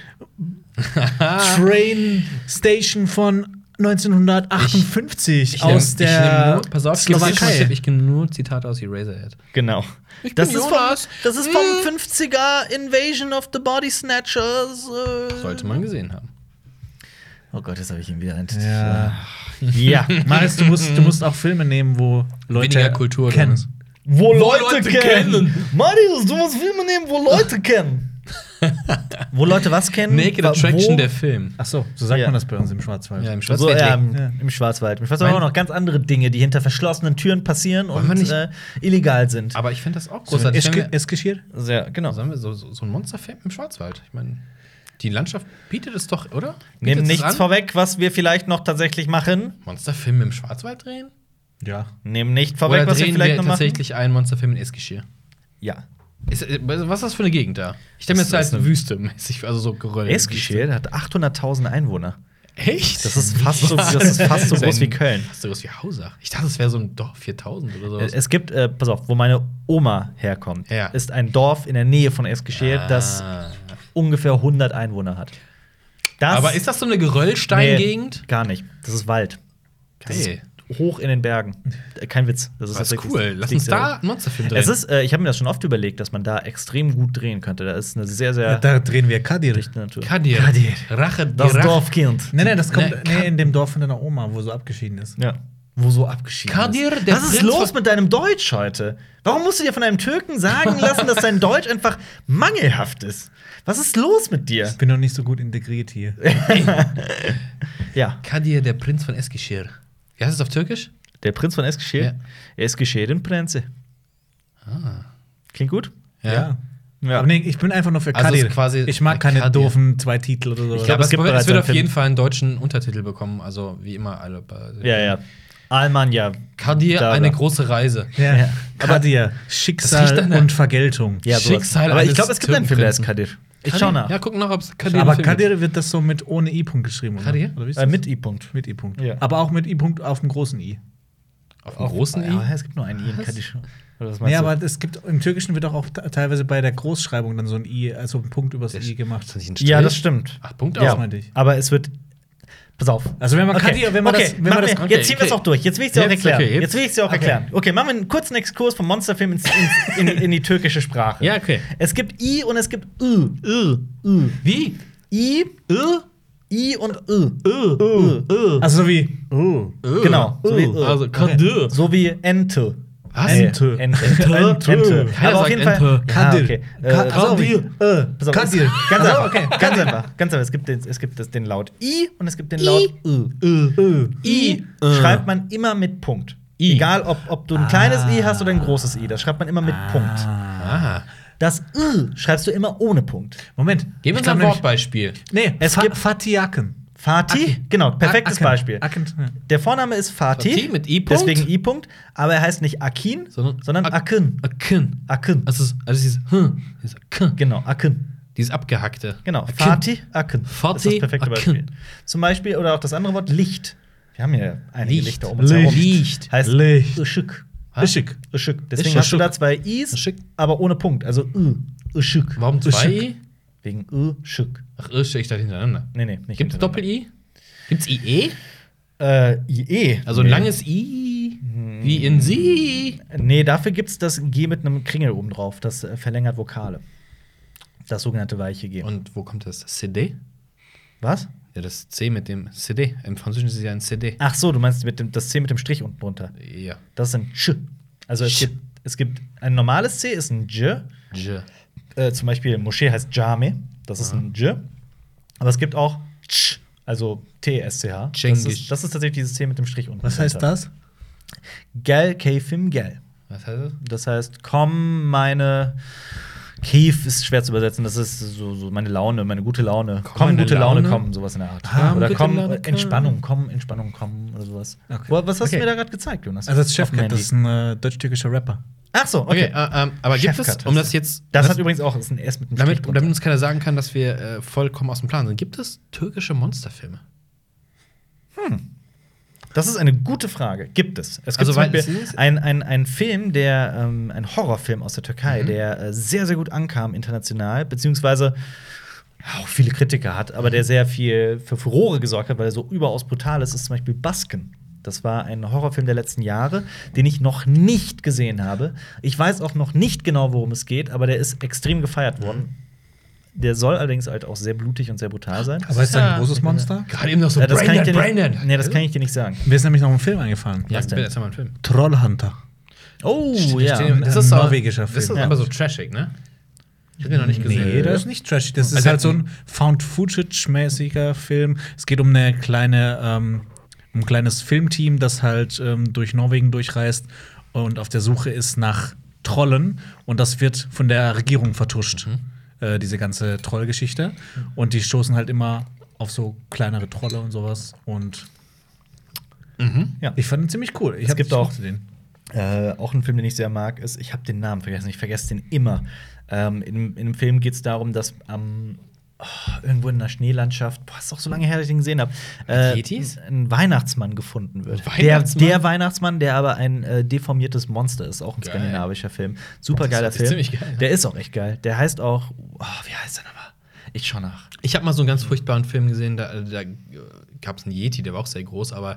S3: Train Station von 1958
S2: Ich nehm-
S3: aus
S2: ich nehm
S3: der
S2: nur, pass auf, ich gebe dir schon mal einen Tipp,
S3: Slowakei.
S2: ich gebe nur Zitate aus Eraserhead.
S1: Genau.
S5: Das ist, vom,
S2: Jonas. Äh.
S5: das ist vom 50er Invasion of the Body Snatchers. Äh,
S2: Sollte man gesehen haben.
S1: Oh Gott, jetzt habe ich ihn wieder ein.
S3: Ja.
S2: [LAUGHS]
S1: Ja.
S3: Marius, du musst, du musst auch Filme nehmen, wo Leute
S2: Weniger Kultur,
S3: kennen.
S2: Jonas.
S1: Wo
S2: Leute kennen.
S1: Marius, du musst Filme nehmen, wo Leute
S2: [LAUGHS]
S1: kennen.
S5: Wo Leute was
S1: Hm,
S5: kennen?
S2: Naked
S5: wa-
S2: Attraction,
S5: wo-
S2: der Film.
S3: Ach so, so sagt
S1: Ja.
S3: man das bei uns im Schwarzwald.
S2: Ja, im
S1: So, ähm,
S2: Schwarzwald.
S1: ja, im,
S3: Ja.
S1: im Schwarzwald. Im Schwarzwald haben wir noch ganz andere Dinge, die hinter verschlossenen Türen passieren
S2: Wollen wir
S1: und
S2: nicht-
S1: äh, illegal sind.
S2: Aber ich finde das auch
S3: So,
S2: großartig.
S3: Eschke-
S2: wenn wir-
S3: Eskişehir?
S1: Ja, genau.
S2: Sollen wir so, so, so ein Monsterfilm im Schwarzwald? Ich meine, die Landschaft bietet es doch, oder? Bietet
S1: Nehmen
S2: es
S1: nichts
S2: an?
S1: vorweg, was wir vielleicht noch tatsächlich machen.
S2: Monsterfilm im Schwarzwald drehen?
S3: Ja.
S1: Nehmen nicht vorweg,
S2: oder
S1: was wir
S2: drehen
S1: vielleicht
S2: wir
S1: noch machen.
S2: tatsächlich einen Monsterfilm in Eskişehir?
S1: Ja.
S2: Ist, äh, was ist das für eine Gegend da? Ich stelle mir
S1: Das
S2: jetzt als
S1: ist eine-
S2: Wüste mäßig, also so Geröll.
S1: Eskişehir hat 800.000 Einwohner.
S2: Echt?
S1: Das ist fast
S2: [LAUGHS]
S1: so, das ist fast so
S2: Das ist
S1: groß
S2: ein-
S1: wie Köln.
S2: Fast so groß wie Hausach. Ich dachte, es wäre so ein Dorf 4000 oder sowas.
S1: Es gibt, äh, pass auf, wo meine Oma herkommt,
S2: Ja.
S1: ist ein Dorf in der Nähe von Eskişehir, das
S2: Ah.
S1: ungefähr 100 Einwohner hat. Das
S2: Aber ist das so eine Geröllsteingegend?
S1: Nee, gar nicht. Das ist Wald. Das
S2: Geil.
S1: ist hoch in den Bergen. Äh, Kein Witz. Das ist
S2: Das ist
S1: tatsächlich-
S2: cool. Lass uns
S1: liegt
S2: da einen Monsterfilm drehen.
S1: Es ist, äh, ich habe mir das schon oft überlegt, dass man da extrem gut drehen könnte. Da ist eine sehr, sehr
S3: Da drehen wir Kadir.
S1: dichte Natur.
S2: Kadir.
S3: Kadir.
S2: Rache, die
S1: Das
S2: Rache.
S1: Dorfkind.
S3: Nee, nee, das kommt
S2: Nee,
S3: nee, in dem Dorf von deiner Oma, wo so abgeschieden ist.
S1: Ja.
S3: Wo so abgeschieden
S2: Kadir, der
S1: Was ist
S2: Prinz
S1: los
S2: von-
S1: mit deinem Deutsch heute? Warum musst du dir von einem Türken [LAUGHS] sagen lassen, dass dein Deutsch einfach mangelhaft ist? Was ist los mit dir?
S3: ist. Ich bin noch nicht so gut integriert hier.
S1: Ja,
S2: Kadir, der Prinz von Eskişehir. Wie heißt es auf Türkisch?
S1: der Prinz von Eskişehir.
S2: Ja.
S1: Eskişehir im Prinze.
S2: Ah,
S1: Klingt gut? Ja.
S3: Aber nee, ich bin einfach nur für
S2: Also
S3: Kadir.
S2: ist quasi-
S3: ich mag keine
S2: Kadir.
S3: doofen zwei Titel oder so.
S1: Ich
S2: Ich glaube,
S1: Aber
S2: es,
S1: es gibt
S2: wird- es
S1: bereits
S2: wird
S1: einen
S2: auf
S1: Film.
S2: jeden Fall einen deutschen Untertitel bekommen. Also, wie immer, alle. bei-
S1: Ja, ja. Almanja.
S2: Kadir,
S1: Da, da.
S2: eine große Reise.
S3: ja.
S1: Ja.
S3: Kadir,
S2: Das riecht
S3: Schicksal
S2: an der-
S3: und Vergeltung.
S1: Ja, sowas.
S2: Schicksal
S1: Aber ich
S2: eines
S1: glaube, es gibt einen Film, der heißt Kadir. Ich schau nach.
S2: Ja, guck noch, ob es Kadir
S3: Aber
S2: einen Film gibt.
S3: Kadir wird das so mit ohne I-Punkt geschrieben. Oder?
S2: Kadir?
S3: Oder wie ist
S1: Äh,
S3: das?
S1: mit I-Punkt.
S3: mit I-Punkt.
S1: Ja.
S3: Aber auch mit I-Punkt auf dem großen I.
S2: Auf dem großen I?
S1: Oh, Ja, es gibt nur einen I in Kadir. Oder was
S3: Nee,
S1: du?
S3: aber es gibt im Türkischen wird auch, auch te- teilweise bei der Großschreibung dann so ein I, also ein Punkt übers I
S2: Ist
S3: gemacht.
S2: das nicht ein Strich?
S1: ja, das stimmt.
S2: Ach, Punkt
S1: ja,
S2: aus.
S3: meinte ich.
S1: aber es wird. Pass auf.
S3: Also wenn man Kadir, wenn man das, wenn man
S1: machen
S3: das
S1: wir-
S2: okay,
S1: jetzt ziehen wir es
S2: okay.
S1: auch durch. Jetzt will ich es dir auch
S2: Jetzt,
S1: erklären.
S2: okay, jetzt-
S1: jetzt, will ich es dir auch erklären. Okay, machen wir einen kurzen Exkurs vom Monsterfilm ins, ins, in, in die türkische Sprache.
S2: Ja, okay.
S1: Es gibt I und es gibt Ü. Ü. Ü.
S2: Wie?
S1: I. Ü. I und Ü. Ü. Ü.
S3: Also so wie oh.
S1: Genau. So wie, äh,
S2: also
S1: okay.
S2: Kadir.
S1: So wie Ente.
S2: Was?
S1: Ente. Ente. Ente.
S2: Keiner
S1: Aber auf
S2: sagt
S1: jeden
S2: Ente.
S1: Fall.
S3: Kadir.
S1: Ah, okay.
S3: Kadir.
S1: Äh, Kadir. Pass auf,
S3: Kadir.
S1: ist- [LAUGHS] Ganz einfach. Ganz einfach. Ganz einfach. Es gibt den, es gibt das, den Laut I und es gibt den Laut Ü.
S3: Äh.
S1: I schreibt man immer mit Punkt.
S2: I.
S1: Egal, ob, ob du ein kleines I hast oder ein großes I. Das schreibt man immer mit Punkt.
S2: Ah.
S1: Das Ü schreibst du immer ohne Punkt.
S3: Moment.
S2: Gib
S3: Ich
S2: uns
S3: glaub
S2: ein
S3: nämlich-
S2: Wortbeispiel.
S3: Nee,
S1: Es
S3: es Fa
S1: gibt-
S3: gibt Fatiaken.
S1: Fatih, genau, perfektes
S3: Aken.
S1: Beispiel.
S3: Aken, ja.
S1: Der Vorname ist Fatih,
S2: Fatih mit I-Punkt.
S1: deswegen I-Punkt, aber er heißt nicht Akin, sondern,
S2: Ak-
S1: Akin.
S2: Akin.
S1: Akin.
S2: Also, es- also dieses Hm, dieses Akin.
S1: Genau, Akin.
S2: Dieses abgehackte.
S1: Genau,
S2: Akin.
S1: Fatih, Akin. Das ist
S2: Fatih,
S1: das perfekte
S2: Akin.
S1: Beispiel. Zum Beispiel, oder auch das andere Wort, Licht. Wir haben ja einige
S2: Licht.
S1: Lichter um uns
S2: Licht.
S1: herum.
S2: Licht.
S1: Heißt
S3: Licht.
S1: Işık.
S2: Was?
S3: Ischik.
S1: Işık. Deswegen
S2: Işık.
S1: hast du da zwei Is,
S2: Işık.
S1: aber ohne Punkt. Also Ü. Işık.
S2: Warum zwei I?
S1: Wegen Işık.
S2: Ach, Isch, ich dachte hintereinander.
S1: Nee, nee, nicht.
S2: Gibt es Doppel-I? Gibt es IE?
S1: Äh, IE.
S2: Also ein
S1: nee. Hm.
S2: langes I. Wie in Sie.
S1: Nee, dafür gibt es das G mit einem Kringel oben drauf. Das äh, verlängert Vokale. Das sogenannte weiche G.
S2: Und wo kommt das? CD?
S1: was?
S2: Ja, das C mit dem CD. Im Französischen ist es ja ein CD.
S1: Ach so, du meinst mit dem, das C mit dem Strich unten drunter.
S2: Ja.
S1: Das ist ein Sch. Also es
S2: Sch.
S1: gibt, es gibt ein normales C, ist ein J.
S2: J.
S1: Äh, zum Beispiel Moschee heißt Jame. Das ist ein J. Aber es gibt auch Ch, also T-S-C-H. Das
S2: Cengiz.
S1: ist, das ist tatsächlich dieses C mit dem Strich unten
S3: Was heißt
S1: drunter.
S3: das?
S1: Gel Kefim Gel.
S2: Was heißt das?
S1: Das heißt, komm, meine. Kief ist schwer zu übersetzen, das ist so, so meine Laune, meine gute Laune. Komm,
S2: meine
S1: gute Laune,
S2: Laune.
S1: komm, sowas in der Art.
S2: Komm,
S1: oder
S2: gute
S1: komm,
S2: Laune,
S1: äh,
S2: komm.
S1: Entspannung, komm, Entspannung, komm, oder sowas.
S3: Okay.
S1: Wo- Was hast
S2: Okay.
S1: du mir da gerade gezeigt, Jonas?
S3: Also das
S1: Auf
S3: Chef,
S1: dem
S3: das
S1: Handy.
S3: ist ein äh, deutsch-türkischer Rapper.
S1: Ach so, okay.
S2: Okay, äh, ähm, aber gibt es,
S1: Chefkat
S2: um
S1: heißt
S2: das jetzt.
S1: Das
S2: das-
S1: hat übrigens auch, das ist ein S mit einem
S2: Damit,
S1: Strich drunter.
S2: damit uns keiner sagen kann, dass wir äh, vollkommen aus dem Plan sind. Gibt es türkische Monsterfilme?
S1: Das ist eine gute Frage. Gibt es? Es gibt
S2: Also,
S1: zum
S2: weil-
S1: Beispiel
S2: es ist-
S1: einen ein, ein Film, der
S2: Mhm.
S1: ähm, ein Horrorfilm aus der Türkei, der äh, sehr, sehr gut ankam international, beziehungsweise auch viele Kritiker hat, aber
S2: Mhm.
S1: der sehr viel für Furore gesorgt hat, weil er so überaus brutal ist, ist zum Beispiel Basken. Das war ein Horrorfilm der letzten Jahre, den ich noch nicht gesehen habe. Ich weiß auch noch nicht genau, worum es geht, aber der ist extrem gefeiert worden.
S2: Mhm.
S1: Der soll allerdings halt auch sehr blutig und sehr brutal sein.
S3: Aber ist da ein großes Monster?
S2: Gerade eben noch so
S1: Ja, das, kann ich dir nicht,
S2: Brandon.
S1: nee, das kann ich dir nicht sagen.
S3: Mir ist nämlich noch ein Film eingefallen.
S2: Ja,
S1: Was
S2: bitte,
S1: denn?
S2: erzähl mal einen Film.
S3: Trollhunter.
S1: Oh,
S2: Stehen-
S3: ein
S2: aber-
S3: norwegischer
S2: Das ist
S3: Film.
S2: aber so trashig, ne? Ich hab den noch nicht gesehen.
S3: Nee, das ist nicht trashig. Das ist
S2: Also-
S3: halt so ein Found-Footage-mäßiger Film. Es geht um eine kleine, ähm, um ein kleines Filmteam, das halt ähm, durch Norwegen durchreist und auf der Suche ist nach Trollen. Und das wird von der Regierung vertuscht, äh, diese ganze Trollgeschichte. Und die stoßen halt immer auf so kleinere Trolle und sowas. Und
S1: Ja.
S3: ich fand ihn ziemlich cool. Ich
S1: Es
S3: hab-
S1: gibt
S3: ich
S1: auch-
S3: mochte den.
S1: Äh, auch ein Film, den ich sehr mag, ist, ich habe den Namen vergessen, ich vergesse den immer. Ähm, in, in einem Film geht es darum, dass am oh, irgendwo in einer Schneelandschaft, boah, ist auch so lange her, dass ich den gesehen habe, äh,
S2: Yetis?
S1: ein ein Weihnachtsmann gefunden wird.
S2: Ein Weihnachtsmann?
S1: Der, der Weihnachtsmann, der aber ein äh, deformiertes Monster ist, auch ein
S2: Geil.
S1: skandinavischer Film. Super geiler
S2: Das ist
S1: Film.
S2: ziemlich geil.
S1: Der ist auch echt geil. Der heißt auch, oh, wie heißt der nochmal? Ich schau nach.
S2: Ich habe mal so einen ganz furchtbaren Film gesehen, da, äh, da gab es einen Yeti, der war auch sehr groß, aber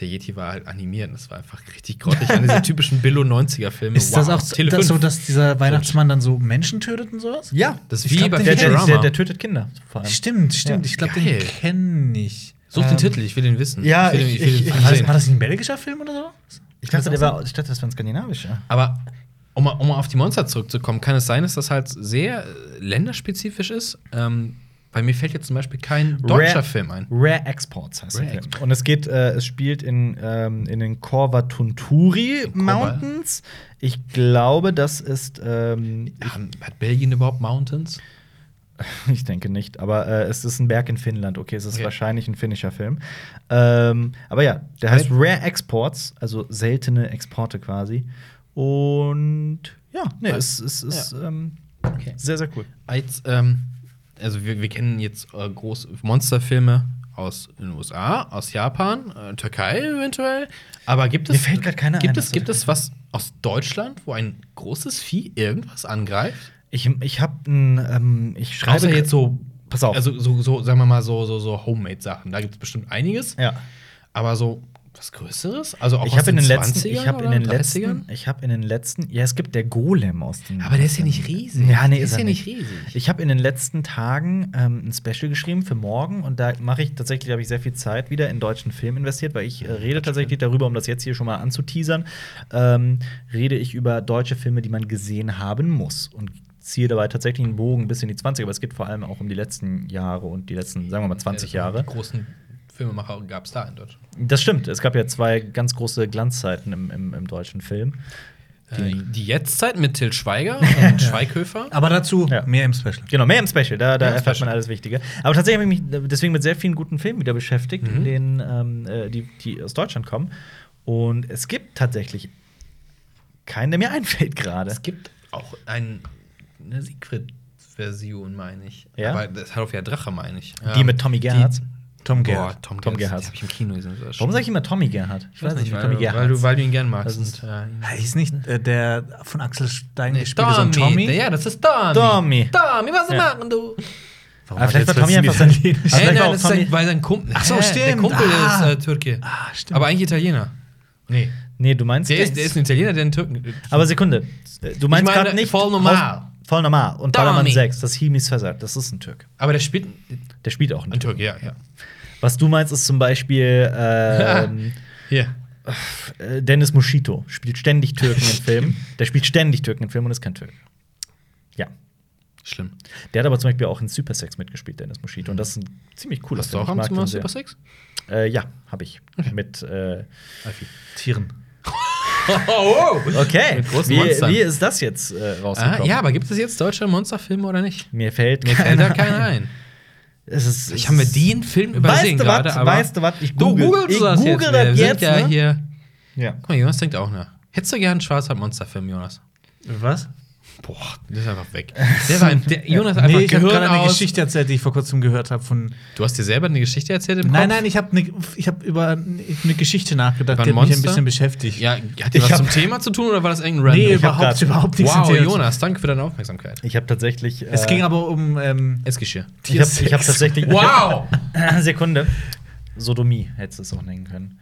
S2: der Yeti war halt animiert und das war einfach richtig grottig an
S3: [LAUGHS]
S2: diese typischen Billo 90er Filme.
S3: Ist das auch
S2: Telefon.
S3: das so, dass dieser Weihnachtsmann dann so Menschen tötet und sowas?
S1: Ja,
S2: das ist
S3: Ich
S2: wie
S3: glaub,
S2: bei
S3: den
S1: der, der,
S2: Futurama.
S1: der, der tötet Kinder vor allem.
S3: Stimmt, stimmt.
S1: Ja.
S3: Ich glaube,
S2: Geil.
S3: den kenne ich.
S2: Such
S3: Ähm,
S2: den Titel, ich will den wissen.
S1: ja,
S2: ich will den,
S1: ich-
S2: will den
S1: ich-
S2: Film
S3: War
S2: sehen.
S3: das, war das ein belgischer Film oder so?
S1: Ich dachte, der war, ich dachte, das war ein skandinavischer.
S2: Aber um, mal- um mal auf die Monster zurückzukommen, kann es sein, dass das halt sehr äh, länderspezifisch ist? Ähm, bei mir fällt jetzt zum Beispiel kein deutscher
S1: Rare-
S2: Film ein.
S1: Rare Exports heißt
S2: Rare
S1: der Film.
S2: Exports.
S1: Und es geht, äh, es spielt in, ähm, in den Korvatunturi
S2: Korva?
S1: Mountains. Ich glaube, das ist, ähm, [LAUGHS]
S2: Haben, hat Belgien überhaupt Mountains?
S1: ich denke nicht, aber äh, es ist ein Berg in Finnland. Okay, es ist
S2: Okay.
S1: wahrscheinlich ein finnischer Film. Ähm, aber ja, der heißt Rare Exports, also seltene Exporte quasi. Und ja, nee, es, es ist ähm,
S2: Okay.
S1: sehr, sehr cool.
S2: Als, ähm, also wir, wir kennen jetzt äh, große Monsterfilme aus den USA, aus Japan, äh, Türkei eventuell. Aber gibt es.
S1: Mir fällt grad keiner
S2: gibt
S1: ein,
S2: Es,
S1: aus
S2: gibt es was aus Deutschland, wo ein großes Vieh irgendwas angreift?
S1: Ich, ich habe ein, ähm, ich schreibe
S2: Außer jetzt so.
S1: Pass auf.
S2: Also, so, so, sagen wir mal, so, so, so Homemade-Sachen. Da gibt es bestimmt einiges.
S1: ja.
S2: Aber so was Größeres? Also auch
S1: ich
S2: aus
S1: habe in den letzten,
S2: 20ern
S1: ich habe in den
S2: oder 30ern?
S1: letzten, ich habe in den letzten, ja, es gibt der Golem aus den.
S2: Aber der ist ja nicht riesig.
S1: Ja, nee,
S2: Der
S1: ist,
S2: ist
S1: er
S2: ja nicht
S1: nicht
S2: riesig.
S1: Ich habe in den letzten Tagen ähm, ein Special geschrieben für morgen und da mache ich tatsächlich, habe ich sehr viel Zeit wieder in deutschen Film investiert, weil ich äh, rede tatsächlich darüber, um das jetzt hier schon mal anzuteasern, ähm, rede ich über deutsche Filme, die man gesehen haben muss und ziehe dabei tatsächlich einen Bogen bis in die 20er, aber es geht vor allem auch um die letzten Jahre und die letzten, sagen wir mal 20 Jahre.
S2: also Die großen Filmemacher gab es da in Deutschland.
S1: Das stimmt, es gab ja zwei ganz große Glanzzeiten im, im, im deutschen Film.
S2: Äh, die Jetztzeit mit
S1: [LAUGHS]
S2: Till Schweiger und Schweighöfer.
S3: Aber dazu
S1: Ja.
S3: mehr im Special.
S1: Genau, mehr im Special, da, da
S2: Mehr im
S1: erfährt
S2: Special.
S1: man alles Wichtige. Aber tatsächlich habe ich mich deswegen mit sehr vielen guten Filmen wieder beschäftigt,
S2: Mhm.
S1: in denen, ähm, äh, die, die aus Deutschland kommen. Und es gibt tatsächlich keinen, der mir [LAUGHS] einfällt gerade.
S2: Es gibt auch ein, eine Siegfried-Version, meine ich.
S1: Ja?
S2: Aber das hat auf der Drache, meine ich.
S1: Die mit Tommy Gerhardt.
S3: Tom
S2: Boah,
S3: Gerhardt.
S2: Tom,
S1: Tom
S2: Gerhardt.
S1: Gerhardt.
S2: Das hab ich im Kino gesehen.
S1: Warum sage ich immer Tommy Gerhardt?
S2: Ich weiß nicht, weil, du- weil, du, weil du ihn gern magst.
S1: Das ist-
S2: Und, äh, ihn-
S3: Heißt nicht äh, der von Axel Stein
S2: Nee,
S3: gespielte Sohn Tommy?
S2: Ja, das ist Tommy.
S1: Tommy.
S2: Tommy, was
S1: Ja.
S2: machen
S1: [LAUGHS]
S2: du?
S1: Aber
S3: Warum hat
S1: vielleicht
S3: jetzt
S1: war Tommy einfach
S3: letztens
S1: sein.
S3: die-
S1: Also
S2: Hey,
S1: vielleicht war
S2: nein,
S1: auch
S2: das ist
S1: Tommy,
S2: sein, weil sein Kumpel.
S3: Ach so,
S2: Hä? Der
S3: stimmt.
S2: Kumpel
S3: Ah.
S2: ist äh, Türke.
S3: Ah, stimmt.
S2: Aber eigentlich Italiener. Nee.
S1: nee, du meinst.
S2: Der ist, der ist ein Italiener, der einen Türken.
S1: aber Sekunde, du meinst
S2: meine,
S1: gerade nicht.
S2: voll normal.
S1: Haus- Voll normal. Und
S2: Tommy.
S1: Ballermann 6, das Himis versagt, das ist ein Türk.
S2: Aber der spielt.
S1: Der spielt auch einen
S2: Ein
S1: Türk.
S2: Türke, ja, ja.
S1: Was du meinst, ist zum
S2: [LAUGHS]
S1: Beispiel. Ähm,
S2: Hier.
S1: Äh, Dennis Moschito spielt ständig Türken in Filmen.
S2: [LAUGHS]
S1: Der spielt ständig Türken in Filmen und ist kein Türke. Ja.
S2: Schlimm.
S1: Der hat aber zum Beispiel auch in Supersex mitgespielt, Dennis Moschito. Und das ist ein ziemlich cooler
S2: Hast du
S1: Film.
S2: auch
S1: Ich mag
S2: abends mal
S1: den sehr. [LAUGHS]
S2: Super Sex?
S1: Äh, ja, habe ich. Mit. Äh,
S3: Tieren.
S2: Oh, oh.
S1: okay.
S2: Mit großen
S1: wie,
S2: Monstern.
S1: wie ist das jetzt äh, rausgekommen?
S2: Ah, ja, aber gibt es jetzt deutsche Monsterfilme oder nicht?
S1: Mir fällt
S2: Mir fällt da keiner ein.
S1: Es ist,
S2: Ich habe mir den Film übersehen
S1: Weißt du
S2: gerade,
S1: was?
S2: aber
S1: Weißt du was? Ich
S2: du
S1: google.
S2: googelst
S1: ich
S2: das jetzt.
S1: google
S2: Wir
S1: das
S2: sind
S1: jetzt.
S2: ja
S1: ne?
S2: hier.
S1: ja.
S2: Guck mal, Jonas denkt auch nach. Hättest du gern einen schwarzen Monsterfilm, Jonas?
S3: Was?
S2: Boah, das ist einfach weg. Der war, der, Jonas hat einfach
S3: nee, ich habe
S2: Gehirn
S3: gerade eine
S2: aus.
S3: Geschichte erzählt, die ich vor kurzem gehört habe von.
S2: Du hast dir selber eine Geschichte erzählt im
S3: Nein,
S2: Kopf?
S3: nein, ich habe ne, ich hab über eine Geschichte nachgedacht,
S2: War ein
S3: die hat mich ein
S2: Monster?
S3: bisschen beschäftigt.
S2: Ja, hat dir
S3: Ich
S2: was
S3: hab-
S2: zum Thema zu tun oder war das irgendein random?
S3: nee,
S2: Ich hab-
S3: überhaupt,
S1: grad-
S3: überhaupt nichts
S2: Wow,
S3: mit dir.
S2: Jonas, danke für deine Aufmerksamkeit.
S1: Ich habe tatsächlich. Äh,
S3: Es ging aber um. Ähm,
S2: Essgeschirr.
S1: Ich habe hab
S3: Sex.
S1: tatsächlich.
S2: Wow!
S1: [LAUGHS] Sekunde. Sodomie hättest du es auch nennen können.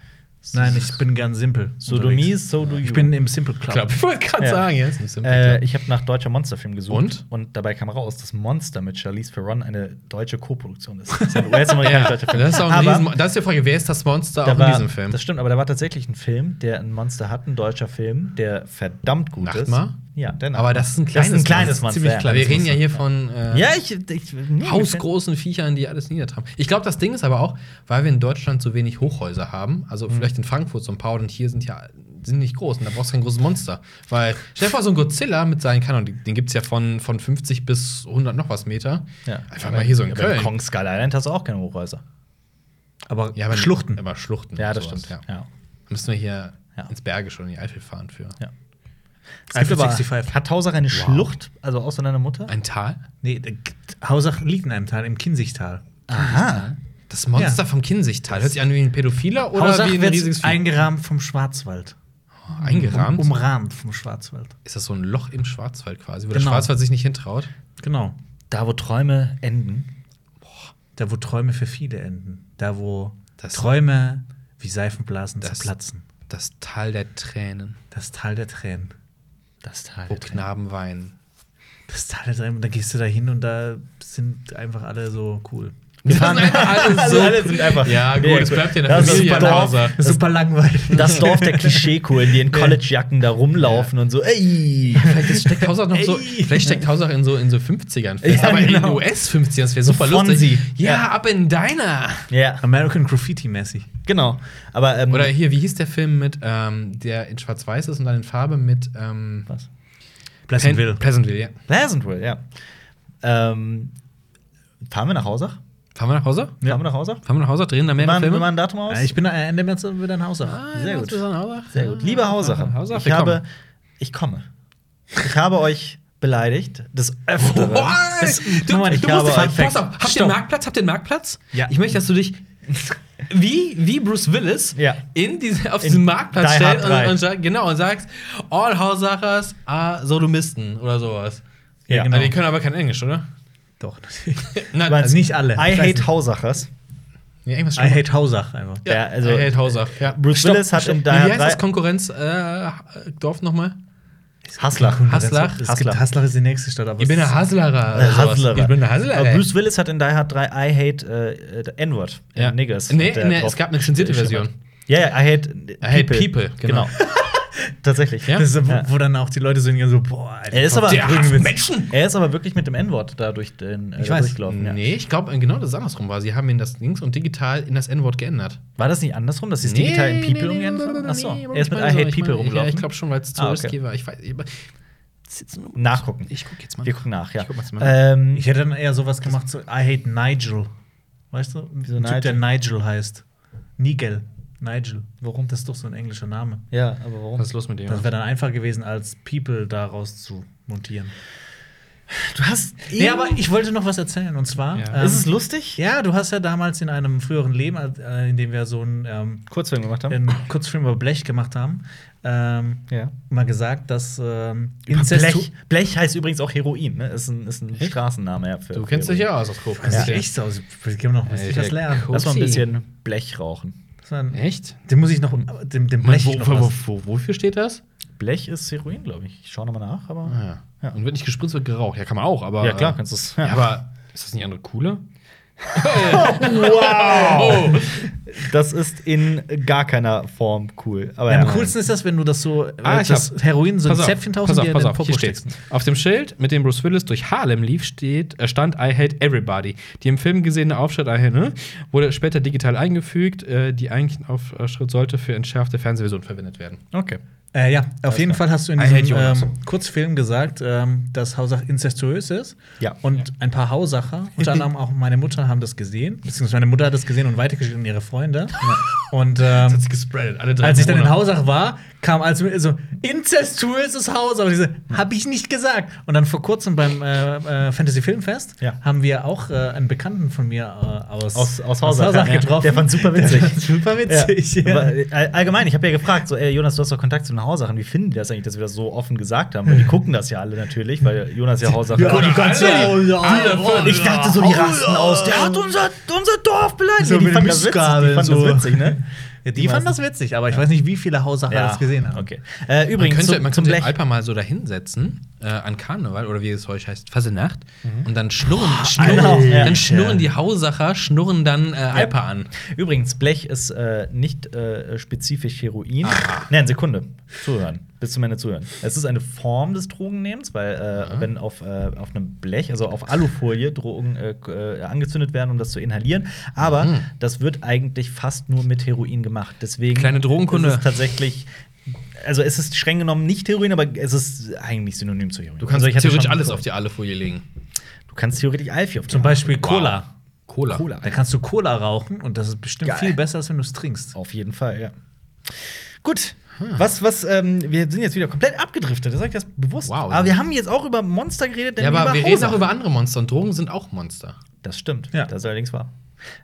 S3: Nein, ich bin ganz simpel.
S1: Sodomie ist so do you.
S3: Ich bin im Simple Club.
S2: Ich glaube, [LAUGHS] ich wollte gerade
S1: Ja.
S2: sagen, jetzt. Nicht simpel,
S1: äh,
S2: klar.
S1: ich habe nach deutscher Monsterfilm gesucht
S2: Und?
S1: und dabei kam raus, dass Monster mit Charlize Theron eine deutsche Koproduktion ist. Das ist ein
S2: [LAUGHS]
S1: US-amerikanischer deutscher Film.
S2: das ist auch ein
S1: Aber-
S2: Riesen Das ist die Frage, wer ist das Monster
S1: Da
S2: auch
S1: war,
S2: in diesem Film?
S1: Das stimmt, aber da war tatsächlich ein Film, der ein Monster hat, ein deutscher Film, der verdammt gut ist.
S2: Nachtmar?
S1: Ja, der
S2: Aber Genau. das ist ein
S1: Das
S2: kleines,
S1: ist ein kleines
S2: Monster.
S1: Monster,
S2: Ziemlich
S1: ja.
S2: klein. Wir reden ja hier von äh,
S1: Ja, ich. ich nee,
S2: hausgroßen Viechern, die alles niedertrampeln. Ich glaube, das Ding ist aber auch, weil wir in Deutschland so wenig Hochhäuser haben, also
S1: Mhm.
S2: vielleicht in Frankfurt so ein paar und hier sind ja sind nicht groß und da brauchst du kein großes Monster. Weil, stell dir vor, so ein Godzilla mit seinen Kanon, den gibt es ja von, von 50 bis 100 noch was Meter.
S1: Ja.
S2: Einfach mal hier so in
S1: aber
S2: Köln.
S1: In Kong Skull Island hast du auch keine Hochhäuser.
S3: aber
S2: Ja, aber-
S3: Schluchten.
S2: Aber Schluchten.
S1: Ja, das
S2: sowas,
S1: stimmt.
S2: Ja.
S1: Ja.
S2: Müssen wir hier
S1: Ja.
S2: ins Bergisch oder in die Eifel fahren für
S1: Es gibt
S3: Eiffel
S1: aber,
S3: 65.
S1: hat Hausach eine Schlucht, also außer deiner Mutter?
S2: ein Tal?
S3: Nee, der- Hausach liegt in einem Tal, im Kinzigtal.
S1: Aha.
S2: Das Monster vom Kinzigtal. Hört sich an wie ein Pädophiler oder
S3: Hausach
S2: wie ein
S3: wird
S2: riesiges Vieh?
S3: eingerahmt vom Schwarzwald. Um,
S2: eingerahmt.
S1: um-
S3: Umrahmt vom Schwarzwald.
S2: ist das so ein Loch im Schwarzwald quasi, wo der
S3: Genau.
S2: Schwarzwald sich nicht hintraut?
S3: Genau.
S1: Da, wo Träume enden.
S3: Da, wo Träume für viele enden. Da, wo
S2: Das-
S3: Träume wie Seifenblasen
S2: Das-
S3: zerplatzen.
S2: Das Tal der Tränen,
S3: Das Tal der Tränen.
S1: Das Tal.
S2: wo
S1: der Tränen.
S2: Knaben weinen.
S3: Das Tal der Tränen. Und dann gehst du da hin und da sind einfach alle so cool.
S2: Wir fahren alle
S1: Also alle sind einfach-
S2: Ja, gut,
S1: Nee,
S2: es
S1: gut.
S2: bleibt ja in der
S1: Das ist
S2: Familie
S1: super
S2: in
S1: doof.
S2: Hauser.
S3: Das ist super langweilig.
S2: [LAUGHS]
S1: Das Dorf der Klischeekuhlen, die in Collegejacken da rumlaufen und so, ey.
S2: Vielleicht steckt Hausach noch so,
S3: Ey.
S2: vielleicht steckt Hausach in so in so 50ern fest,
S1: Ja,
S2: aber in
S1: genau.
S2: US-50ern, das wäre super
S1: So Fonzie.
S2: lustig. Ja,
S1: Ja.
S2: ab in deiner.
S1: Ja,
S3: American Graffiti-mäßig.
S1: genau. Aber ähm,
S2: Oder hier, wie hieß der Film mit, ähm, der in Schwarz-Weiß ist und dann in Farbe mit ähm,
S1: was?
S3: Pleasantville.
S2: Pen- Pleasantville, ja.
S1: Pleasantville, ja. Ähm, fahren wir nach Hausach?
S2: Fahren wir nach Hause?
S1: Fahren wir nach Hausach?
S2: Fahren wir nach Hause? Drehen da
S1: Wir
S2: mehrere
S1: machen, wir
S2: Filme?
S1: machen ein Datum aus?
S3: Ja, Äh, ich bin Ende März wieder in Hausach.
S2: Ah,
S1: Sehr
S2: was
S1: gut.
S2: ist an Hausach?
S1: Sehr gut. Liebe Hausacher,
S2: Hausacher,
S1: ich
S2: willkommen.
S1: habe, ich komme. Ich habe euch beleidigt, des Öfteren. Des-
S2: du,
S1: Moment,
S2: du musst
S1: euch-
S2: dich, pass auf, habt ihr
S1: Stopp.
S2: einen Marktplatz? Habt ihr einen Marktplatz?
S1: Ja.
S2: Ich möchte, dass du dich wie, wie Bruce Willis
S1: Ja.
S2: in diese, auf
S1: In
S2: diesen Marktplatz
S1: Die Hard
S2: stellst und,
S1: drei.
S2: und, sag- genau, und sagst, all Hausachers are Sodomisten oder sowas.
S1: Ja,
S2: Also, die können aber kein Englisch, oder?
S3: genau. Doch, natürlich.
S2: Nein,
S1: Meinst-
S3: Also nicht alle.
S1: I
S3: Ich weiß
S1: hate
S3: nicht.
S1: Hausachers.
S2: nee, irgendwas
S3: I hate Hausach einfach.
S2: ja,
S1: ja, also-
S2: I hate Hausach. Ja.
S1: Bruce Willis hat in Die
S2: Wie
S1: Hard
S2: heißt das
S1: drei-
S2: Konkurrenz-Dorf äh, Dorf nochmal?
S1: Hassler.
S2: Haslach?
S3: Es gibt
S1: Haslach.
S3: Haslach ist die nächste Stadt, aber
S2: Ich bin
S3: es-
S2: ein Haslerer. oder sowas.
S1: Haslerer.
S2: Ich bin ein Haslerer.
S1: Aber
S2: ey.
S1: Bruce Willis hat in Die Hard 3 I hate äh, äh, N-Word.
S2: Ja.
S1: Äh, Niggers.
S2: Nee,
S1: hat er
S2: nee,
S1: drauf
S2: es gab eine zensierte
S1: geschrieben.
S2: Version.
S1: Ja, ja, I hate I
S2: hate people, genau.
S1: [LAUGHS] Tatsächlich.
S2: Ja?
S3: Das ist, wo,
S1: Ja.
S3: wo dann auch die Leute so hingehen, so, boah, Alter.
S1: Er ist aber-
S2: Der hasst
S3: Rückenwitz.
S2: Menschen.
S1: Er ist aber wirklich mit dem N-Wort da durch den äh,
S3: Ich weiß.
S1: durchgelaufen. Ja.
S2: Nee, ich glaube, genau das ist andersrum war. Sie haben ihn das links und digital in das N-Wort geändert.
S1: War das nicht andersrum, dass sie es digital in People umgeändert haben? Achso, er ist mit I
S2: meine so,
S1: hate
S2: ich
S1: People
S2: meine,
S1: rumgelaufen.
S2: Ja, ich glaube schon, weil es zu
S1: Ah, okay.
S2: risky war. Ich weiß, ich, sitzen,
S1: Nachgucken.
S2: ich guck jetzt mal.
S1: Wir gucken nach, ja.
S2: Ich guck mal zusammen.
S1: Ähm,
S3: Ich hätte dann eher sowas gemacht, so I hate Nigel. Weißt du?
S1: Wieso
S3: ein Typ, der
S1: Nigel?
S3: Nigel heißt. Nigel. Nigel. Warum? Das ist doch so ein englischer Name.
S1: ja, aber warum?
S2: Was ist los mit dem?
S3: Das wäre dann einfach gewesen, als People daraus zu montieren.
S1: Du hast.
S3: Nee, aber ich wollte noch was erzählen. Und zwar.
S2: Ja.
S3: ähm,
S1: ist es lustig?
S3: ja, du hast ja damals in einem früheren Leben, als- äh, in dem wir so einen, ähm,
S1: Kurzfilm gemacht haben.
S3: einen Kurzfilm über Blech gemacht haben, ähm,
S1: ja.
S3: mal gesagt, dass ähm, Inzestu-
S1: Blech. Blech heißt übrigens auch Heroin, ne? Ist ein, ist ein
S2: Echt?
S1: Straßenname, ja. Für,
S2: du kennst
S1: für
S2: dich
S1: Heroin.
S2: ja aus aus Kopen.
S3: Das
S2: Ja.
S3: ist echt so. Ich kann noch ein bisschen was lernen.
S2: Cool.
S1: Lass mal ein
S2: Upsi.
S1: bisschen Blech rauchen.
S3: Das war ein,
S2: Echt?
S3: den muss ich noch, dem, dem
S2: Moment,
S3: Blech
S2: wo,
S3: noch
S2: wo, wo,
S3: was.
S2: wo, wofür steht das?
S1: Blech ist Heroin, glaube ich. Ich schaue nochmal nach, aber.
S2: Ah, ja.
S1: Ja.
S2: Und wird nicht gespritzt, wird geraucht. Ja, kann man auch, aber.
S1: Ja, klar,
S2: äh,
S1: kannst du's-
S2: Ja.
S1: ja.
S2: aber ist das nicht andere coole? Oh,
S1: Wow! das ist in gar keiner Form cool. Aber
S3: Ja, am
S1: ja.
S3: coolsten ist das, wenn du das so,
S2: Ah,
S3: äh,
S2: ich
S3: das Heroin so ein
S2: Pass auf,
S3: Zäpfchen tauchst
S2: pass
S3: und
S2: auf,
S3: dir
S2: pass
S3: in den
S2: auf,
S3: Popo
S2: hier steht's.
S3: steckst.
S2: Auf dem Schild, mit dem Bruce Willis durch Harlem lief, steht, äh, stand I Hate Everybody. Die im Film gesehene Aufschrift I Hate, ne, wurde später digital eingefügt. Äh, die eigentlichen Aufschrift sollte für entschärfte Fernsehversion verwendet werden.
S1: Okay.
S3: Äh, ja, auf jeden Fall hast du in
S2: Einheit
S3: diesem
S2: Jonas.
S3: ähm, Kurzfilm gesagt, ähm, dass Hausach inzestuös ist.
S1: Ja.
S3: Und ein paar Hausacher,
S1: [LAUGHS]
S3: unter anderem auch meine Mutter, haben das gesehen. Beziehungsweise meine Mutter hat das gesehen und weitergeschickt an ihre Freunde.
S1: [LAUGHS]
S3: Und ähm,
S2: sich gespreadet, alle drei
S3: als ich dann in
S2: Monate.
S3: Hausach war, kam also so inzestuöses Haus, aber diese habe ich nicht gesagt. Und dann vor kurzem beim äh, äh, Fantasy Filmfest
S1: Ja.
S3: haben wir auch äh, einen Bekannten von mir äh, aus,
S1: Aus- aus Hausach, ja.
S3: getroffen.
S1: Der fand's super witzig.
S3: Der fand's super witzig. [LAUGHS]
S1: Ja.
S3: Ja.
S1: Aber, äh, all- allgemein, ich habe ja gefragt, so, ey, Jonas, du hast doch Kontakt zu den Hausachern. Wie finden die das eigentlich, dass wir das so offen gesagt haben? Weil die gucken das ja alle natürlich, weil Jonas ja Hausacher
S3: Ja, Also die ganze-
S1: Ich dachte so, die rasten aus. Der hat unser, unser Dorf beleidigt.
S3: So
S1: die
S3: mit
S1: fanden das witzig, die
S3: Mistgabeln,
S1: fanden
S3: so.
S1: das witzig, ne?
S3: Ja, die fanden das witzig, aber ich weiß nicht, wie viele Hausacher das gesehen haben.
S1: Okay. Äh, übrigens,
S2: man könnte,
S1: zum,
S2: man
S1: zum
S2: könnte den
S1: Blech.
S2: Alper mal so dahinsetzen äh, an Karneval oder wie es heute heißt, Fasenacht. Und dann schnurren,
S1: Oh, Alter.
S2: schnurren
S1: Ja.
S2: dann schnurren die Hausacher, schnurren dann äh, Alper an.
S1: Übrigens, Blech ist äh, nicht äh, spezifisch Heroin.
S2: Ah.
S1: Nein, Sekunde. Zuhören. Bis zum Ende zuhören. Es ist eine Form des Drogennehmens, weil äh, wenn auf, äh, auf einem Blech, also auf Alufolie, Drogen äh, k- äh, angezündet werden, um das zu inhalieren. Aber
S2: Mhm.
S1: das wird eigentlich fast nur mit Heroin gemacht. Deswegen
S2: Kleine Drogenkunde.
S1: Ist es tatsächlich. Also es ist streng genommen nicht Heroin, aber es ist eigentlich synonym zu Heroin.
S2: Du kannst
S1: also ich hatte
S2: theoretisch
S1: schon-
S2: alles auf die Alufolie legen.
S1: Du kannst theoretisch Alfie auf die
S3: Zum
S1: Hand-
S3: Beispiel Cola.
S2: Cola.
S1: Cola.
S3: Da kannst du Cola rauchen und das ist bestimmt
S1: Geil.
S3: viel besser, als wenn du es trinkst.
S1: Auf jeden Fall, ja. Gut. Was, was, ähm, wir sind jetzt wieder komplett abgedriftet, das sage ich das bewusst.
S2: Wow.
S1: aber wir haben jetzt auch über Monster geredet, denn
S2: Ja, aber wir reden
S1: Hausach-
S2: auch über andere Monster und Drogen sind auch Monster.
S1: Das stimmt,
S3: Ja.
S1: das ist allerdings wahr.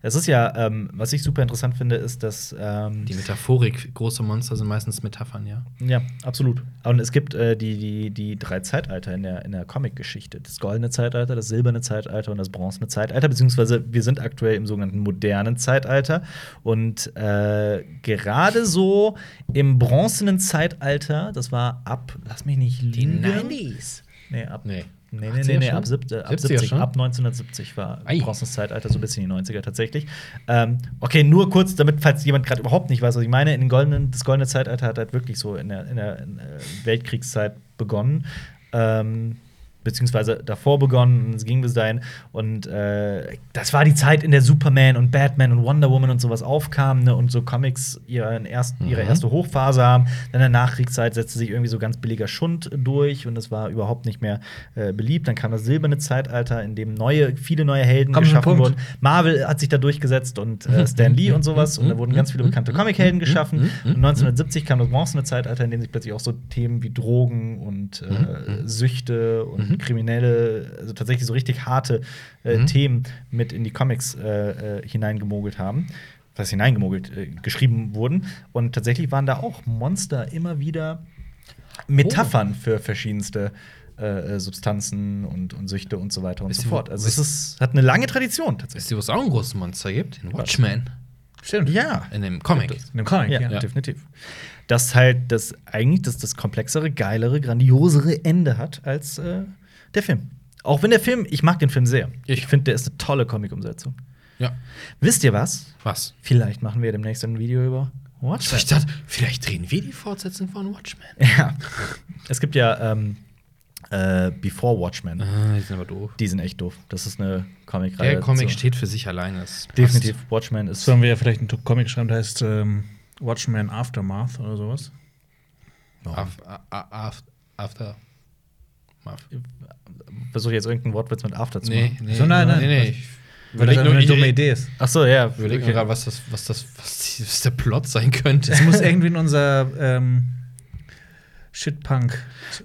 S1: Es ist ja, ähm, was ich super interessant finde, ist, dass. Ähm,
S2: Die Metaphorik, große Monster sind meistens Metaphern, ja.
S1: ja, absolut. Und es gibt äh, die, die, die drei Zeitalter in der, in der Comic-Geschichte: das goldene Zeitalter, das silberne Zeitalter und das bronzene Zeitalter, beziehungsweise wir sind aktuell im sogenannten modernen Zeitalter. Und äh, gerade so im bronzenen Zeitalter, das war ab, lass mich nicht lügen.
S2: 90s.
S1: Nee, ab.
S2: Nee.
S1: Nee. Nee,
S2: 80er
S1: nee, nee,
S2: schon?
S1: ab, sieb, äh, ab
S2: 70er
S1: 70,
S2: schon?
S1: ab 1970 war
S2: Ei.
S1: bronzenes Zeitalter, so ein bisschen die 90er tatsächlich. Ähm, okay, nur kurz, damit, falls jemand gerade überhaupt nicht weiß, was ich meine, in den goldenen, das goldene Zeitalter hat halt wirklich so in der, in der in, der Weltkriegszeit begonnen. Ähm, beziehungsweise davor begonnen, es ging bis dahin. Und äh, das war die Zeit, in der Superman und Batman und Wonder Woman und sowas aufkamen ne, und so Comics ihren ersten, ihre
S2: Mhm.
S1: erste erste Hochphase haben. Dann in der Nachkriegszeit setzte sich irgendwie so ganz billiger Schund durch und das war überhaupt nicht mehr äh, beliebt. Dann kam das silberne Zeitalter, in dem neue, viele neue Helden
S3: Komm,
S1: geschaffen
S3: Punkt.
S1: wurden. Marvel hat sich da durchgesetzt und äh, Stan Lee und sowas. Und da wurden ganz viele bekannte Comichelden geschaffen. Und 1970 kam das bronzene Zeitalter, in dem sich plötzlich auch so Themen wie Drogen und äh, Süchte und kriminelle, also tatsächlich so richtig harte äh, Themen mit in die Comics äh, äh, hineingemogelt haben was heißt hineingemogelt, äh, geschrieben wurden. Und tatsächlich waren da auch Monster immer wieder Metaphern für verschiedenste äh, äh, Substanzen und, und Süchte und so weiter und
S2: Wisst
S1: so
S2: ihr,
S1: fort. Also es
S2: wisst-
S1: ist, hat eine lange Tradition tatsächlich.
S2: Wisst ihr, wo es auch ein großes Monster gibt? In Watchmen.
S3: Stimmt.
S1: Ja.
S2: In dem Comic.
S3: In einem Comic,
S1: Ja,
S3: ja.
S1: definitiv. Das halt das eigentlich das, das komplexere, geilere, grandiosere Ende hat als äh, der Film. Auch wenn der Film, ich mag den Film sehr.
S2: Ich-
S1: Ich finde, der ist eine tolle Comic-Umsetzung.
S2: Ja.
S1: Wisst ihr was?
S2: Was?
S1: Vielleicht machen wir demnächst ein Video über
S2: [LAUGHS]
S1: Watchmen.
S2: Ich dachte, vielleicht drehen wir die Fortsetzung von Watchmen.
S1: Ja. Es gibt ja ähm, äh, Before Watchmen.
S2: Ah, die sind aber doof.
S1: Die sind echt doof. Das ist eine Comicreihe.
S2: Der Comic
S1: So.
S2: steht für sich alleine. es passt.
S1: Definitiv. Watchmen ist.
S3: Sollen wir ja vielleicht einen Comic schreiben, der heißt ähm, Watchmen Aftermath oder sowas?
S2: Af, a, a, af, after. Maf.
S1: Versuche jetzt irgendein Wortwitz mit After zu
S2: Nee,
S1: machen.
S2: nee,
S3: So, nein, nein.
S2: nee, nee. Ich
S3: Weil das
S2: überleg
S3: einfach
S2: nur,
S3: eine dumme
S2: ich-
S3: Idee ist.
S1: Ach so, ja.
S2: überleg nur gerade, was, das, was, das, was, die, was der Plot sein [LAUGHS] könnte.
S3: Es muss irgendwie in unser ähm, Shitpunk.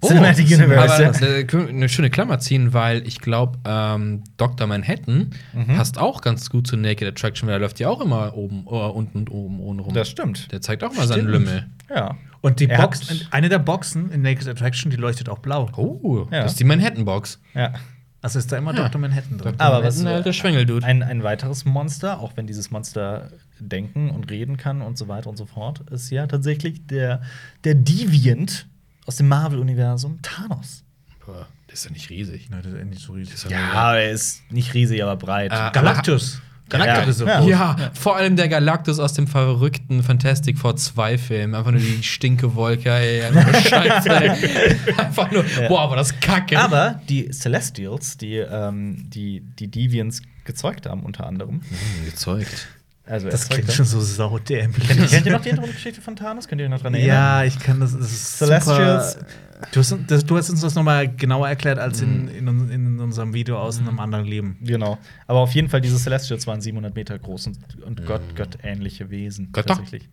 S1: Cinematic Universe,
S2: Aber
S1: ja.
S2: äh, können wir eine schöne Klammer ziehen, weil ich glaube, ähm, Dr. Manhattan
S1: Mhm.
S2: passt auch ganz gut zu Naked Attraction, weil da läuft ja auch immer oben, äh, unten und oben ohne rum.
S1: Das stimmt.
S2: Der zeigt auch mal seinen
S3: Stimmt.
S2: Lümmel.
S1: Ja.
S3: Und die
S1: Er hat-
S3: Box, eine der Boxen in Naked Attraction, die leuchtet auch blau.
S2: Oh,
S1: Ja.
S2: das ist die Manhattan Box.
S1: ja.
S3: Also ist da immer
S2: Ja.
S3: Dr. Manhattan drin.
S1: Aber was-
S2: Manhattan, äh, der Schwengeldude.
S1: Ein, ein weiteres Monster, auch wenn dieses Monster denken und reden kann und so weiter und so fort, ist ja tatsächlich der, der Deviant aus dem Marvel-Universum, Thanos.
S2: Boah, Der ist ja nicht riesig.
S3: Nein, das ist nicht so riesig.
S1: Ja, er ist nicht riesig, aber breit.
S2: Äh,
S3: Ah, Galactus.
S1: Ja.
S3: Galactus
S1: Ja.
S3: ist so groß.
S2: Ja, vor allem der Galactus aus dem verrückten Fantastic Four 2 Film. Einfach nur die stinke Wolke, ey.
S1: [LAUGHS]
S2: Einfach nur Scheiße, ey. Einfach nur, boah, aber das ist kacke.
S1: Aber die Celestials, die, ähm, die die Deviants gezeugt haben, unter anderem,
S2: Hm, Gezeugt.
S1: Also
S3: Das
S1: erzeugt
S3: klingt
S1: er.
S3: schon so saudämlich.
S1: Kennt, kennt ihr noch die Hintergrundgeschichte von Thanos? Könnt ihr euch noch dran erinnern?
S3: Ja, ich kann das. das ist
S1: Celestials.
S3: Super. Du, hast, das, du hast uns das nochmal genauer erklärt als in, in, un- in unserem Video aus einem anderen Leben.
S1: Genau. Aber auf jeden Fall, diese Celestials waren 700 Meter groß und, und Gott, göttähnliche Wesen.
S2: Mhm. Götter?
S1: Tatsächlich.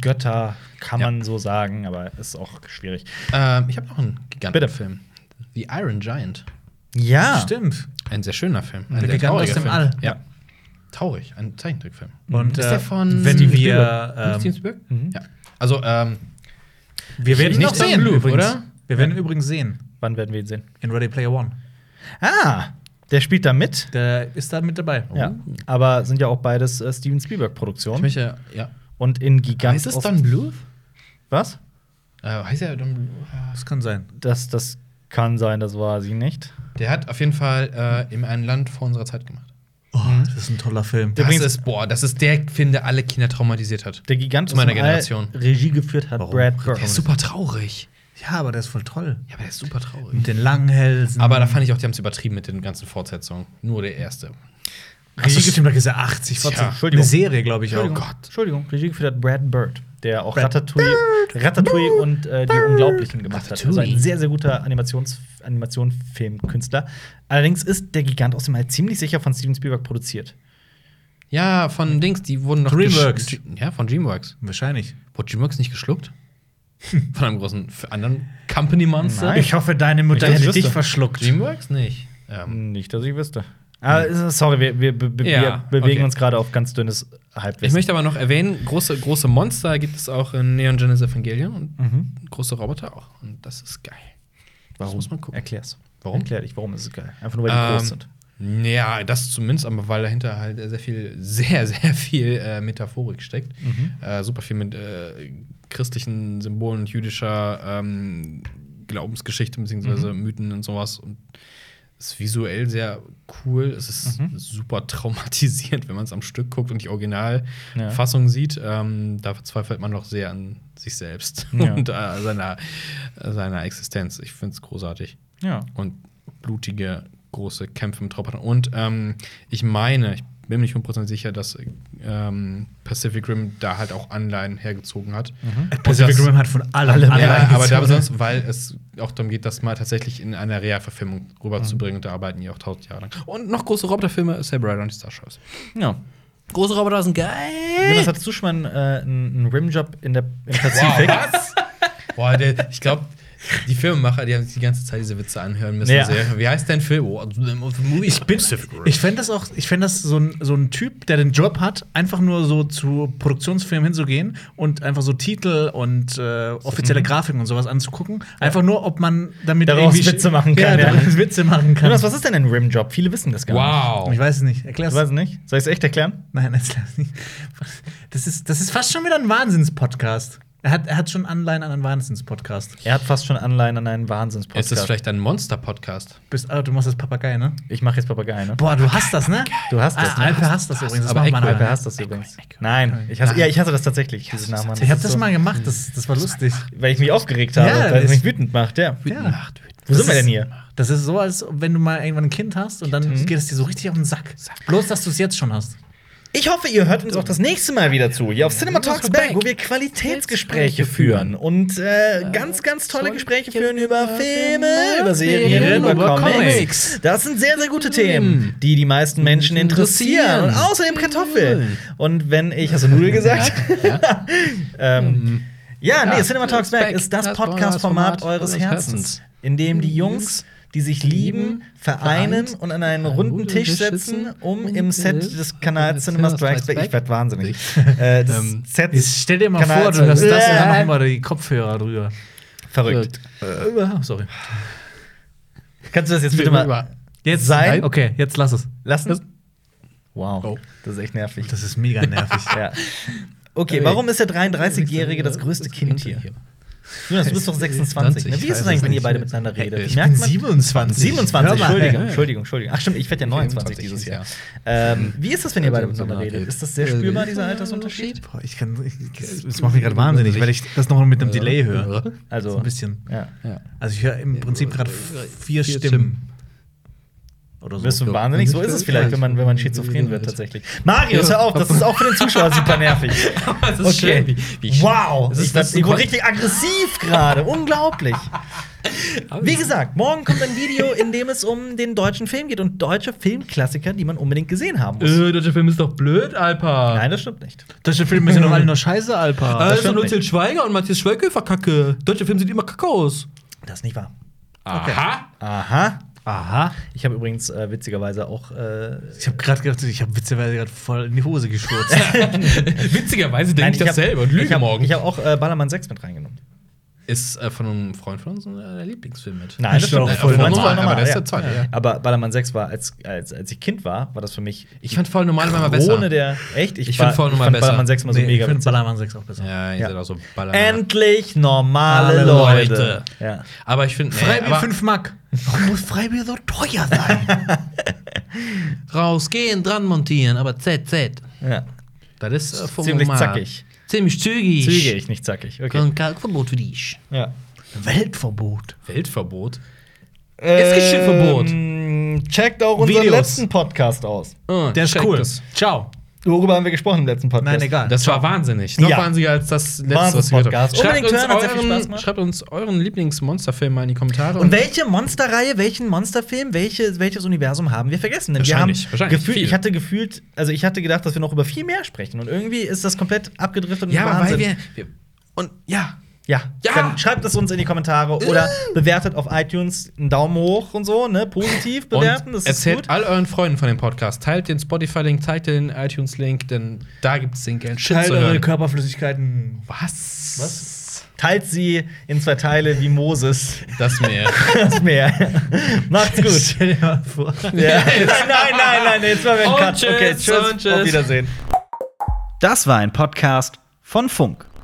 S1: Götter kann
S2: Ja.
S1: man so sagen, aber ist auch schwierig.
S2: Ähm, ich habe noch einen
S1: Bitte.
S2: Gigantenfilm. The Iron Giant.
S1: Ja.
S3: Stimmt.
S2: Ein sehr schöner Film. Ein
S3: Der
S2: sehr
S3: Gigant
S2: trauriger
S3: aus dem
S2: Film.
S3: All.
S2: Ja. Traurig, ein Zeichentrickfilm.
S3: Und
S2: Ist
S3: äh,
S2: der von
S3: wenn
S2: Steven
S3: wir. Ähm,
S2: Spielberg?
S1: Mhm.
S2: Ja. Also, ähm,
S3: wir werden ihn
S2: Nicht
S3: noch sehen,
S2: sehen,
S3: übrigens.
S2: oder?
S3: Wir werden ihn übrigens sehen
S1: Wann werden wir ihn sehen?
S3: in Ready Player One.
S1: Ah, der spielt da mit.
S3: Der ist da mit dabei.
S1: Ja. Aber sind ja auch beides äh, Steven
S2: Oh. ich
S1: Spielberg-Produktionen.
S2: möchte, ja.
S1: Und in Gigant.
S2: Heißt es
S1: aus-
S2: Don Bluth?
S1: Was?
S2: Äh, heißt er Don Bluth? Äh,
S3: Das kann sein.
S1: Das, das kann sein, das war sie nicht.
S2: Der hat auf jeden Fall äh, in einem Land vor unserer Zeit gemacht.
S3: Oh, das ist ein toller Film.
S2: Das
S1: Übrigens-
S2: ist, boah, das ist der Film, der alle Kinder traumatisiert hat.
S1: Der Gigant
S2: Zu meiner
S1: dem All
S2: Generation. Oh,
S1: Regie geführt hat
S3: Warum?
S1: Brad
S3: Der
S2: Der
S1: Bird.
S2: ist super traurig.
S3: Ja, aber der ist voll toll.
S2: Ja, aber der ist super traurig.
S3: Mit den langen Hälsen.
S2: Aber da fand ich auch, die haben es übertrieben mit den ganzen Fortsetzungen. Nur der erste.
S3: Regie stimmt, da ist er 80,
S2: Tja.
S3: 40.
S1: Entschuldigung.
S3: Eine Serie, glaube
S2: Oh
S3: ich, auch.
S1: Entschuldigung, Regie geführt hat Brad Bird, der auch
S3: Brad
S1: Ratatouille, Ratatouille und äh, die Unglaublichen gemacht hat. Also ein
S2: Ratatouille.
S1: sehr, sehr guter Animations Animationsfilmkünstler. Allerdings ist der Gigant aus dem All ziemlich sicher von Steven Spielberg produziert.
S2: Ja, von Dings, die wurden noch
S3: Dreamworks.
S2: gesch- Ja, von Dreamworks.
S3: Wahrscheinlich.
S2: Wurde Dreamworks nicht geschluckt? Von einem großen f- anderen Company Monster?
S1: Nein. Ich
S3: hoffe, deine Mutter
S1: hätte dich
S3: verschluckt.
S2: Dreamworks nicht. Ähm,
S1: Nicht, dass ich wüsste. Ah, äh, sorry, wir, wir, be- be-
S2: Ja,
S1: wir bewegen
S2: okay.
S1: uns gerade auf ganz dünnes Halbwissen.
S2: ich möchte aber noch erwähnen, große, große Monster gibt es auch in Neon Genesis Evangelion und große Roboter auch. Und das ist geil. Das muss man gucken.
S1: Erklär's.
S2: Warum? Ähm,
S1: Erklär dich, warum ist es geil? Einfach nur, weil die groß sind.
S2: Ja, das zumindest, aber weil dahinter halt sehr viel, sehr, sehr viel äh, Metaphorik steckt.
S1: Mhm.
S2: Äh, super viel mit äh, christlichen Symbolen und jüdischer ähm, Glaubensgeschichte bzw.
S1: Mhm.
S2: Mythen und sowas. Und ist visuell sehr cool. Es ist
S1: Mhm.
S2: super traumatisierend, wenn man es am Stück guckt und die
S1: Ja.
S2: Originalfassung sieht. Ähm, da verzweifelt man doch sehr an sich selbst
S1: Ja.
S2: [LAUGHS] und äh, seiner, seiner Existenz. Ich finde es großartig
S1: Ja.
S2: und blutige große Kämpfe mit Robotern. Und ähm, ich meine, ich bin mir nicht 100% sicher, dass ähm, Pacific Rim da halt auch Anleihen hergezogen hat. Und
S3: Pacific
S2: das-
S3: Rim hat von allem
S1: Alle-
S2: Ja,
S3: Anleihen
S2: aber da
S3: gezogen.
S2: sonst, weil es auch darum geht, das mal tatsächlich in einer Realverfilmung rüberzubringen und da arbeiten die auch tausend Jahre lang. Und noch große Roboterfilme, Saber Rider und die Star Shows.
S1: ja.
S2: Große Roboter sind
S1: Jonas,
S2: geil!
S1: hattest du schon mal einen, äh, einen einen Rimjob in der, im Pazifik?
S2: was? [LAUGHS] Boah, der, ich glaube, die Filmemacher, die haben sich die ganze Zeit diese Witze anhören müssen.
S1: Ja.
S2: Sehr. Wie heißt dein Film? Oh, ich bin
S3: Ich fände das auch, ich fänd das so ein, so ein Typ, der den Job hat, einfach nur so zu Produktionsfilmen hinzugehen und einfach so Titel und äh, offizielle Grafiken und sowas anzugucken. Einfach nur, ob man damit
S1: Mhm. Daraus
S3: irgendwie-
S1: Witze machen kann,
S3: Ja,
S1: ja.
S3: daraus Witze machen kann.
S1: Jonas, was ist denn ein Rimjob? Viele wissen das gar
S2: Wow.
S3: Ich weiß es nicht.
S1: nicht.
S3: Erklär's.
S1: Du weißt es nicht? Soll ich es echt erklären?
S3: Nein, das lass nicht. Das ist, das ist fast schon wieder ein Wahnsinnspodcast. Er hat, er hat schon Anleihen an einen Wahnsinnspodcast.
S1: Er hat fast schon Anleihen an einen
S2: Es
S1: Wahnsinns-Podcast.
S2: ist vielleicht ein Monster-Podcast.
S3: Bist, ah, du machst das Papagei, ne?
S1: ich mache jetzt Papagei, ne?
S3: Boah, du hast das, ne?
S1: Du hast das,
S3: Ah,
S1: ne?
S3: Alper hasst das übrigens. Das
S2: aber
S3: macht
S2: Echo,
S3: man
S1: Alper
S3: aber
S1: hasst das übrigens. Nein, ich hasse,
S2: Nein.
S1: Ja, ich hasse das tatsächlich, dieses Namen.
S3: nicht. Ich habe das mal gemacht, das, Hm. das war lustig.
S1: Weil ich mich aufgeregt habe,
S3: Ja,
S1: weil es
S3: das-
S1: mich wütend macht, ja.
S3: Ja.
S2: Macht
S1: Wo
S3: Das
S1: sind wir
S3: ist-
S1: denn hier?
S3: Das ist so, als wenn du mal irgendwann ein Kind hast und dann geht es dir so richtig auf den Sack. Bloß, dass du es jetzt schon hast.
S1: Ich hoffe, ihr hört uns auch das nächste Mal wieder zu, hier auf Cinema Talks Back, wo wir Qualitätsgespräche führen und äh, ganz, ganz tolle Gespräche führen über Filme, über Serien, über Comics. Das sind sehr, sehr gute Themen, die die meisten Menschen interessieren. Hm. Und außerdem Kartoffeln. Und wenn ich, hast du Nudel gesagt? [LAUGHS] ähm, ja, nee,
S2: Ja,
S1: Cinema Talks Back ist das Podcast-Format eures Herzens, in dem die Jungs die sich lieben, vereinen und an einen runden Tisch setzen, um im Set des Kanals Cinema Strikes Back. Ich werd wahnsinnig. [LAUGHS] äh, das
S2: Ähm,
S1: Set
S3: Jetzt stell dir mal
S1: Kanal
S3: vor, du
S1: zwei.
S3: hörst das und dann
S1: Äh.
S3: machen wir die Kopfhörer drüber.
S1: verrückt.
S2: Äh, sorry.
S1: Kannst du das jetzt bitte mal
S3: Jetzt
S1: sein
S3: Okay, jetzt lass es.
S1: lassen? Wow,
S2: Oh.
S1: das ist echt nervig.
S3: Das ist [LAUGHS] mega nervig.
S1: Ja. Okay, warum ist der 33-Jährige das größte Kind hier? Jonas, du bist doch 26. Ne? Wie ist es eigentlich, wenn ihr beide miteinander redet?
S2: Ich
S1: Merkt man-
S3: 27.
S1: 27,
S3: 27,
S1: Entschuldigung,
S2: Ja.
S1: Entschuldigung, Entschuldigung. Ach stimmt, ich werde ja 29 dieses Jahr. Äh, Ähm, wie ist das, wenn ihr beide miteinander redet? Ist das sehr spürbar, dieser Altersunterschied?
S3: Boah, ich kann, ich, das das macht mich gerade wahnsinnig, weil ich das noch
S6: Äh,
S3: mit einem Delay höre.
S1: Also,
S3: So ein bisschen.
S1: Ja.
S2: Ja.
S6: äh,
S3: Also ich höre im Prinzip gerade vier
S2: Vier
S3: Stimmen. oder so.
S1: Wirst du wahnsinnig? So ist es vielleicht, wenn man, wenn man schizophren wird, tatsächlich. Marius, hör auf, das ist auch für den Zuschauer super nervig.
S6: [LAUGHS] Das ist schön, wie, wie schön.
S1: Wow,
S6: Das ist
S1: ich
S6: das
S1: bin
S6: Über-
S1: richtig aggressiv gerade. Unglaublich. Wie gesagt, morgen kommt ein Video, in dem es um den deutschen Film geht und deutsche Filmklassiker, die man unbedingt gesehen haben muss.
S6: Äh, deutscher Film ist doch blöd, Alpa.
S1: Nein, das stimmt nicht.
S3: Deutsche Filme
S6: [LAUGHS]
S3: sind doch alle nur scheiße, Alpa.
S6: Ah, das ist doch
S1: stimmt
S6: nur
S1: nicht.
S6: Til Schweiger und Matthias Schweighöfer Kacke. Deutsche Filme sieht immer kacke aus.
S1: Das ist nicht wahr.
S6: Aha.
S1: Aha.
S3: Aha.
S1: Ich habe übrigens äh, witzigerweise auch. Äh,
S3: Ich habe gerade gedacht, ich habe witzigerweise gerade voll in die Hose
S6: [LAUGHS]
S3: gestürzt.
S6: Witzigerweise denke ich
S1: hab-
S6: dasselbe und lüge
S1: ich hab,
S6: morgen.
S1: Ich habe auch äh, Ballermann 6 mit reingenommen.
S6: ist äh, von einem Freund von uns äh, der Lieblingsfilm mit.
S1: Nein, das
S3: stimmt
S1: stimmt
S3: auch
S1: nicht.
S3: voll
S1: Du meinst
S6: normal, aber das ist
S1: ja.
S6: der zweite, ja.
S1: Aber Ballermann 6 war, als, als, als ich Kind war, war das für mich.
S6: Ich fand voll normal immer
S1: Krone
S6: besser.
S1: der. Echt?
S6: Ich
S1: war-
S6: find Voll Normal
S1: fand
S6: besser.
S1: Ballermann 6 mal so
S3: Nee,
S1: mega
S3: ich finde
S1: witzig.
S3: Ballermann 6 auch besser.
S6: ja, ihr
S1: Ja.
S6: seid auch so Baller.
S1: Endlich normale
S6: Alle
S1: Leute.
S6: Leute.
S1: Ja.
S6: aber ich finde, nee,
S3: Freibier
S6: aber
S3: 5 Mark.
S6: [LAUGHS]
S3: Warum muss Freibier so teuer sein?
S6: rausgehen, dran montieren, aber ZZ.
S1: Ja.
S6: Das ist äh, vom
S1: Ziemlich
S6: Normal.
S1: zackig.
S6: Ziemlich zügig.
S1: Zügig, nicht zackig. Okay.
S6: Kein Kalkverbot für dich.
S1: Ja.
S3: Weltverbot.
S6: Weltverbot? Es gibt schon Verbot.
S1: Ähm, Checkt auch unseren
S3: Videos.
S1: letzten Podcast aus.
S6: Ah,
S3: Der ist
S6: check
S3: cool.
S6: Das,
S3: Ciao.
S1: Worüber haben wir gesprochen im letzten Podcast?
S3: Nein, egal.
S6: das war wahnsinnig. Noch
S1: Ja.
S6: wahnsinniger als das letzte, was
S1: Wahnsinns-
S6: ich gehört habe.
S1: Podcast.
S6: Schreibt,
S1: Unbedingt
S6: uns
S1: hören, hat sehr viel Spaß
S6: euren-
S1: gemacht.
S6: schreibt uns euren Lieblingsmonsterfilm mal in die Kommentare.
S1: Und welche Monsterreihe, welchen Monsterfilm, welche, welches Universum haben wir vergessen? Denn wir haben
S6: Wahrscheinlich, wahrscheinlich
S1: gefühlt,
S6: viel.
S1: ich hatte gefühlt, also ich hatte gedacht, dass wir noch über viel mehr sprechen und irgendwie ist das komplett abgedriftet und
S6: ja, aber weil
S1: Wahnsinn.
S6: wir, wir. Und ja.
S1: ja,
S6: Ja!
S1: dann schreibt es uns in die Kommentare oder bewertet auf iTunes einen Daumen hoch und so, ne, positiv bewerten,
S6: und
S1: das ist
S6: erzählt
S1: gut.
S6: all euren Freunden von dem Podcast. Teilt den Spotify-Link, teilt den iTunes-Link, denn da gibt es den geilen Shit
S3: Teil
S6: zu
S3: eure
S6: hören.
S3: Körperflüssigkeiten.
S6: Was?
S1: Was? Teilt sie in zwei Teile wie Moses [LAUGHS]
S6: Das mehr.
S1: das Meer. Macht's
S6: [LAUGHS]
S1: gut.
S3: Stell dir mal vor.
S1: Ja. nein, nein, nein, nein, jetzt machen wir einen
S6: Und
S1: Cut. okay,
S6: tschüss,
S1: tschüss,
S6: und tschüss.
S1: auf Wiedersehen. Das war ein Podcast von Funk.